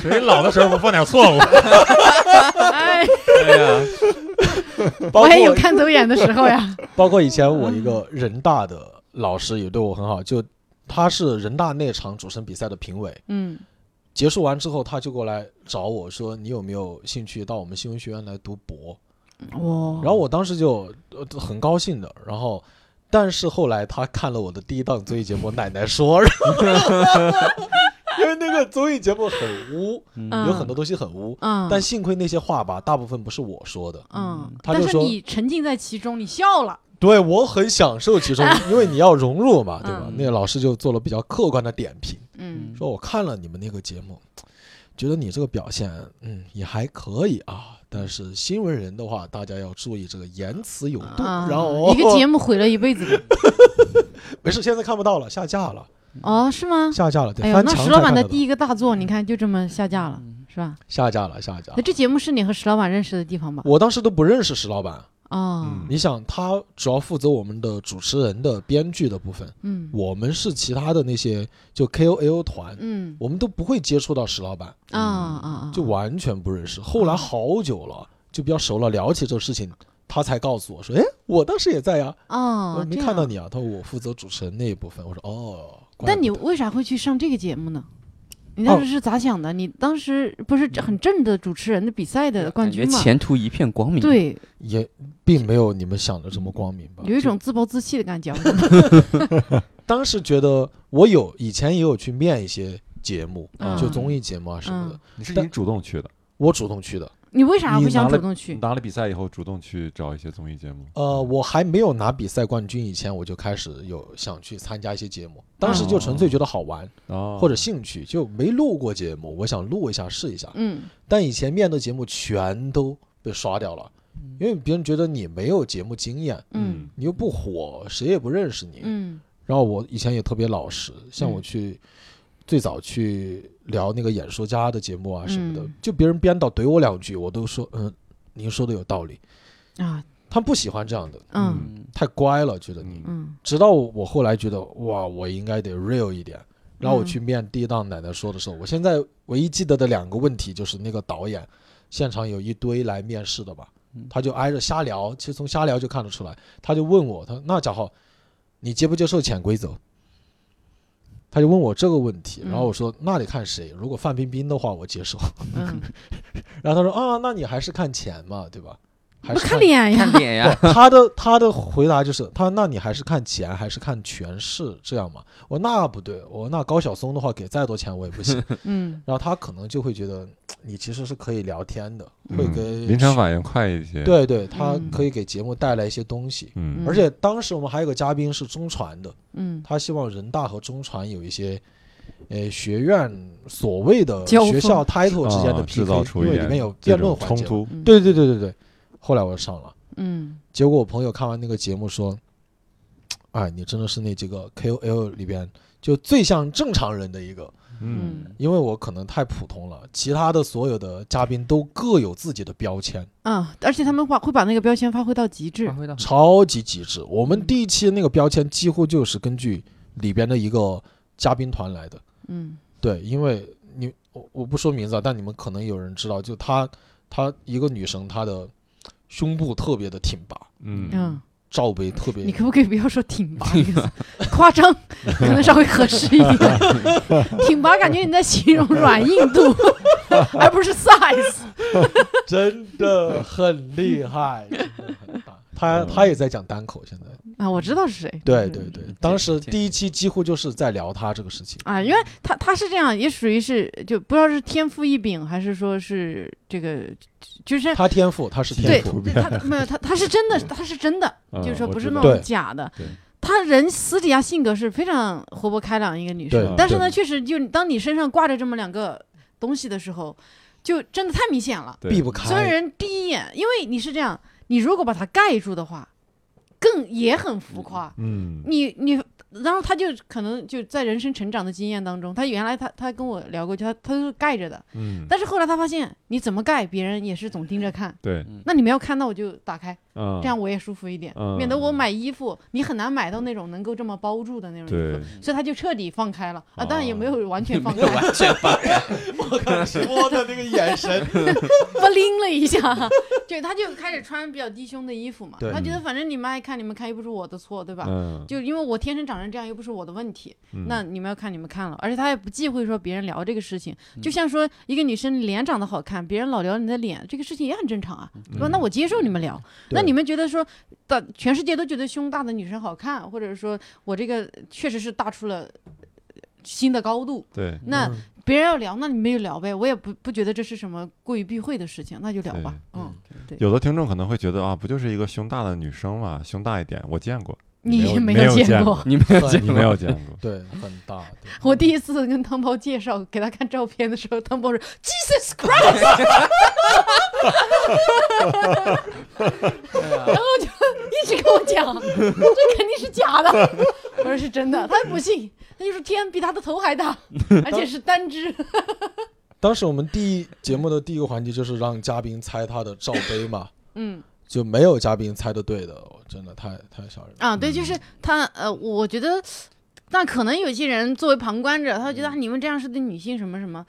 Speaker 4: 谁老的时候不犯点错误？
Speaker 3: 哎，
Speaker 4: 对呀，
Speaker 6: 包
Speaker 3: 我也有
Speaker 6: 括
Speaker 3: 看走眼的时候 呀。
Speaker 6: 包括以前我一个人大的老师也对我很好，就他是人大那场主持人比赛的评委，
Speaker 3: 嗯
Speaker 6: 结束完之后他就过来找我说你有没有兴趣到我们新闻学院来读博？
Speaker 3: 哇，
Speaker 6: 然后我当时就、呃很高兴的，然后但是后来他看了我的第一档综艺节目《奶奶 说》，然后 因为那个综艺节目很污，
Speaker 3: 嗯
Speaker 6: 有很多东西很污，
Speaker 3: 嗯，
Speaker 6: 但幸亏那些话吧，大部分不是我说的，
Speaker 3: 嗯，
Speaker 6: 他
Speaker 3: 但
Speaker 6: 就是说
Speaker 3: 你沉浸在其中，你笑了，
Speaker 6: 对我很享受其 中，因为你要融入嘛，对吧？
Speaker 3: 嗯
Speaker 6: 那个老师就做了比较客观的点评，
Speaker 3: 嗯
Speaker 6: 说我看了你们那个节目，觉得你这个表现，嗯，也还可以啊。但是新闻人的话，大家要注意这个言辞有度。
Speaker 3: 啊，
Speaker 6: 然后
Speaker 3: 一个节目毁了一辈子 的
Speaker 6: 没事，现在看不到了，下架了，
Speaker 3: 哦，是吗？
Speaker 6: 下架了。对，
Speaker 3: 哎呦，
Speaker 6: 翻
Speaker 3: 那
Speaker 6: 墙
Speaker 3: 石
Speaker 6: 才
Speaker 3: 老板
Speaker 6: 看
Speaker 3: 的
Speaker 6: 得
Speaker 3: 第
Speaker 6: 到嗯
Speaker 3: 一个大作，你看就这么下架了，是吧？
Speaker 6: 下架了，下架
Speaker 3: 那
Speaker 6: 了。
Speaker 3: 这节目是你和石老板认识的地方吧？
Speaker 6: 我当时都不认识石老板，
Speaker 3: 哦，
Speaker 4: 嗯
Speaker 6: 你想，他主要负责我们的主持人的编剧的部分，
Speaker 3: 嗯
Speaker 6: 我们是其他的那些就 KOL 团，
Speaker 3: 嗯
Speaker 6: 我们都不会接触到石老板。
Speaker 3: 啊啊啊！
Speaker 6: 就完全不认识。
Speaker 3: 嗯
Speaker 6: 后来好久了，就比较熟了，聊起这个事情，他才告诉我说：“哎，我当时也在呀，我
Speaker 3: 哦，
Speaker 6: 没
Speaker 3: 这
Speaker 6: 看到
Speaker 3: 样。
Speaker 6: 你啊。”他说：“我负责主持人那一部分。”我说：“哦。怪不得”
Speaker 3: 但你为啥会去上这个节目呢？你当时是咋想的？你当时不是很正的主持人的比赛的冠
Speaker 5: 感觉
Speaker 3: 军吗？
Speaker 5: 前途一片光明。，
Speaker 3: 对，
Speaker 6: 也并没有你们想的这么光明吧？
Speaker 3: 有一种
Speaker 6: 就
Speaker 3: 自暴自弃的感觉。
Speaker 6: 当时觉得我有以前也有去面一些节目，
Speaker 3: 嗯
Speaker 6: 就综艺节目啊什么的
Speaker 3: 嗯，
Speaker 4: 你是
Speaker 6: 但
Speaker 4: 你主动去的，
Speaker 6: 我主动去的。
Speaker 3: 你为啥会想主动
Speaker 4: 你
Speaker 3: 去？
Speaker 4: 拿了比赛以后主动去找一些综艺节目。
Speaker 6: 呃，我还没有拿比赛冠军以前，我就开始有想去参加一些节目，当时就纯粹觉得好玩
Speaker 4: 哦，
Speaker 6: 或者兴趣，就没录过节目，我想录一下试一下。
Speaker 3: 嗯
Speaker 6: 但以前面的节目全都被刷掉了，因为别人觉得你没有节目经验，
Speaker 3: 嗯
Speaker 6: 你又不火，谁也不认识你。
Speaker 3: 嗯
Speaker 6: 然后我以前也特别老实，像我
Speaker 3: 嗯
Speaker 6: 去、最早去聊那个演说家的节目啊什么的，
Speaker 3: 嗯
Speaker 6: 就别人编导怼我两句，我都说嗯，您说的有道理。
Speaker 3: 啊
Speaker 6: 他们不喜欢这样的，
Speaker 3: 嗯
Speaker 6: 太乖了，觉得你。
Speaker 4: 嗯
Speaker 3: 嗯
Speaker 6: 直到我后来觉得哇，我应该得 real 一点。然后我
Speaker 3: 嗯
Speaker 6: 去面第一档奶奶说的时候，我现在唯一记得的两个问题就是那个导演，现场有一堆来面试的吧，
Speaker 3: 嗯
Speaker 6: 他就挨着瞎聊，其实从瞎聊就看得出来，他就问我，他说那家伙，你接不接受潜规则？他就问我这个问题，
Speaker 3: 嗯
Speaker 6: 然后我说那得看谁，如果范冰冰的话我接受，
Speaker 3: 嗯，
Speaker 6: 然后他说啊，那你还是看钱嘛，对吧？还
Speaker 3: 那
Speaker 6: 是
Speaker 3: 看脸呀
Speaker 5: 看，脸呀，
Speaker 6: 不他的他的回答就是他，那你还是看钱还是看权势这样嘛？我那不对，我那高晓松的话给再多钱我也 不行。
Speaker 3: 嗯
Speaker 6: 然后他可能就会觉得你其实是可以聊天的，
Speaker 4: 嗯
Speaker 6: 会给
Speaker 4: 临场反应快一些。，
Speaker 6: 对对，他
Speaker 3: 嗯
Speaker 6: 可以给节目带来一些东西。
Speaker 4: 嗯
Speaker 3: 嗯
Speaker 6: 而且当时我们还有个嘉宾是中传的，
Speaker 3: 嗯
Speaker 6: 他希望人大和中传有一些。呃，学院所谓的
Speaker 3: 交
Speaker 6: 学
Speaker 3: 锋
Speaker 6: 校 title 之间的
Speaker 4: 啊制造
Speaker 6: PK，、
Speaker 4: 出
Speaker 6: 因
Speaker 4: 一
Speaker 6: 为里
Speaker 4: 点
Speaker 6: 面有
Speaker 4: 这
Speaker 6: 辩
Speaker 4: 种
Speaker 6: 论环
Speaker 4: 冲
Speaker 6: 节嘛。
Speaker 4: 突。
Speaker 3: 嗯
Speaker 6: 对对对对对，后来我上了。
Speaker 3: 嗯
Speaker 6: 结果我朋友看完那个节目说：“哎，你真的是那几个 KOL 里边就最像正常人的一个，
Speaker 4: 嗯，
Speaker 3: 嗯
Speaker 6: 因为我可能太普通了，其他的所有的嘉宾都各有自己的标签，
Speaker 3: 啊，而且他们把会把那个标签发挥到极致
Speaker 5: 发。挥到很
Speaker 6: 超级极致。我们第一期那个标签几乎就是根据里边的一个嘉宾团来的，
Speaker 3: 嗯
Speaker 6: 对，因为你我我不说名字啊，但你们可能有人知道，就她她一个女生，她的胸部特别的挺拔，
Speaker 4: 嗯，
Speaker 3: 嗯，
Speaker 6: 罩杯特别
Speaker 3: 你可不可以不要说挺拔这个词？夸张可能稍微合适一点。挺拔感觉你在形容软硬度，而不是 size。
Speaker 6: 真的很厉 害，真的很大。他他也在讲单口，现在
Speaker 3: 啊，我知道是谁。
Speaker 6: 嗯对
Speaker 3: 嗯
Speaker 6: 对对，当时第一期几乎就是在聊他这个 事情。
Speaker 3: 啊，因为他他是这样，也属于是就不知道是天赋异禀，还是说是这个，就是
Speaker 6: 他天赋，他是
Speaker 3: 对
Speaker 6: 天赋，
Speaker 3: 对他没有他他是真的，他是真的，
Speaker 4: 嗯
Speaker 3: 就是说
Speaker 4: 我
Speaker 3: 不
Speaker 4: 知
Speaker 3: 是那
Speaker 4: 道
Speaker 3: 种
Speaker 6: 对
Speaker 3: 假的
Speaker 4: 对。
Speaker 3: 她人私底下性格是非常活泼开朗一个女生
Speaker 6: 对，
Speaker 3: 但是呢，
Speaker 6: 对
Speaker 3: 确实就当你身上挂着这么两个东西的时候，就真的太明显了。
Speaker 4: 对
Speaker 6: 避不
Speaker 3: 所有
Speaker 6: 开。
Speaker 3: 人第一眼，因为你是这样，你如果把它盖住的话，更也很浮夸。
Speaker 4: 嗯
Speaker 3: 你你，然后他就可能就在人生成长的经验当中，他原来他他跟我聊过，就他他都是盖着的，
Speaker 4: 嗯，
Speaker 3: 但是后来他发现你怎么盖，别人也是总盯着看。
Speaker 4: 对，
Speaker 3: 那你们要看，那我就打开，
Speaker 4: 嗯，
Speaker 3: 这样我也舒服一点，
Speaker 4: 嗯
Speaker 3: 免得我买衣服你很难买到那种能够这么包住的那种衣
Speaker 4: 对嗯
Speaker 3: 服。，所以他就彻底放开了啊，
Speaker 4: 哦
Speaker 3: 当然也没有完全放开，
Speaker 5: 完全发
Speaker 6: 我靠，直播的那个眼神，
Speaker 3: 不拎了一下， 对，他就开始穿比较低胸的衣服嘛。
Speaker 6: 对
Speaker 3: 他觉得反正你们爱看你们看，又不是我的错，对吧？
Speaker 4: 嗯，
Speaker 3: 就因为我天生长成这样，又不是我的问题。
Speaker 4: 嗯
Speaker 3: 那你们要看你们看了，而且他也不忌讳说别人聊这个事情，
Speaker 4: 嗯
Speaker 3: 就像说
Speaker 4: 嗯
Speaker 3: 一个女生脸长得好看，别人老聊你的脸，这个事情也很正常啊，对吧？那我接受你们聊，那那你们觉得说，的全世界都觉得胸大的女生好看，或者说我这个确实是大出了新的高度，
Speaker 4: 对
Speaker 3: 那别人要聊，那你们就聊呗，我也不不觉得这是什么过于避讳的事情，那就聊吧。
Speaker 4: 对
Speaker 3: 嗯，对
Speaker 4: 有的听众可能会觉得啊，不就是一个胸大的女生嘛，胸大一点，我见过，
Speaker 3: 你
Speaker 4: 没
Speaker 3: 有
Speaker 4: 有
Speaker 3: 见
Speaker 4: 见
Speaker 3: 过？
Speaker 5: 你没 有
Speaker 6: 对，
Speaker 5: 见
Speaker 4: 你
Speaker 5: 过
Speaker 4: 没有见过
Speaker 6: 对，很大。对
Speaker 3: 我第一次跟汤包介绍给他看照片的时候，汤包说 Jesus Christ，然后就一直跟我讲，这肯定是假的。我说是真的，他也不信，他就说天比他的头还大，而且是单只。
Speaker 6: 当时我们第一节目的第一个环节就是让嘉宾猜他的罩杯嘛，
Speaker 3: 嗯
Speaker 6: 就没有嘉宾猜的对的，我真的太太吓人了。
Speaker 3: 啊，对，就是他呃，我觉得，但可能有些人作为旁观者，他
Speaker 6: 嗯
Speaker 3: 会觉得、啊你们这样是对女性什么什么。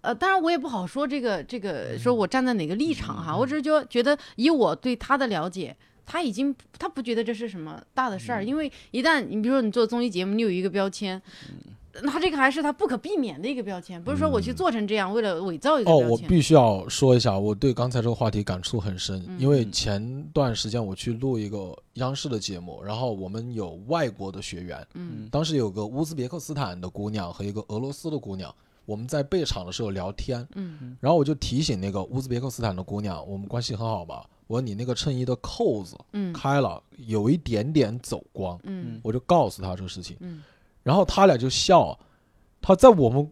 Speaker 3: 呃，当然我也不好说这个这
Speaker 6: 嗯
Speaker 3: 个，说我站在哪个立场哈，我只是就觉得以我对他的了解，他已经他不觉得这是什么大的
Speaker 6: 嗯
Speaker 3: 事儿，因为一旦你比如说你做综艺节目，你有一个标签，
Speaker 6: 嗯
Speaker 3: 那这个还是他不可避免的一个标签，不是说我去
Speaker 4: 嗯
Speaker 3: 做成这样为了伪造一个
Speaker 6: 哦，
Speaker 3: 标
Speaker 6: 我
Speaker 3: 签。
Speaker 6: 必须要说一下，我对刚才这个话题感触很深，
Speaker 3: 嗯
Speaker 6: 因为前段时间我去录一个央视的节目，然后我们有外国的学员，
Speaker 3: 嗯
Speaker 6: 当时有个乌兹别克斯坦的姑娘和一个俄罗斯的姑娘，我们在备场的时候聊天，
Speaker 3: 嗯
Speaker 6: 然后我就提醒那个乌兹别克斯坦的姑娘，我们关系很好嘛，我说你那个衬衣的扣子
Speaker 3: 嗯
Speaker 6: 开了，有一点点走光，
Speaker 3: 嗯
Speaker 6: 我就告诉她这个事情，
Speaker 3: 嗯
Speaker 6: 然后他俩就笑，他在我们，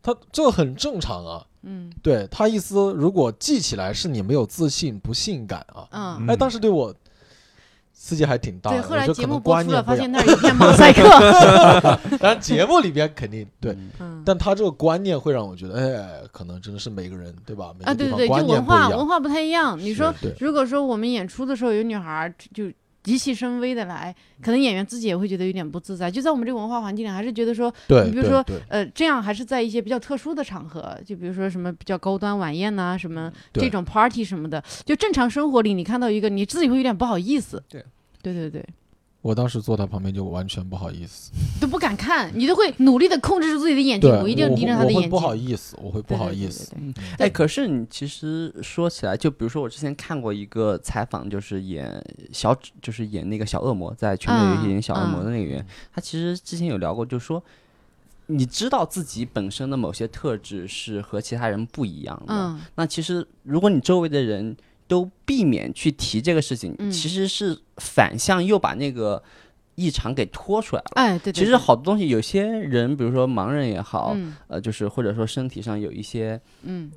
Speaker 6: 他这很正常啊。
Speaker 3: 嗯
Speaker 6: 对他意思，如果记起来是你没有自信、不性感啊。
Speaker 3: 嗯，
Speaker 6: 哎，当时对我刺激还挺大的。
Speaker 3: 对，后来
Speaker 6: 我觉得
Speaker 3: 节
Speaker 6: 可
Speaker 3: 目
Speaker 6: 能
Speaker 3: 播
Speaker 6: 观
Speaker 3: 出
Speaker 6: 念
Speaker 3: 了，
Speaker 6: 不
Speaker 3: 发
Speaker 6: 一
Speaker 3: 现
Speaker 6: 样。
Speaker 3: 那儿一 片马赛克。
Speaker 6: 当然节目里边肯定对，
Speaker 5: 嗯
Speaker 3: 嗯。
Speaker 6: 但他这个观念会让我觉得，哎，可能真的是每个人对吧？每
Speaker 3: 啊，
Speaker 6: 个
Speaker 3: 对
Speaker 6: 地
Speaker 3: 对
Speaker 6: 方
Speaker 3: 对，就文
Speaker 6: 观念不一
Speaker 3: 化
Speaker 6: 样
Speaker 3: 文。化不太一样。你说，
Speaker 6: 对
Speaker 3: 如果说我们演出的时候有女孩儿就极其深 V 的来，可能演员自己也会觉得有点不自在。就在我们这个文化环境里，还是觉得说，
Speaker 6: 对，
Speaker 3: 你比如说
Speaker 6: 对对
Speaker 3: 呃，这样还是在一些比较特殊的场合，就比如说什么比较高端晚宴呐、什么这
Speaker 6: 嗯对
Speaker 3: 种 party 什么的。就正常生活里，你看到一个，你自己会有点不好意思。
Speaker 5: 对，
Speaker 3: 对对对，
Speaker 6: 我当时坐他旁边就完全不好意思，
Speaker 3: 都不敢看，你都会努力的控制住自己的眼睛
Speaker 6: 对，，
Speaker 3: 一定要
Speaker 6: 我
Speaker 3: 离着
Speaker 6: 会
Speaker 3: 他的
Speaker 6: 我会
Speaker 3: 眼睛。
Speaker 6: 不好意思，我会不
Speaker 3: 对啊
Speaker 6: 好
Speaker 3: 对对
Speaker 6: 意
Speaker 3: 对
Speaker 6: 思。
Speaker 3: 对
Speaker 5: 哎，可是你其实说起来，就比如说我之前看过一个采访，就是演小，就是演那个小恶魔，在《全
Speaker 3: 嗯
Speaker 5: 面游戏》演小恶魔的那个演员，他其实之前有聊过，就说你知道自己本身的某些特质是和其他人不一样的，
Speaker 3: 嗯
Speaker 5: 那其实如果你周围的人都避免去提这个事情，
Speaker 3: 嗯
Speaker 5: 其实是反向又把那个异常给拖出来了。
Speaker 3: 哎，对对对，
Speaker 5: 其实好多东西，有些人，比如说盲人也好，
Speaker 3: 嗯
Speaker 5: 呃，就是或者说身体上有一些
Speaker 3: 嗯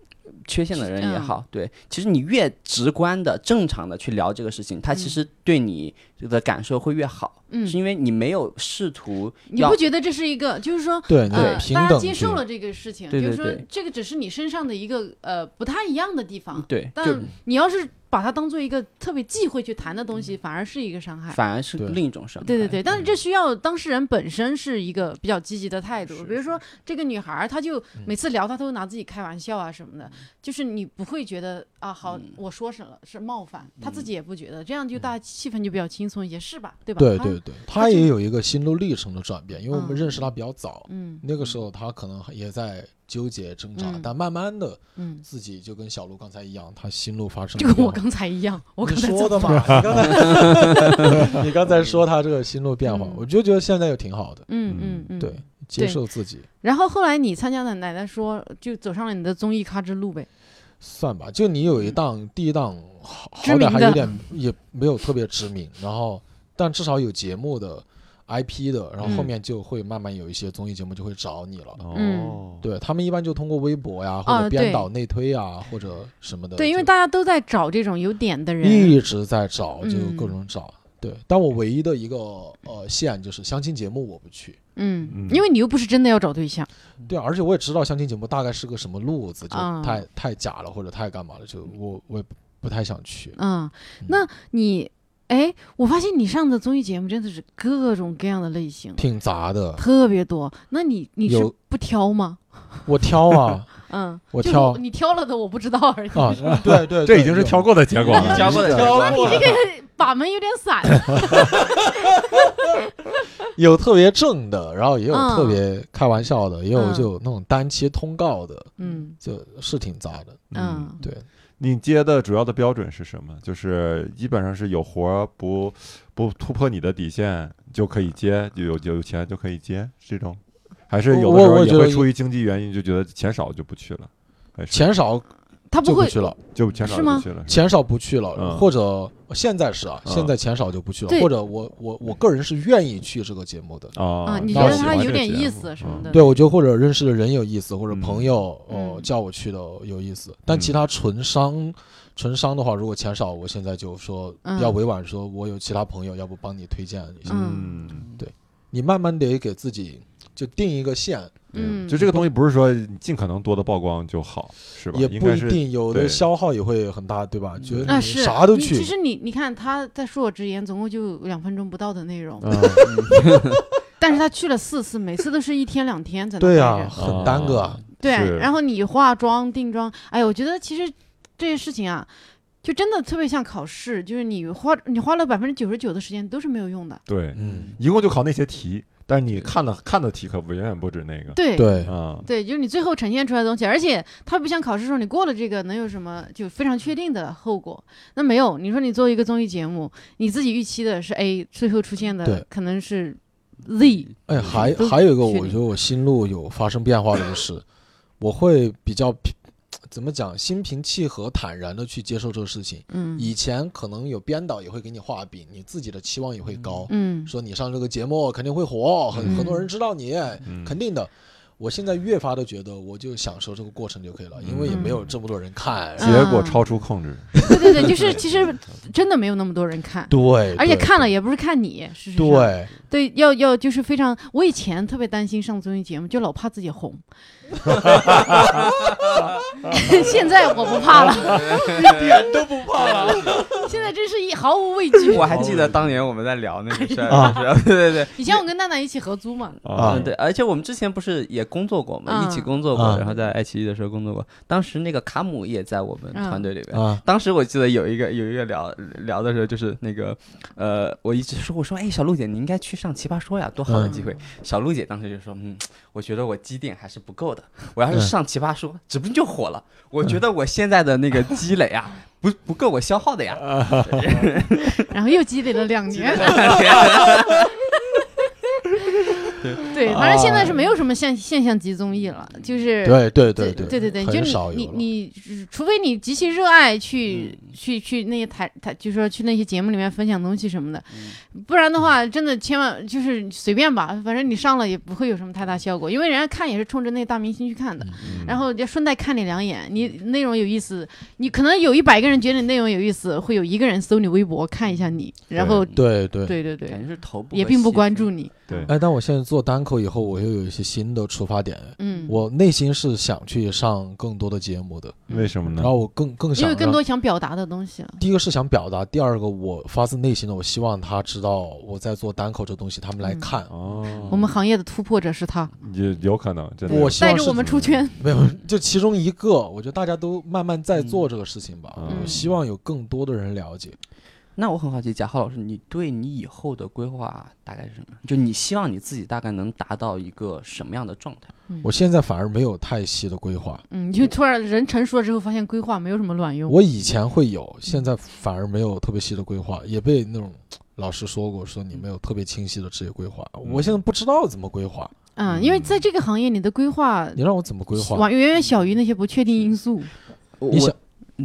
Speaker 5: 缺陷的人也
Speaker 3: 嗯
Speaker 5: 好，对，其实你越直观的、正常的去聊这个事情，他其
Speaker 3: 嗯
Speaker 5: 实对你的感受会越好，
Speaker 3: 嗯
Speaker 5: 是，因为你没有试图
Speaker 3: 你
Speaker 5: 要
Speaker 3: 不觉得这是一个，就是说，
Speaker 6: 对
Speaker 3: 呃，
Speaker 6: 平
Speaker 3: 大家
Speaker 6: 等
Speaker 3: 接
Speaker 6: 去
Speaker 3: 受了这个事情，
Speaker 5: 对对
Speaker 3: 就是说
Speaker 5: 对
Speaker 3: 这个只是你身上的一个呃不太一样的地方，
Speaker 5: 对，嗯就
Speaker 3: 但你要是把它当做一个特别忌讳去谈的东西，反而是一个伤害。
Speaker 5: 嗯反嗯而是
Speaker 6: 对
Speaker 5: 另一种伤害。
Speaker 3: 对对对，但是这需要当事人本身是一个比较积极的态度。
Speaker 5: 是嗯
Speaker 3: 比如说这个女孩儿，她就每次聊，她都拿自己开玩笑啊什么的，就是你不会觉得啊，好，
Speaker 5: 嗯
Speaker 3: 我说什么是冒犯，她自己也不觉得，这样就大家气氛就比较轻松一些，是吧？对吧？
Speaker 6: 对
Speaker 3: 她
Speaker 6: 对对，
Speaker 3: 他
Speaker 6: 他
Speaker 3: 就
Speaker 6: 也有一个心路历程的转变，因为我
Speaker 3: 嗯
Speaker 6: 们认识他比较早，
Speaker 3: 嗯
Speaker 6: 那个时候他可能也在纠结挣扎，
Speaker 3: 嗯
Speaker 6: 但慢慢的
Speaker 3: 嗯，
Speaker 6: 自己就跟小鹿刚才一样，他心路发生
Speaker 3: 就
Speaker 6: 了
Speaker 3: 跟我
Speaker 6: 变化
Speaker 3: 刚才一样，我刚
Speaker 6: 嗯你
Speaker 3: 才怎
Speaker 6: 说的
Speaker 3: 么
Speaker 6: 嘛，你刚才 你刚才说他这个心路变化，
Speaker 3: 嗯
Speaker 6: 我就觉得现在又挺好的，
Speaker 3: 嗯嗯嗯，
Speaker 6: 对，接
Speaker 3: 对
Speaker 6: 受自己
Speaker 3: 然后后来你参加了奶奶说，就走上了你的综艺咖之路呗。
Speaker 6: 算吧，就你有一档第一档好
Speaker 3: 嗯知
Speaker 6: 好歹
Speaker 3: 名
Speaker 6: 还
Speaker 3: 的
Speaker 6: 有点也没有特别知名，然后但至少有节目的 IP 的，然后后
Speaker 3: 嗯
Speaker 6: 面就会慢慢有一些综艺节目就会找你了。
Speaker 4: 哦，
Speaker 6: 对他们一般就通过微博呀，
Speaker 3: 啊
Speaker 6: 或者
Speaker 3: 对
Speaker 6: 编导内推呀，或者什么的。
Speaker 3: 对，因为
Speaker 6: 就
Speaker 3: 大家都在找这种有点的人。
Speaker 6: 一直在找，就
Speaker 3: 嗯
Speaker 6: 各种找。对，但我唯一的一个呃线就是相亲节目我不去。
Speaker 3: 嗯
Speaker 4: 嗯，
Speaker 3: 因为你又不是真的要找对象。
Speaker 6: 对，而且我也知道相亲节目大概是个什么路子，就
Speaker 3: 嗯啊
Speaker 6: 太太假了或者太干嘛了，就我我也不不太想去。
Speaker 3: 嗯，那你，哎，我发现你上的综艺节目真的是各种各样的类型，
Speaker 6: 挺杂的，
Speaker 3: 特别多。那你你是
Speaker 6: 有
Speaker 3: 不挑吗？
Speaker 6: 我挑啊
Speaker 3: 嗯，
Speaker 6: 我
Speaker 3: 就
Speaker 6: 挑
Speaker 3: 你挑了的我不知道而已。
Speaker 6: 啊，对对，
Speaker 4: 这已经是挑过的结果
Speaker 6: 对
Speaker 4: 了。
Speaker 5: 加过的
Speaker 6: 挑
Speaker 5: 加
Speaker 6: 过
Speaker 3: 这
Speaker 6: 的
Speaker 3: 个把门有点 散。
Speaker 6: 有特别正的，然后也有
Speaker 3: 嗯
Speaker 6: 特别开玩笑的，也有
Speaker 3: 嗯
Speaker 6: 就那种单期通告的，
Speaker 3: 嗯
Speaker 6: 就是挺杂的。
Speaker 3: 嗯，
Speaker 6: 对，
Speaker 4: 你接的主要的标准是什么？就是基本上是有活儿不不突破你的底线就可以接，有有钱就可以接这种，还是有的
Speaker 6: 我
Speaker 4: 时候
Speaker 6: 我
Speaker 4: 也
Speaker 6: 觉得
Speaker 4: 会出于经济原因就觉得钱少就不去了，还是
Speaker 6: 钱少
Speaker 3: 他不
Speaker 6: 就不
Speaker 3: 会
Speaker 6: 去了，
Speaker 4: 就钱少
Speaker 3: 是吗
Speaker 4: 就去了，
Speaker 6: 钱少不去了，
Speaker 4: 嗯
Speaker 6: 或者现在是啊，
Speaker 4: 嗯
Speaker 6: 现在钱少就不去了，
Speaker 3: 对
Speaker 6: 或者我我我个人是愿意去这个节目的，
Speaker 4: 啊
Speaker 3: 啊，你
Speaker 6: 觉得
Speaker 3: 他有点意思什么的
Speaker 6: 对我觉得或者认识的人有意思，或者
Speaker 4: 嗯
Speaker 6: 朋友哦
Speaker 3: 嗯
Speaker 6: 叫我去的有意思，但
Speaker 4: 嗯
Speaker 6: 其他纯商纯商的话，如果钱少，我现在就说比较
Speaker 3: 嗯
Speaker 6: 委婉，说我有其他朋友，要不帮你推荐一下，
Speaker 3: 嗯
Speaker 4: 嗯。
Speaker 6: 你慢慢得给自己就定一个线，
Speaker 3: 嗯，
Speaker 4: 就这个东西不是说尽可能多的曝光就好，是吧？
Speaker 6: 也
Speaker 4: 应
Speaker 6: 不
Speaker 4: 该
Speaker 6: 一
Speaker 4: 是
Speaker 6: 定，有的
Speaker 4: 对
Speaker 6: 消耗也会很大，对吧？觉得
Speaker 3: 啊
Speaker 6: 你
Speaker 3: 是
Speaker 6: 嗯啥都
Speaker 3: 你
Speaker 6: 去
Speaker 3: 其，实你你看他在恕我直言，总共就两分钟不到的内容，
Speaker 6: 啊
Speaker 4: 嗯
Speaker 3: 但是他去了四次，每次都是一天两天在那
Speaker 6: 对
Speaker 3: 待
Speaker 6: 啊，
Speaker 3: 着
Speaker 6: 很耽搁啊。
Speaker 3: 对，
Speaker 4: 是
Speaker 3: 然后你化妆定妆，哎，我觉得其实这些事情啊，就真的特别像考试，就是你花你花了百分之九十九的时间都是没有用的。
Speaker 4: 对，
Speaker 6: 嗯，
Speaker 4: 一共就考那些题，但是你看的看的题可不远远不止那个。
Speaker 3: 对
Speaker 6: 对，
Speaker 4: 啊，
Speaker 3: 对就是你最后呈现出来的东西，而且它不像考试时候你过了这个能有什么就非常确定的后果。那没有，你说你做一个综艺节目，你自己预期的是 A，最后出现
Speaker 6: 对
Speaker 3: 的可能是 Z。
Speaker 6: 哎，还
Speaker 3: 都
Speaker 6: 还有一
Speaker 3: 确
Speaker 6: 个，我
Speaker 3: 定
Speaker 6: 觉得我心路有发生变化的 就是，我会比较平怎么讲，心平气和、坦然的去接受这个事情。
Speaker 3: 嗯
Speaker 6: 以前可能有编导也会给你画饼，你自己的期望也会高，
Speaker 3: 嗯
Speaker 6: 说你上这个节目肯定会火，很、很多人知道你，
Speaker 4: 嗯
Speaker 6: 肯定的。我现在越发的觉得，我就享受这个过程就可以了，因为也没有这么多人看。
Speaker 3: 嗯
Speaker 4: 结果超出控制。
Speaker 3: 对对对，就是其实真的没有那么多人看。
Speaker 6: 对，
Speaker 3: 而且
Speaker 6: 对
Speaker 3: 看了也不是看你，事实上
Speaker 6: 对，
Speaker 3: 对，要要就是非常，我以前特别担心上综艺节目，就老怕自己 红。 现在我不怕了，现在真是一毫无畏惧。
Speaker 5: 我还记得当年我们在聊那个事儿，就是对对对，
Speaker 3: 以前我跟蛋蛋一起合租 嘛，
Speaker 6: 啊
Speaker 5: 嗯，对，而且我们之前不是也工作过嘛，
Speaker 3: 嗯
Speaker 5: 一起工作过，
Speaker 6: 嗯
Speaker 5: 然后在爱奇艺的时候工作过。当时那个卡姆也在我们
Speaker 3: 嗯
Speaker 5: 团队里边。
Speaker 6: 啊，
Speaker 5: 当时我记得有一个有一个聊聊的时候，就是那个，呃，我一直说我说，哎，小鹿姐，你应该去上《奇葩说》呀，多好的
Speaker 6: 嗯
Speaker 5: 机会。小鹿姐当时就说，嗯，我觉得我积淀还是不够的，我
Speaker 3: 嗯
Speaker 5: 要是上《奇葩说》，指不定就火了。我觉得我现在的那个积累啊，不不够我消耗的呀。
Speaker 3: 然后又积累了两年。 嗯 对，反正现在是没有什么现现象级综艺了，就是
Speaker 6: 对对
Speaker 3: 对
Speaker 6: 对
Speaker 3: 对对，
Speaker 6: 很少
Speaker 3: 就
Speaker 6: 有
Speaker 3: 你
Speaker 6: 了
Speaker 3: 你你，除非你极其热爱去、去去那些台台，就说去那些节目里面分享东西什么的，不然的话，真的千万就是随便吧，反正你上了也不会有什么太大效果，因为人家看也是冲着那大明星去看
Speaker 6: 嗯
Speaker 3: 的，
Speaker 4: 嗯
Speaker 3: 然后就顺带看你两眼，你内容有意思，你可能有一百个人觉得你内容有意思，会有一个人搜你微博看一下你，然后
Speaker 6: 对对
Speaker 3: 对对对
Speaker 5: 感觉是头部
Speaker 3: 也
Speaker 5: 和
Speaker 3: 并不
Speaker 5: 细
Speaker 3: 关
Speaker 5: 分
Speaker 3: 注你，
Speaker 4: 对，
Speaker 6: 哎，但我现在做单口以后，我又有一些新的出发点。
Speaker 3: 嗯，
Speaker 6: 我内心是想去上更多的节目的，
Speaker 4: 为什么呢
Speaker 6: 然？后我更更
Speaker 3: 因
Speaker 6: 想
Speaker 3: 为更多
Speaker 6: 让嗯
Speaker 3: 想表达的东西了，啊
Speaker 6: 第一个是想表达，第二个我发自内心的，我希望他知道我在做单口这东西，他们
Speaker 3: 嗯
Speaker 6: 来看。
Speaker 4: 哦，
Speaker 3: 我们行业的突破者是他。
Speaker 4: 也有可能，真的
Speaker 6: 我希
Speaker 3: 带
Speaker 6: 望
Speaker 3: 着
Speaker 6: 是
Speaker 3: 我们出圈。
Speaker 6: 没有，就其中一个，我觉得大家都慢慢在做这个事情吧。
Speaker 4: 嗯
Speaker 6: 我希望有更多的人了解。
Speaker 5: 那我很好奇，贾浩老师，你对你以后的规划大概是什么？就你希望你自己大概能达到一个什么样的状态？
Speaker 6: 我现在反而没有太细的规划，
Speaker 3: 嗯，就突然人成熟了之后，发现规划没有什么卵用。
Speaker 6: 我以前会有，现在反而没有特别细的规划，也被那种老师说过，说你
Speaker 3: 嗯
Speaker 6: 没有特别清晰的职业规划。我现在不知道怎么规划，
Speaker 3: 嗯，因为在这个行业，你的规划
Speaker 6: 你让我怎么规划？嗯
Speaker 3: 往远远小于那些不确定因素。
Speaker 5: 我
Speaker 6: 你想，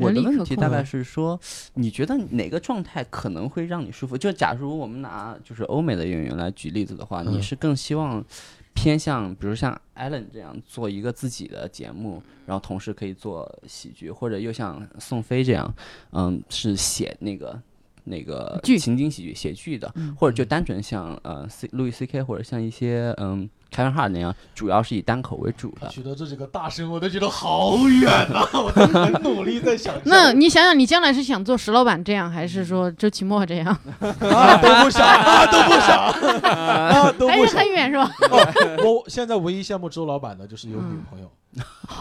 Speaker 5: 我
Speaker 3: 人
Speaker 5: 的
Speaker 3: 力可
Speaker 5: 问题大
Speaker 3: 控啊
Speaker 5: 概是说，你觉得哪个状态可能会让你舒服？就假如我们拿就是欧美的演员来举例子的话，
Speaker 6: 嗯
Speaker 5: 你是更希望偏向，比如像 Allen 这样做一个自己的节目，然后同时可以做喜剧，或者又像宋飞这样，嗯，是写那个。那个
Speaker 3: 剧
Speaker 5: 情景喜剧写剧的，
Speaker 3: 嗯
Speaker 5: 或者就单纯像呃 C 路易 C K 或者像一些嗯凯文哈那样，主要是以单口为主的。
Speaker 6: 取得这几个大神，我都觉得好远 呐、我都很努力在想
Speaker 3: 那你想想，你将来是想做石老板这样，还是
Speaker 6: 嗯
Speaker 3: 说周奇墨这样？
Speaker 6: 啊都不 想，啊都不想，啊 都
Speaker 3: 还
Speaker 6: 不
Speaker 3: 是
Speaker 6: 想。
Speaker 3: 很远是吧？
Speaker 6: 我现在唯一羡慕周老板的就是有女朋友，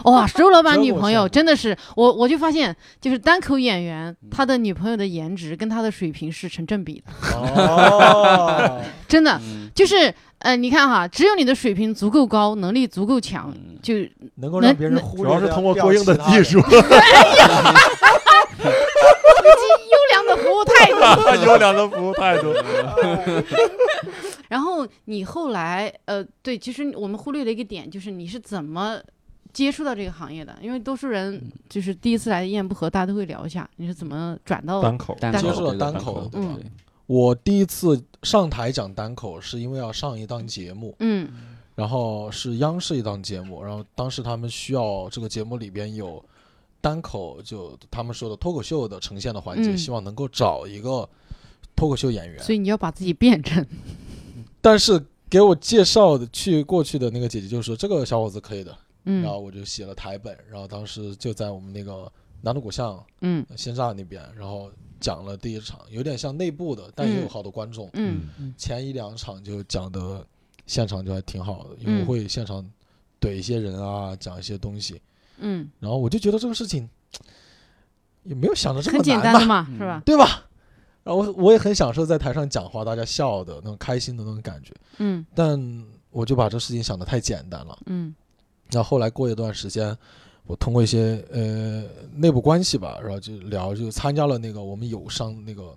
Speaker 3: 哇，周老板
Speaker 6: 周
Speaker 3: 女
Speaker 6: 我
Speaker 3: 朋友
Speaker 6: 想嗯
Speaker 3: 真的是我，我就发现，就是单口演员，他的女朋友的颜值跟他的水平是成正比的，
Speaker 6: 哦，
Speaker 5: 嗯
Speaker 3: 真的。就是呃，你看哈，只有你的水平足够高，能力足够强，
Speaker 5: 嗯
Speaker 3: 就
Speaker 6: 能够
Speaker 3: 那
Speaker 6: 让别人
Speaker 3: 那
Speaker 6: 忽
Speaker 4: 主
Speaker 6: 略
Speaker 4: 要是
Speaker 6: 掉
Speaker 4: 通过
Speaker 6: 掉
Speaker 4: 过硬
Speaker 6: 其
Speaker 4: 的
Speaker 6: 他
Speaker 4: 技
Speaker 6: 人
Speaker 4: 术，
Speaker 3: 优良的服务态 度。
Speaker 4: 优良的服务态度。
Speaker 6: 嗯
Speaker 3: 然后你后来，呃，对，其实我们忽略了一个点，就是你是怎么接触到这个行业的？因为多数人
Speaker 6: 嗯
Speaker 3: 就是第一次来一言不合，大家都会聊一下，你是怎么转到
Speaker 4: 单口，
Speaker 5: 单
Speaker 3: 口
Speaker 5: 口
Speaker 3: 接
Speaker 6: 触到
Speaker 5: 对
Speaker 6: 单
Speaker 5: 单
Speaker 6: 口
Speaker 5: 对
Speaker 3: 嗯
Speaker 5: 对
Speaker 6: 我第一次上台讲单口，是因为要上一档节目，
Speaker 3: 嗯
Speaker 6: 然后是央视一档节目，然后当时他们需要这个节目里边有单口，就他们说的脱口秀的呈现的环节，
Speaker 3: 嗯
Speaker 6: 希望能够找一个脱口秀演员。
Speaker 3: 所以你要把自己变成
Speaker 6: 但是给我介绍的去过去的那个姐姐就说这个小伙子可以的，
Speaker 3: 嗯
Speaker 6: 然后我就写了台本，然后当时就在我们那个南锣鼓巷
Speaker 3: 嗯
Speaker 6: 鲜榨那边，然后讲了第一场，有点像内部的，但也有
Speaker 3: 嗯
Speaker 6: 好多观众。
Speaker 3: 嗯
Speaker 6: 前一两场就讲的现场就还挺好的，因为我
Speaker 3: 嗯
Speaker 6: 会现场怼一些人啊，讲一些东西，
Speaker 3: 嗯，
Speaker 6: 然后我就觉得这个事情也没有想的这么
Speaker 3: 很简
Speaker 6: 难
Speaker 3: 单的
Speaker 6: 吧，
Speaker 3: 嘛，
Speaker 5: 嗯
Speaker 3: 是吧？
Speaker 6: 对吧？然后我我也很享受在台上讲话，大家笑的那种开心的那种感觉，
Speaker 3: 嗯
Speaker 6: 但我就把这事情想的太简单了。
Speaker 3: 嗯
Speaker 6: 那后来过一段时间，我通过一些呃内部关系吧，然后就聊，就参加了那个我们友商那个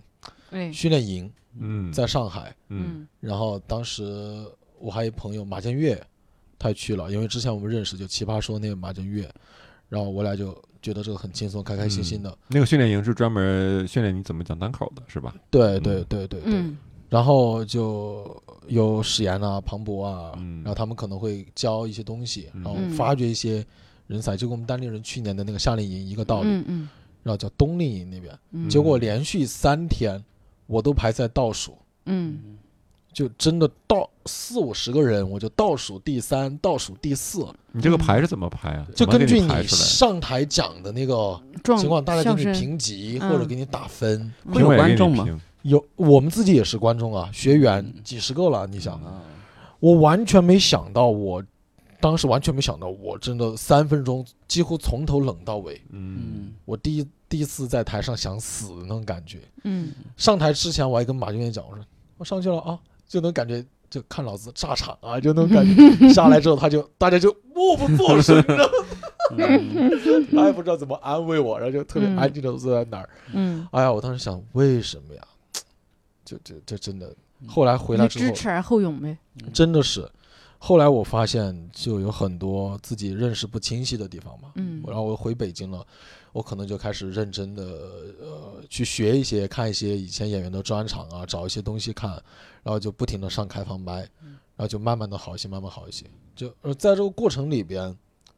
Speaker 3: 哎
Speaker 6: 训练营，
Speaker 4: 嗯，
Speaker 6: 在上海，
Speaker 4: 嗯
Speaker 6: 然后当时我还有朋友马建岳，他也去了，因为之前我们认识，就奇葩说那个马建岳，然后我俩就觉得这个很轻松，开开心心的。
Speaker 4: 那个训练营是专门训练你怎么讲单口的，是吧？
Speaker 6: 对对
Speaker 4: 嗯
Speaker 6: 对对对。
Speaker 3: 嗯
Speaker 6: 然后就有史岩啊、庞博啊，
Speaker 4: 嗯
Speaker 6: 然后他们可能会教一些东西，
Speaker 4: 嗯
Speaker 6: 然后发掘一些人才，就跟我们单立人去年的那个夏令营一个道理。
Speaker 3: 嗯嗯
Speaker 6: 然后叫冬令营那边，
Speaker 3: 嗯，
Speaker 6: 结果连续三天我都排在倒数。
Speaker 3: 嗯
Speaker 6: 就真的倒四五十个人，我就倒数第三，倒数第四，
Speaker 4: 你
Speaker 3: 嗯
Speaker 4: 这个排是怎么排啊？怎
Speaker 6: 就
Speaker 4: 么
Speaker 6: 根
Speaker 4: 给
Speaker 6: 据
Speaker 4: 排
Speaker 6: 你
Speaker 4: 出来，
Speaker 6: 上台讲的那个
Speaker 3: 撞
Speaker 6: 情况，大家给
Speaker 3: 笑
Speaker 6: 你
Speaker 3: 声
Speaker 6: 评级
Speaker 3: 嗯
Speaker 6: 或者给你打分。
Speaker 5: 会
Speaker 4: 评
Speaker 5: 有
Speaker 4: 委给
Speaker 5: 观
Speaker 4: 你
Speaker 5: 众吗
Speaker 4: 评？
Speaker 6: 有我们自己也是观众啊，学员
Speaker 5: 嗯
Speaker 6: 几十个了，你想，
Speaker 5: 啊
Speaker 6: 我完全没想到我。当时完全没想到，我真的三分钟几乎从头冷到尾。
Speaker 4: 嗯
Speaker 5: 嗯
Speaker 6: 我第一第一次在台上想死的那种感觉。
Speaker 3: 嗯
Speaker 6: 上台之前我还跟马俊彦讲，我说我上去了啊，就能感觉就看老子炸场啊，就能 感觉下来之后他就大家就默不作声，你知道吗
Speaker 5: 嗯
Speaker 6: 他也不知道怎么安慰我，然后就特别
Speaker 3: 嗯
Speaker 6: 安静的坐在那儿。
Speaker 3: 嗯，
Speaker 6: 哎呀，我当时想为什么呀？这这这真的，后来回来
Speaker 3: 你
Speaker 6: 之
Speaker 3: 知
Speaker 6: 后
Speaker 3: 耻而后勇呗。
Speaker 6: 真的是，后来我发现就有很多自己认识不清晰的地方嘛。
Speaker 3: 嗯
Speaker 6: 然后我回北京了，我可能就开始认真的呃去学一些，看一些以前演员的专场啊，找一些东西看，然后就不停的上开放麦，然后就慢慢的好一些，慢慢好一些。就呃在这个过程里边，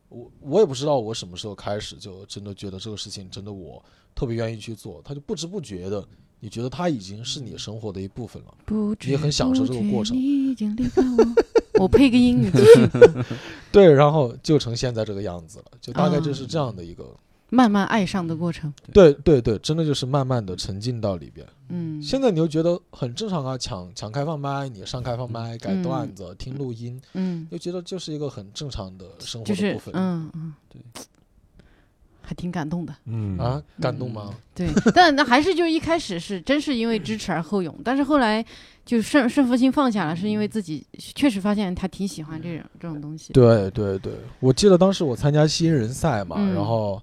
Speaker 6: 我我也不知道我什么时候开始就真的觉得这个事情真的我特别愿意去做，他就不知不觉的，你觉得它已经是你生活的一部分了。
Speaker 3: 不知
Speaker 6: 也很享受这个过
Speaker 3: 不觉
Speaker 6: 程
Speaker 3: 你已经离开我，我配个音，你继续
Speaker 6: 对，然后就成现在这个样子了，就大概就是这样的一个，
Speaker 3: 慢慢爱上的过程。
Speaker 6: 对对对，真的就是慢慢的沉浸到里边。
Speaker 3: 嗯，
Speaker 6: 现在你又觉得很正常啊，抢抢开放麦，你上开放麦改段子、听录音，
Speaker 3: 嗯，
Speaker 6: 又觉得就是一个很正常的生活
Speaker 3: 就
Speaker 6: 的
Speaker 3: 是
Speaker 6: 部分、
Speaker 3: 嗯嗯，
Speaker 5: 对，
Speaker 3: 还挺感动的。
Speaker 4: 嗯
Speaker 6: 啊，感动吗？
Speaker 3: 对，但那还是就是一开始是真是因为知耻而后勇，但是后来就顺顺服心放下了，是因为自己确实发现他挺喜欢这种这种东西。
Speaker 6: 对对对，我记得当时我参加新人赛嘛，
Speaker 3: 嗯
Speaker 6: 然后。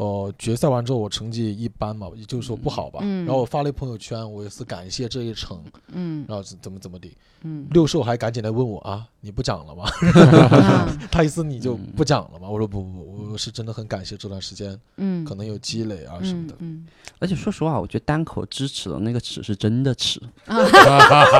Speaker 6: 呃，决赛完之后我成绩一般嘛，也就是说不好吧。
Speaker 3: 嗯
Speaker 6: 然后我发了一朋友圈，我也是感谢这一程，
Speaker 3: 嗯
Speaker 6: 然后怎怎么怎么地。
Speaker 3: 嗯
Speaker 6: 六兽还赶紧来问我啊，你不讲了吗？
Speaker 3: 啊
Speaker 6: 他意思你就不讲了吗？我说不不不，我是真的很感谢这段时间，
Speaker 3: 嗯，
Speaker 6: 可能有积累啊什么
Speaker 3: 嗯
Speaker 6: 的。
Speaker 3: 嗯
Speaker 5: 而且说实话，我觉得单口支持的那个耻是真的耻，
Speaker 3: 啊，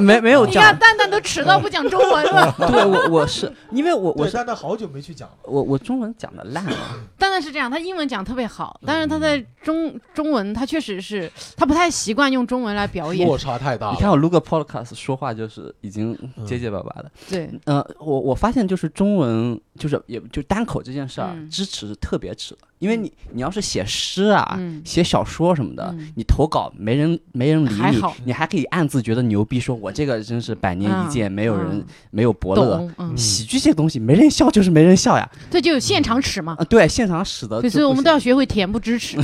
Speaker 5: 没没有
Speaker 3: 你看
Speaker 5: 讲。
Speaker 3: 蛋蛋都迟到不讲中文了，
Speaker 5: 哦 对我我是因为我我是
Speaker 6: 但好久没去讲了。
Speaker 5: 我我中文讲的烂啊了，
Speaker 3: 蛋蛋是这样，他英文讲特别好，但是他在中中文他确实是他不太习惯用中文来表演
Speaker 6: 落，差太大
Speaker 5: 你
Speaker 6: 了。
Speaker 5: 看我录个 podcast 说话就是已经结结巴巴的。
Speaker 3: 对，
Speaker 5: 呃，我我发现就是中文就是也就单口这件事儿
Speaker 3: 嗯
Speaker 5: 支持是特别迟的，因为你你要是写诗啊、
Speaker 3: 嗯
Speaker 5: 写小说什么的，
Speaker 3: 嗯
Speaker 5: 你投稿没人没人理
Speaker 3: 还
Speaker 5: 你
Speaker 3: 好，
Speaker 5: 你还可以暗自觉得牛逼，说我这个真是百年一见，没有人、
Speaker 3: 嗯
Speaker 5: 没有伯乐。
Speaker 3: 懂，嗯，
Speaker 5: 喜剧这个东西没人笑就是没人笑呀，
Speaker 3: 对，就有现场尺嘛
Speaker 5: 啊，，对，现场使得就不
Speaker 3: 对，
Speaker 5: 行，
Speaker 3: 所以我们都要学会恬不知耻。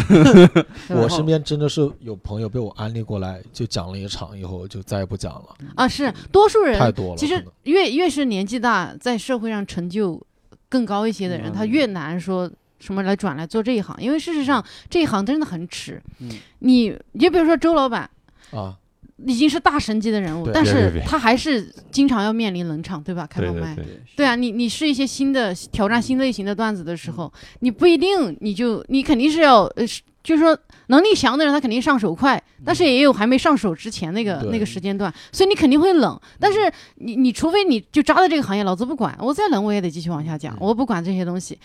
Speaker 3: 对吧
Speaker 6: 我身边真的是有朋友被我安利过来，就讲了一场以后就再也不讲了，
Speaker 3: 啊，是多数
Speaker 6: 太
Speaker 3: 人
Speaker 6: 多了。
Speaker 3: 其
Speaker 6: 可
Speaker 3: 实
Speaker 6: 能
Speaker 3: 越越是年纪大，在社会上成就更高一些的人，他越难说什么来转来做这一行，因为事实上这一行真的很吃。
Speaker 5: 嗯
Speaker 3: 你你就比如说周老板。
Speaker 6: 啊，
Speaker 3: 已经是大神级的人物，
Speaker 6: 对
Speaker 3: 但
Speaker 4: 别别
Speaker 3: 是
Speaker 4: 别
Speaker 3: 他还是经常要面临冷场，对吧？开
Speaker 4: 对
Speaker 3: 放
Speaker 4: 对
Speaker 3: 麦，
Speaker 4: 对，
Speaker 3: 对啊，你你试一些新的挑战新类型的段子的时候，你不一定你就你肯定是要呃，是就是说能力强的人他肯定上手快，但是也有还没上手之前那个
Speaker 6: 对
Speaker 3: 那个时间段，所以你肯定会冷。但是你你除非你就扎在这个行业，老子不管，我再冷我也得继续往下讲，我不管这些东西。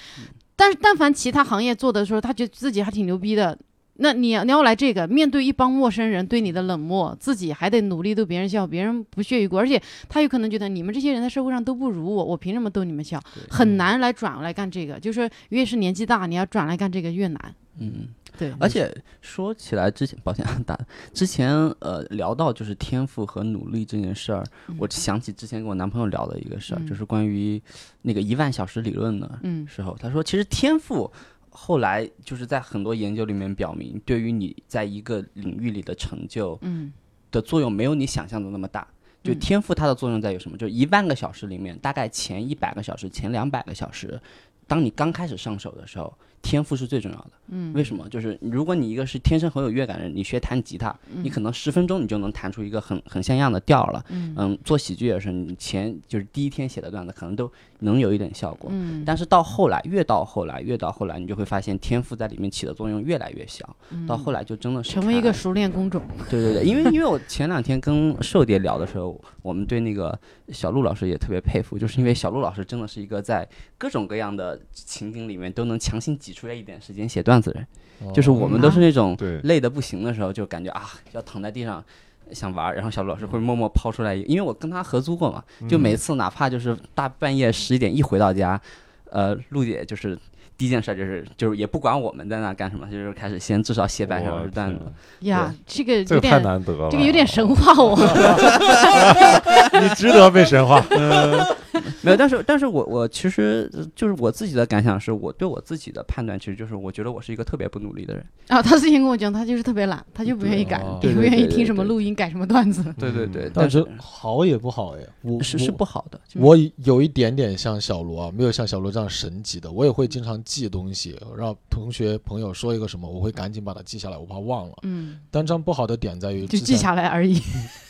Speaker 3: 但是但凡其他行业做的时候，他觉得自己还挺牛逼的。那你你要来这个，面对一帮陌生人对你的冷漠，自己还得努力逗别人笑，别人不屑一顾，而且他有可能觉得你们这些人在社会上都不如我，我凭什么逗你们笑？
Speaker 5: 嗯
Speaker 3: 很难来转来干这个，就是越是年纪大，你要转来干这个越难。
Speaker 5: 嗯，
Speaker 3: 对，
Speaker 5: 而且说起来之前，抱歉啊打 之前呃聊到就是天赋和努力这件事儿，我想起之前跟我男朋友聊的一个事儿，
Speaker 3: 嗯
Speaker 5: 就是关于那个一万小时理论的
Speaker 3: 嗯
Speaker 5: 时候，他说其实天赋。后来就是在很多研究里面表明，对于你在一个领域里的成就
Speaker 3: 嗯
Speaker 5: 的作用没有你想象的那么大。就
Speaker 3: 嗯
Speaker 5: 天赋它的作用在于什么？就一万个小时里面，大概前一百个小时、前两百个小时，当你刚开始上手的时候，天赋是最重要的。
Speaker 3: 嗯，
Speaker 5: 为什么？就是如果你一个是天生很有乐感的人，你学弹吉他，你可能十分钟你就能弹出一个很很像样的调儿了。
Speaker 3: 嗯
Speaker 5: 嗯，做喜剧也是，你前就是第一天写的段子，可能都能有一点效果。
Speaker 3: 嗯，
Speaker 5: 但是到后来，越到后来，越到后来，你就会发现天赋在里面起的作用越来越小。到后来就真的
Speaker 3: 嗯
Speaker 5: 是
Speaker 3: 成为一个
Speaker 5: 看
Speaker 3: 熟练工种。
Speaker 5: 对对对，因为因为我前两天跟瘦爹聊的时候，我们对那个小陆老师也特别佩服，就是因为小陆老师真的是一个在各种各样的情景里面都能强行挤出来一点时间写段子的人，
Speaker 6: 哦
Speaker 5: 就是我们都是那种
Speaker 4: 哦对
Speaker 5: 累得不行的时候，就感觉啊要躺在地上。想玩儿，然后小陆老师会默默抛出来一个，因为我跟他合租过嘛，
Speaker 4: 嗯
Speaker 5: 就每次哪怕就是大半夜十一点一回到家，呃，陆姐就是第一件事儿就是就是也不管我们在那干什么，就是开始先至少写半小
Speaker 4: 我
Speaker 5: 时段子
Speaker 4: 天，啊
Speaker 3: 呀，这个
Speaker 4: 这
Speaker 3: 有
Speaker 4: 个太
Speaker 3: 点
Speaker 4: 难得了，
Speaker 3: 这个有点神话 我。
Speaker 4: 你值得被神 化。
Speaker 5: 没有，但是但是我我其实呃就是我自己的感想是，我对我自己的判断，其实就是我觉得我是一个特别不努力的人。
Speaker 3: 啊，他之前跟我讲，他就是特别懒，他就不愿意改，
Speaker 6: 对
Speaker 3: 也不
Speaker 5: 对
Speaker 3: 愿意
Speaker 5: 对
Speaker 3: 听
Speaker 5: 对
Speaker 3: 什么
Speaker 5: 对哦
Speaker 3: 录音，改什么段子。
Speaker 5: 对对
Speaker 4: 嗯
Speaker 5: 对，
Speaker 6: 但
Speaker 5: 但
Speaker 6: 是
Speaker 5: 是
Speaker 6: 好也不好哎，我
Speaker 5: 是是
Speaker 6: 我
Speaker 5: 不好的。
Speaker 6: 我有一点点像小罗啊，没有像小罗这样神级的，我也会经常记东西，让同学朋友说一个什么，我会赶紧把它记下来，我怕忘了。
Speaker 3: 嗯，
Speaker 6: 但这样不好的点在于
Speaker 3: 就
Speaker 6: 之
Speaker 3: 记
Speaker 6: 前
Speaker 3: 下来而已。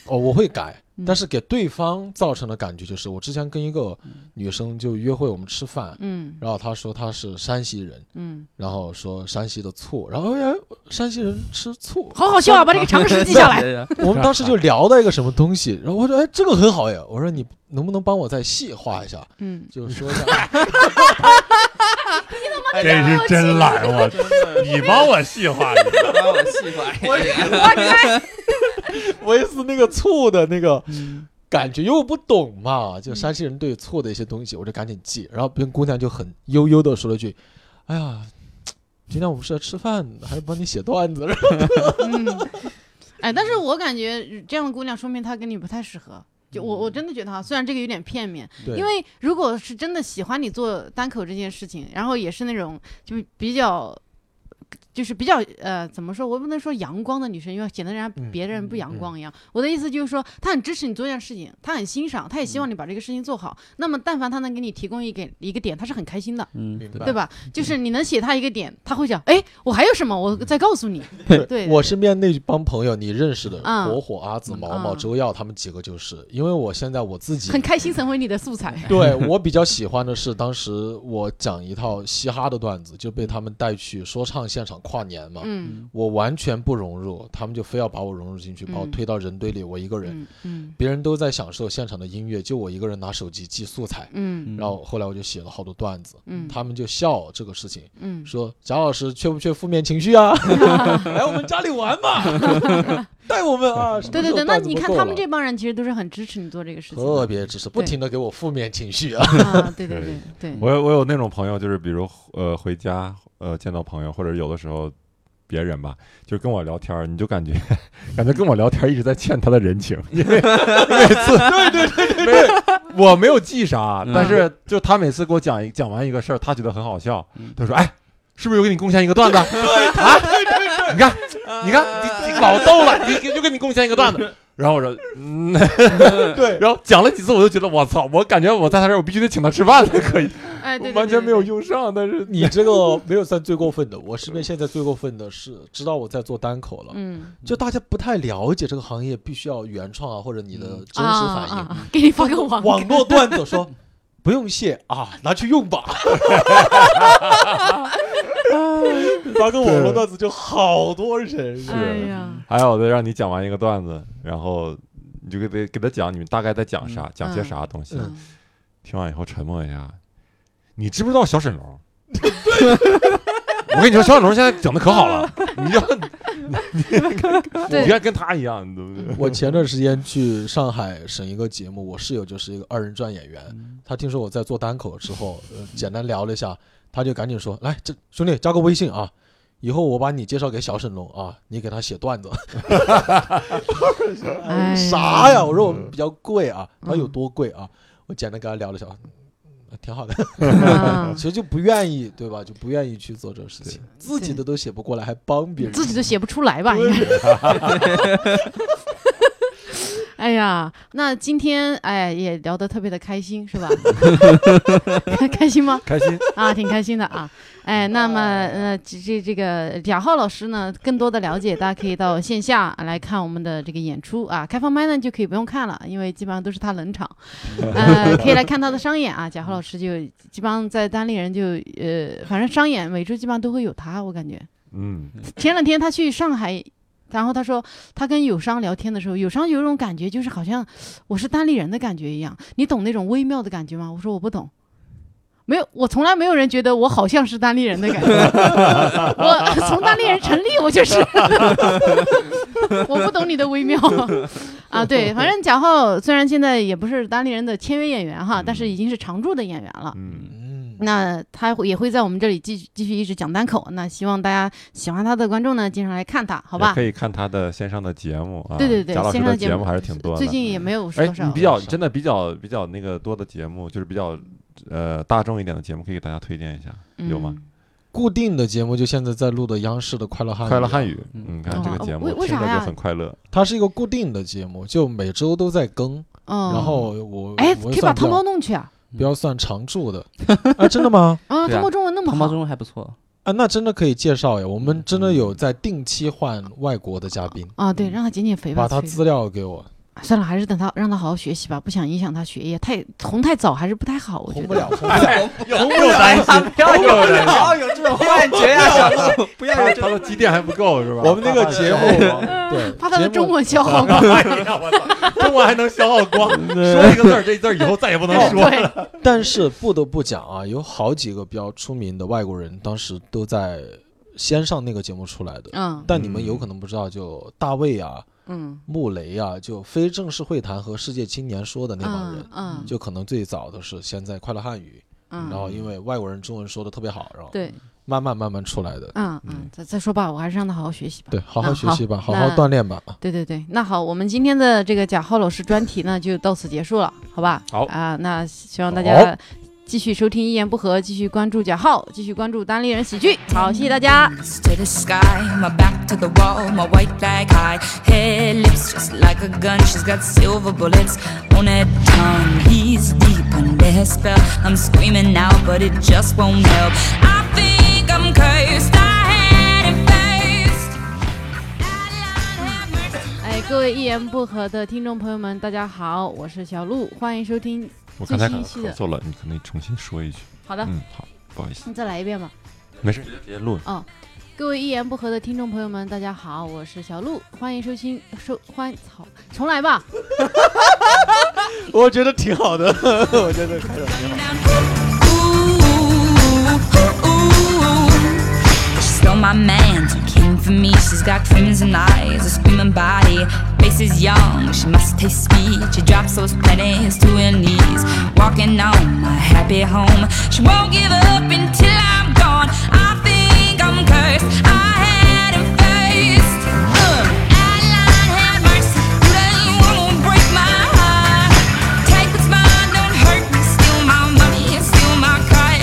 Speaker 6: 哦，我会改
Speaker 3: 嗯，
Speaker 6: 但是给对方造成的感觉就是，我之前跟一个女生就约会，我们吃饭，
Speaker 3: 嗯
Speaker 6: 然后她说她是山西人，
Speaker 3: 嗯，
Speaker 6: 然后说山西的醋，然后哎呀，山西人吃 醋，
Speaker 3: 好好笑啊，把这个常识记下来。
Speaker 5: 对。 对对
Speaker 6: 我们当时就聊到一个什么东西，然后我说哎，这个很好哎，我说你能不能帮我再细化一下，
Speaker 3: 嗯，
Speaker 6: 就是说一 下，
Speaker 4: 真是真懒，我你帮我细化一下。
Speaker 5: 帮我细化一点。
Speaker 6: 维斯那个醋的那个感觉，因为我不懂嘛，就山西人对醋的一些东西，我就赶紧记，然后别人姑娘就很悠悠的说了句，哎呀。今天我们是来吃饭，还帮你写段 子，然后
Speaker 3: 嗯，哎，但是我感觉这样的姑娘，说明她跟你不太适合。就我我真的觉得哈，虽然这个有点片面，
Speaker 6: 嗯对
Speaker 3: 因为如果是真的喜欢你做单口这件事情，然后也是那种就比较。就是比较呃，怎么说？我不能说阳光的女生，因为显得人家
Speaker 6: 嗯
Speaker 3: 别人不阳光一样。我的意思就是说，她很支持你做这件事情，她很欣赏，她也希
Speaker 6: 嗯
Speaker 3: 望你把这个事情做好。那么，但凡她能给你提供一个一个点，她是很开心的。
Speaker 5: 嗯，
Speaker 6: 明白
Speaker 3: 对吧？就是你能写他一个点，他会讲，哎，我还有什么，
Speaker 6: 嗯
Speaker 3: 我再告诉你。对
Speaker 6: 我身边那帮朋友，你认识的
Speaker 3: 嗯
Speaker 6: 火火、阿紫、毛毛、
Speaker 3: 嗯
Speaker 6: 周耀他们几个，就是因为我现在我 自己
Speaker 3: 很开心成为你的素 材。
Speaker 6: 对我比较喜欢的是，当时我讲一套嘻哈的段子，就被他们带去说唱现场跨年嘛，
Speaker 3: 嗯
Speaker 6: 我完全不融入，他们就非要把我融入进去，把我
Speaker 3: 嗯
Speaker 6: 推到人堆里，我一个人，
Speaker 3: 嗯嗯
Speaker 6: 别人都在享受现场的音乐，就我一个人拿手机记素材。
Speaker 3: 嗯
Speaker 6: 然后后来我就写了好多段子，
Speaker 3: 嗯
Speaker 6: 他们就笑这个事情，
Speaker 3: 嗯，
Speaker 6: 说贾老师缺不缺负面情绪啊？来我们家里玩嘛。带我们啊！
Speaker 3: 对对对，那你看他们
Speaker 6: 这
Speaker 3: 这帮人其实都是很支持你做这个事情的，
Speaker 6: 特别支持，不
Speaker 3: 对
Speaker 6: 停的给我负面情绪啊。
Speaker 3: 啊，对对对对，
Speaker 4: 我有我有那种朋友，就是比如呃回家呃见到朋友，或者有的时候别人吧，就是跟我聊天儿，你就感觉 感觉跟我聊天儿一直在欠他的人情，因为 每 次对对对对，我没有记啥，
Speaker 5: 嗯
Speaker 4: 但是就他每次给我讲一讲完一个事儿，他觉得很好笑
Speaker 5: 嗯，
Speaker 4: 他说哎。是不是又给你贡献一个段子？啊， 你看，你看，你你老逗了，你你又给你贡献一个段子。 然后我说，嗯， 对，然后讲了几次，我就觉得我操，我感觉我在他这儿，我必须得请他吃饭才可以。
Speaker 3: 哎，对，对
Speaker 4: 完全没有。
Speaker 3: 对对对
Speaker 4: 用上，但是
Speaker 6: 你这个没有算最过分的，我身边现在最过分的是知道我在做单口了，
Speaker 3: 嗯，
Speaker 6: 就大家不太了解这个行业，必须要原创啊，或者你的真实反应。
Speaker 3: 啊啊啊给你发个网
Speaker 6: 网络段子说不用谢啊，拿去用吧。 发个网络段子就好多人，
Speaker 4: 是
Speaker 3: 哎呀，
Speaker 4: 还有的让你讲完一个段子，然后你就给他给他讲你们大概在讲啥，讲些啥东西。
Speaker 6: 嗯
Speaker 3: 嗯
Speaker 4: 听完以后沉默一下，你知不知道小沈龙？我跟你说，小沈龙现在整的可好 了，你要
Speaker 3: 对
Speaker 4: 你要跟他一样，你都
Speaker 6: 我前段时间去上海审一个节目，我室友就是一个二人转演员，
Speaker 5: 嗯
Speaker 6: 他听说我在做单口之后，呃，简单聊了一下，他就赶紧说：“来，这兄弟加个微信啊，以后我把你介绍给小沈龙啊，你给他写 段子。
Speaker 3: 哎呀
Speaker 6: 啥呀？我说我们比较贵啊，
Speaker 3: 嗯
Speaker 6: 他说有多贵啊？我简单跟他聊了一下，嗯挺好的。
Speaker 3: 啊
Speaker 6: 其实就不愿意，对吧？就不愿意去做这个事情，自己的都写不过来，还帮别人。
Speaker 3: 自己都写不出来吧？应该。哎呀，那今天哎也聊得特别的开心，是吧？开心吗？
Speaker 4: 开心。
Speaker 3: 啊，挺开心的啊。哎，那么呃，这这这个贾浩老师呢，更多的了解，大家可以到线下啊来看我们的这个演出啊。开放麦呢就可以不用看了，因为基本上都是他冷场，呃，可以来看他的商演啊。贾浩老师就基本上在单立人就呃，反正商演每周基本上都会有他，我感觉。
Speaker 4: 嗯，
Speaker 3: 前两天他去上海，然后他说他跟友商聊天的时候，友商有一种感觉，就是好像我是单立人的感觉一样。你懂那种微妙的感觉吗？我说我不懂。没有，我从来没有人觉得我好像是单立人的感觉。我从单立人成立，我就是，我不懂你的微妙啊。对，反正贾浩虽然现在也不是单立人的签约演员哈，但是已经是常驻的演员了。
Speaker 4: 嗯，
Speaker 6: 嗯，
Speaker 3: 那他会也会在我们这里继续继续一直讲单口。那希望大家喜欢他的观众呢，经常来看他，好
Speaker 4: 好
Speaker 3: 吧
Speaker 4: 可？以看他的线上的节目啊，
Speaker 3: 对对对
Speaker 4: 贾老师
Speaker 3: 线上
Speaker 4: 的
Speaker 3: 的节
Speaker 4: 节
Speaker 3: 目
Speaker 4: 目还是挺多的。
Speaker 3: 最近也没有说
Speaker 4: 哎
Speaker 3: 多，少
Speaker 4: 你比较真的比较比较那个多的节目，就是比较呃大众一点的节目，可以给大家推荐一下，
Speaker 3: 嗯
Speaker 4: 有吗？
Speaker 6: 固定的节目就现在在录的央视的《快乐汉语》，啊
Speaker 4: 快乐汉语，
Speaker 5: 嗯
Speaker 4: 你看这个节目
Speaker 3: 哦为为
Speaker 4: 听
Speaker 3: 啥
Speaker 4: 着
Speaker 3: 呀
Speaker 4: 就很快乐。
Speaker 6: 它是一个固定的节目，就每周都在更。
Speaker 3: 嗯，
Speaker 6: 然后我
Speaker 3: 哎，
Speaker 6: 我
Speaker 3: 可
Speaker 6: 也
Speaker 3: 以把
Speaker 6: 算
Speaker 3: 汤包
Speaker 6: 不
Speaker 3: 弄去啊！
Speaker 6: 要算常驻的。 啊，真的吗？
Speaker 3: 啊，
Speaker 5: 对啊
Speaker 3: 汤包中文那么
Speaker 5: 汤包
Speaker 3: 好
Speaker 5: 中文还不错，
Speaker 6: 啊，那真的可以介绍呀。我们真
Speaker 3: 嗯
Speaker 6: 的有在定期换外国的嘉宾，
Speaker 3: 啊，对，让他减减肥吧
Speaker 6: 嗯把。他
Speaker 3: 催
Speaker 6: 资料给我，
Speaker 3: 算了，还是等他让他好好学习吧，不想影响他学业。太红太早还是不太好，我觉
Speaker 6: 红
Speaker 3: 得。哎
Speaker 6: 不 了，红不了。
Speaker 2: 又担 心，
Speaker 8: 不要有不要有这种幻觉呀，小鹿，不要
Speaker 4: 他
Speaker 8: 有这
Speaker 4: 他
Speaker 8: 种。
Speaker 4: 的积淀还不够是吧？
Speaker 6: 我们那个节 目，对，
Speaker 3: 怕他的
Speaker 6: 节
Speaker 3: 中
Speaker 6: 目
Speaker 3: 文消耗光。
Speaker 4: 哎呀，我操，啊中文还能消耗光，说一个字儿，这一字儿以后再也不能说了。
Speaker 3: 对，
Speaker 6: 但是不得不讲啊，有好几个比较出名的外国人，当时都在先上那个节目出来的。
Speaker 3: 嗯
Speaker 6: 但你们有可能不知道，就大卫啊、
Speaker 3: 嗯
Speaker 6: 穆雷啊，就非正式会谈和世界青年说的那帮人
Speaker 3: 嗯，嗯
Speaker 6: 就可能最早的是先在快乐汉语，
Speaker 3: 嗯，
Speaker 6: 然后因为外国人中文说的特别好，然后
Speaker 3: 对，
Speaker 6: 慢慢慢慢出来的。
Speaker 3: 嗯嗯，再再说吧，我还是让他好好学习吧。嗯
Speaker 6: 对，好
Speaker 3: 那
Speaker 6: 好学习吧，好好
Speaker 3: 啊那
Speaker 6: 锻炼吧。
Speaker 3: 对对对，那好，我们今天的这个贾浩老师专题呢，就到此结束了，好吧？
Speaker 4: 好
Speaker 3: 啊、那希望大
Speaker 4: 好
Speaker 3: 家继续收听《一言不合》，继续关注贾浩，继续关注单立人喜剧。好，谢谢大家。
Speaker 4: 嗯
Speaker 7: hands to the sky, my back to the wall, my white flag high. Hair, lips just like a gun, she's got silver bullets on her tongue. He's deep under her spell. I'm screaming out, but it just won't help. I think I'm cursed. I had it first. That Lord have mercy.
Speaker 3: 哎，各位《一言不合》的听众朋友们，大家好，我是小鹿，欢迎收听。
Speaker 4: 我刚才可能
Speaker 3: 最新一期的
Speaker 4: 咳嗽了，你可能重新说一句。
Speaker 3: 好的，
Speaker 4: 嗯，好，不好意思，
Speaker 3: 你再来一遍吧。
Speaker 4: 没事，直接录。
Speaker 3: 各位一言不合的听众朋友们，大家好，我是小鹿，欢迎收听收欢草重来吧。
Speaker 6: 我觉得挺好的，我觉得开始。
Speaker 7: Ooh, ooh, ooh, ooh. She's still my man. You came for me. She's got crimson eyes, a screaming body. Face is young, she must taste speech. She drops those pennies to her knees. Walking on my happy home. She won't give up until I'm gone. I think I'm cursed. I had him first. Ugh. Adeline had mercy. You done won't break my heart. Take what's mine, don't hurt me. Steal my money and steal my car.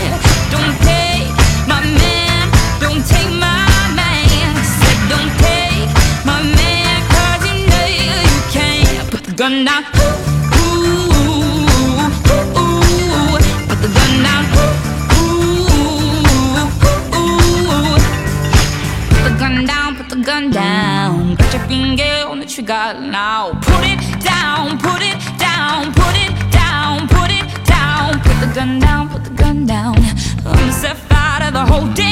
Speaker 7: Don't take my man, don't take my man. Said don't take my man, cause you know you can't. Put the gun down. Ooh, ooh, ooh, ooh, ooh. Put the gun down. Ooh, ooh, ooh, ooh, ooh. Put the gun down, put the gun down. Put your finger on the trigger now. Put it down, put it down, put it down, put it down. Put the gun down, put the gun down. I'm set fire to the whole damn. Oh,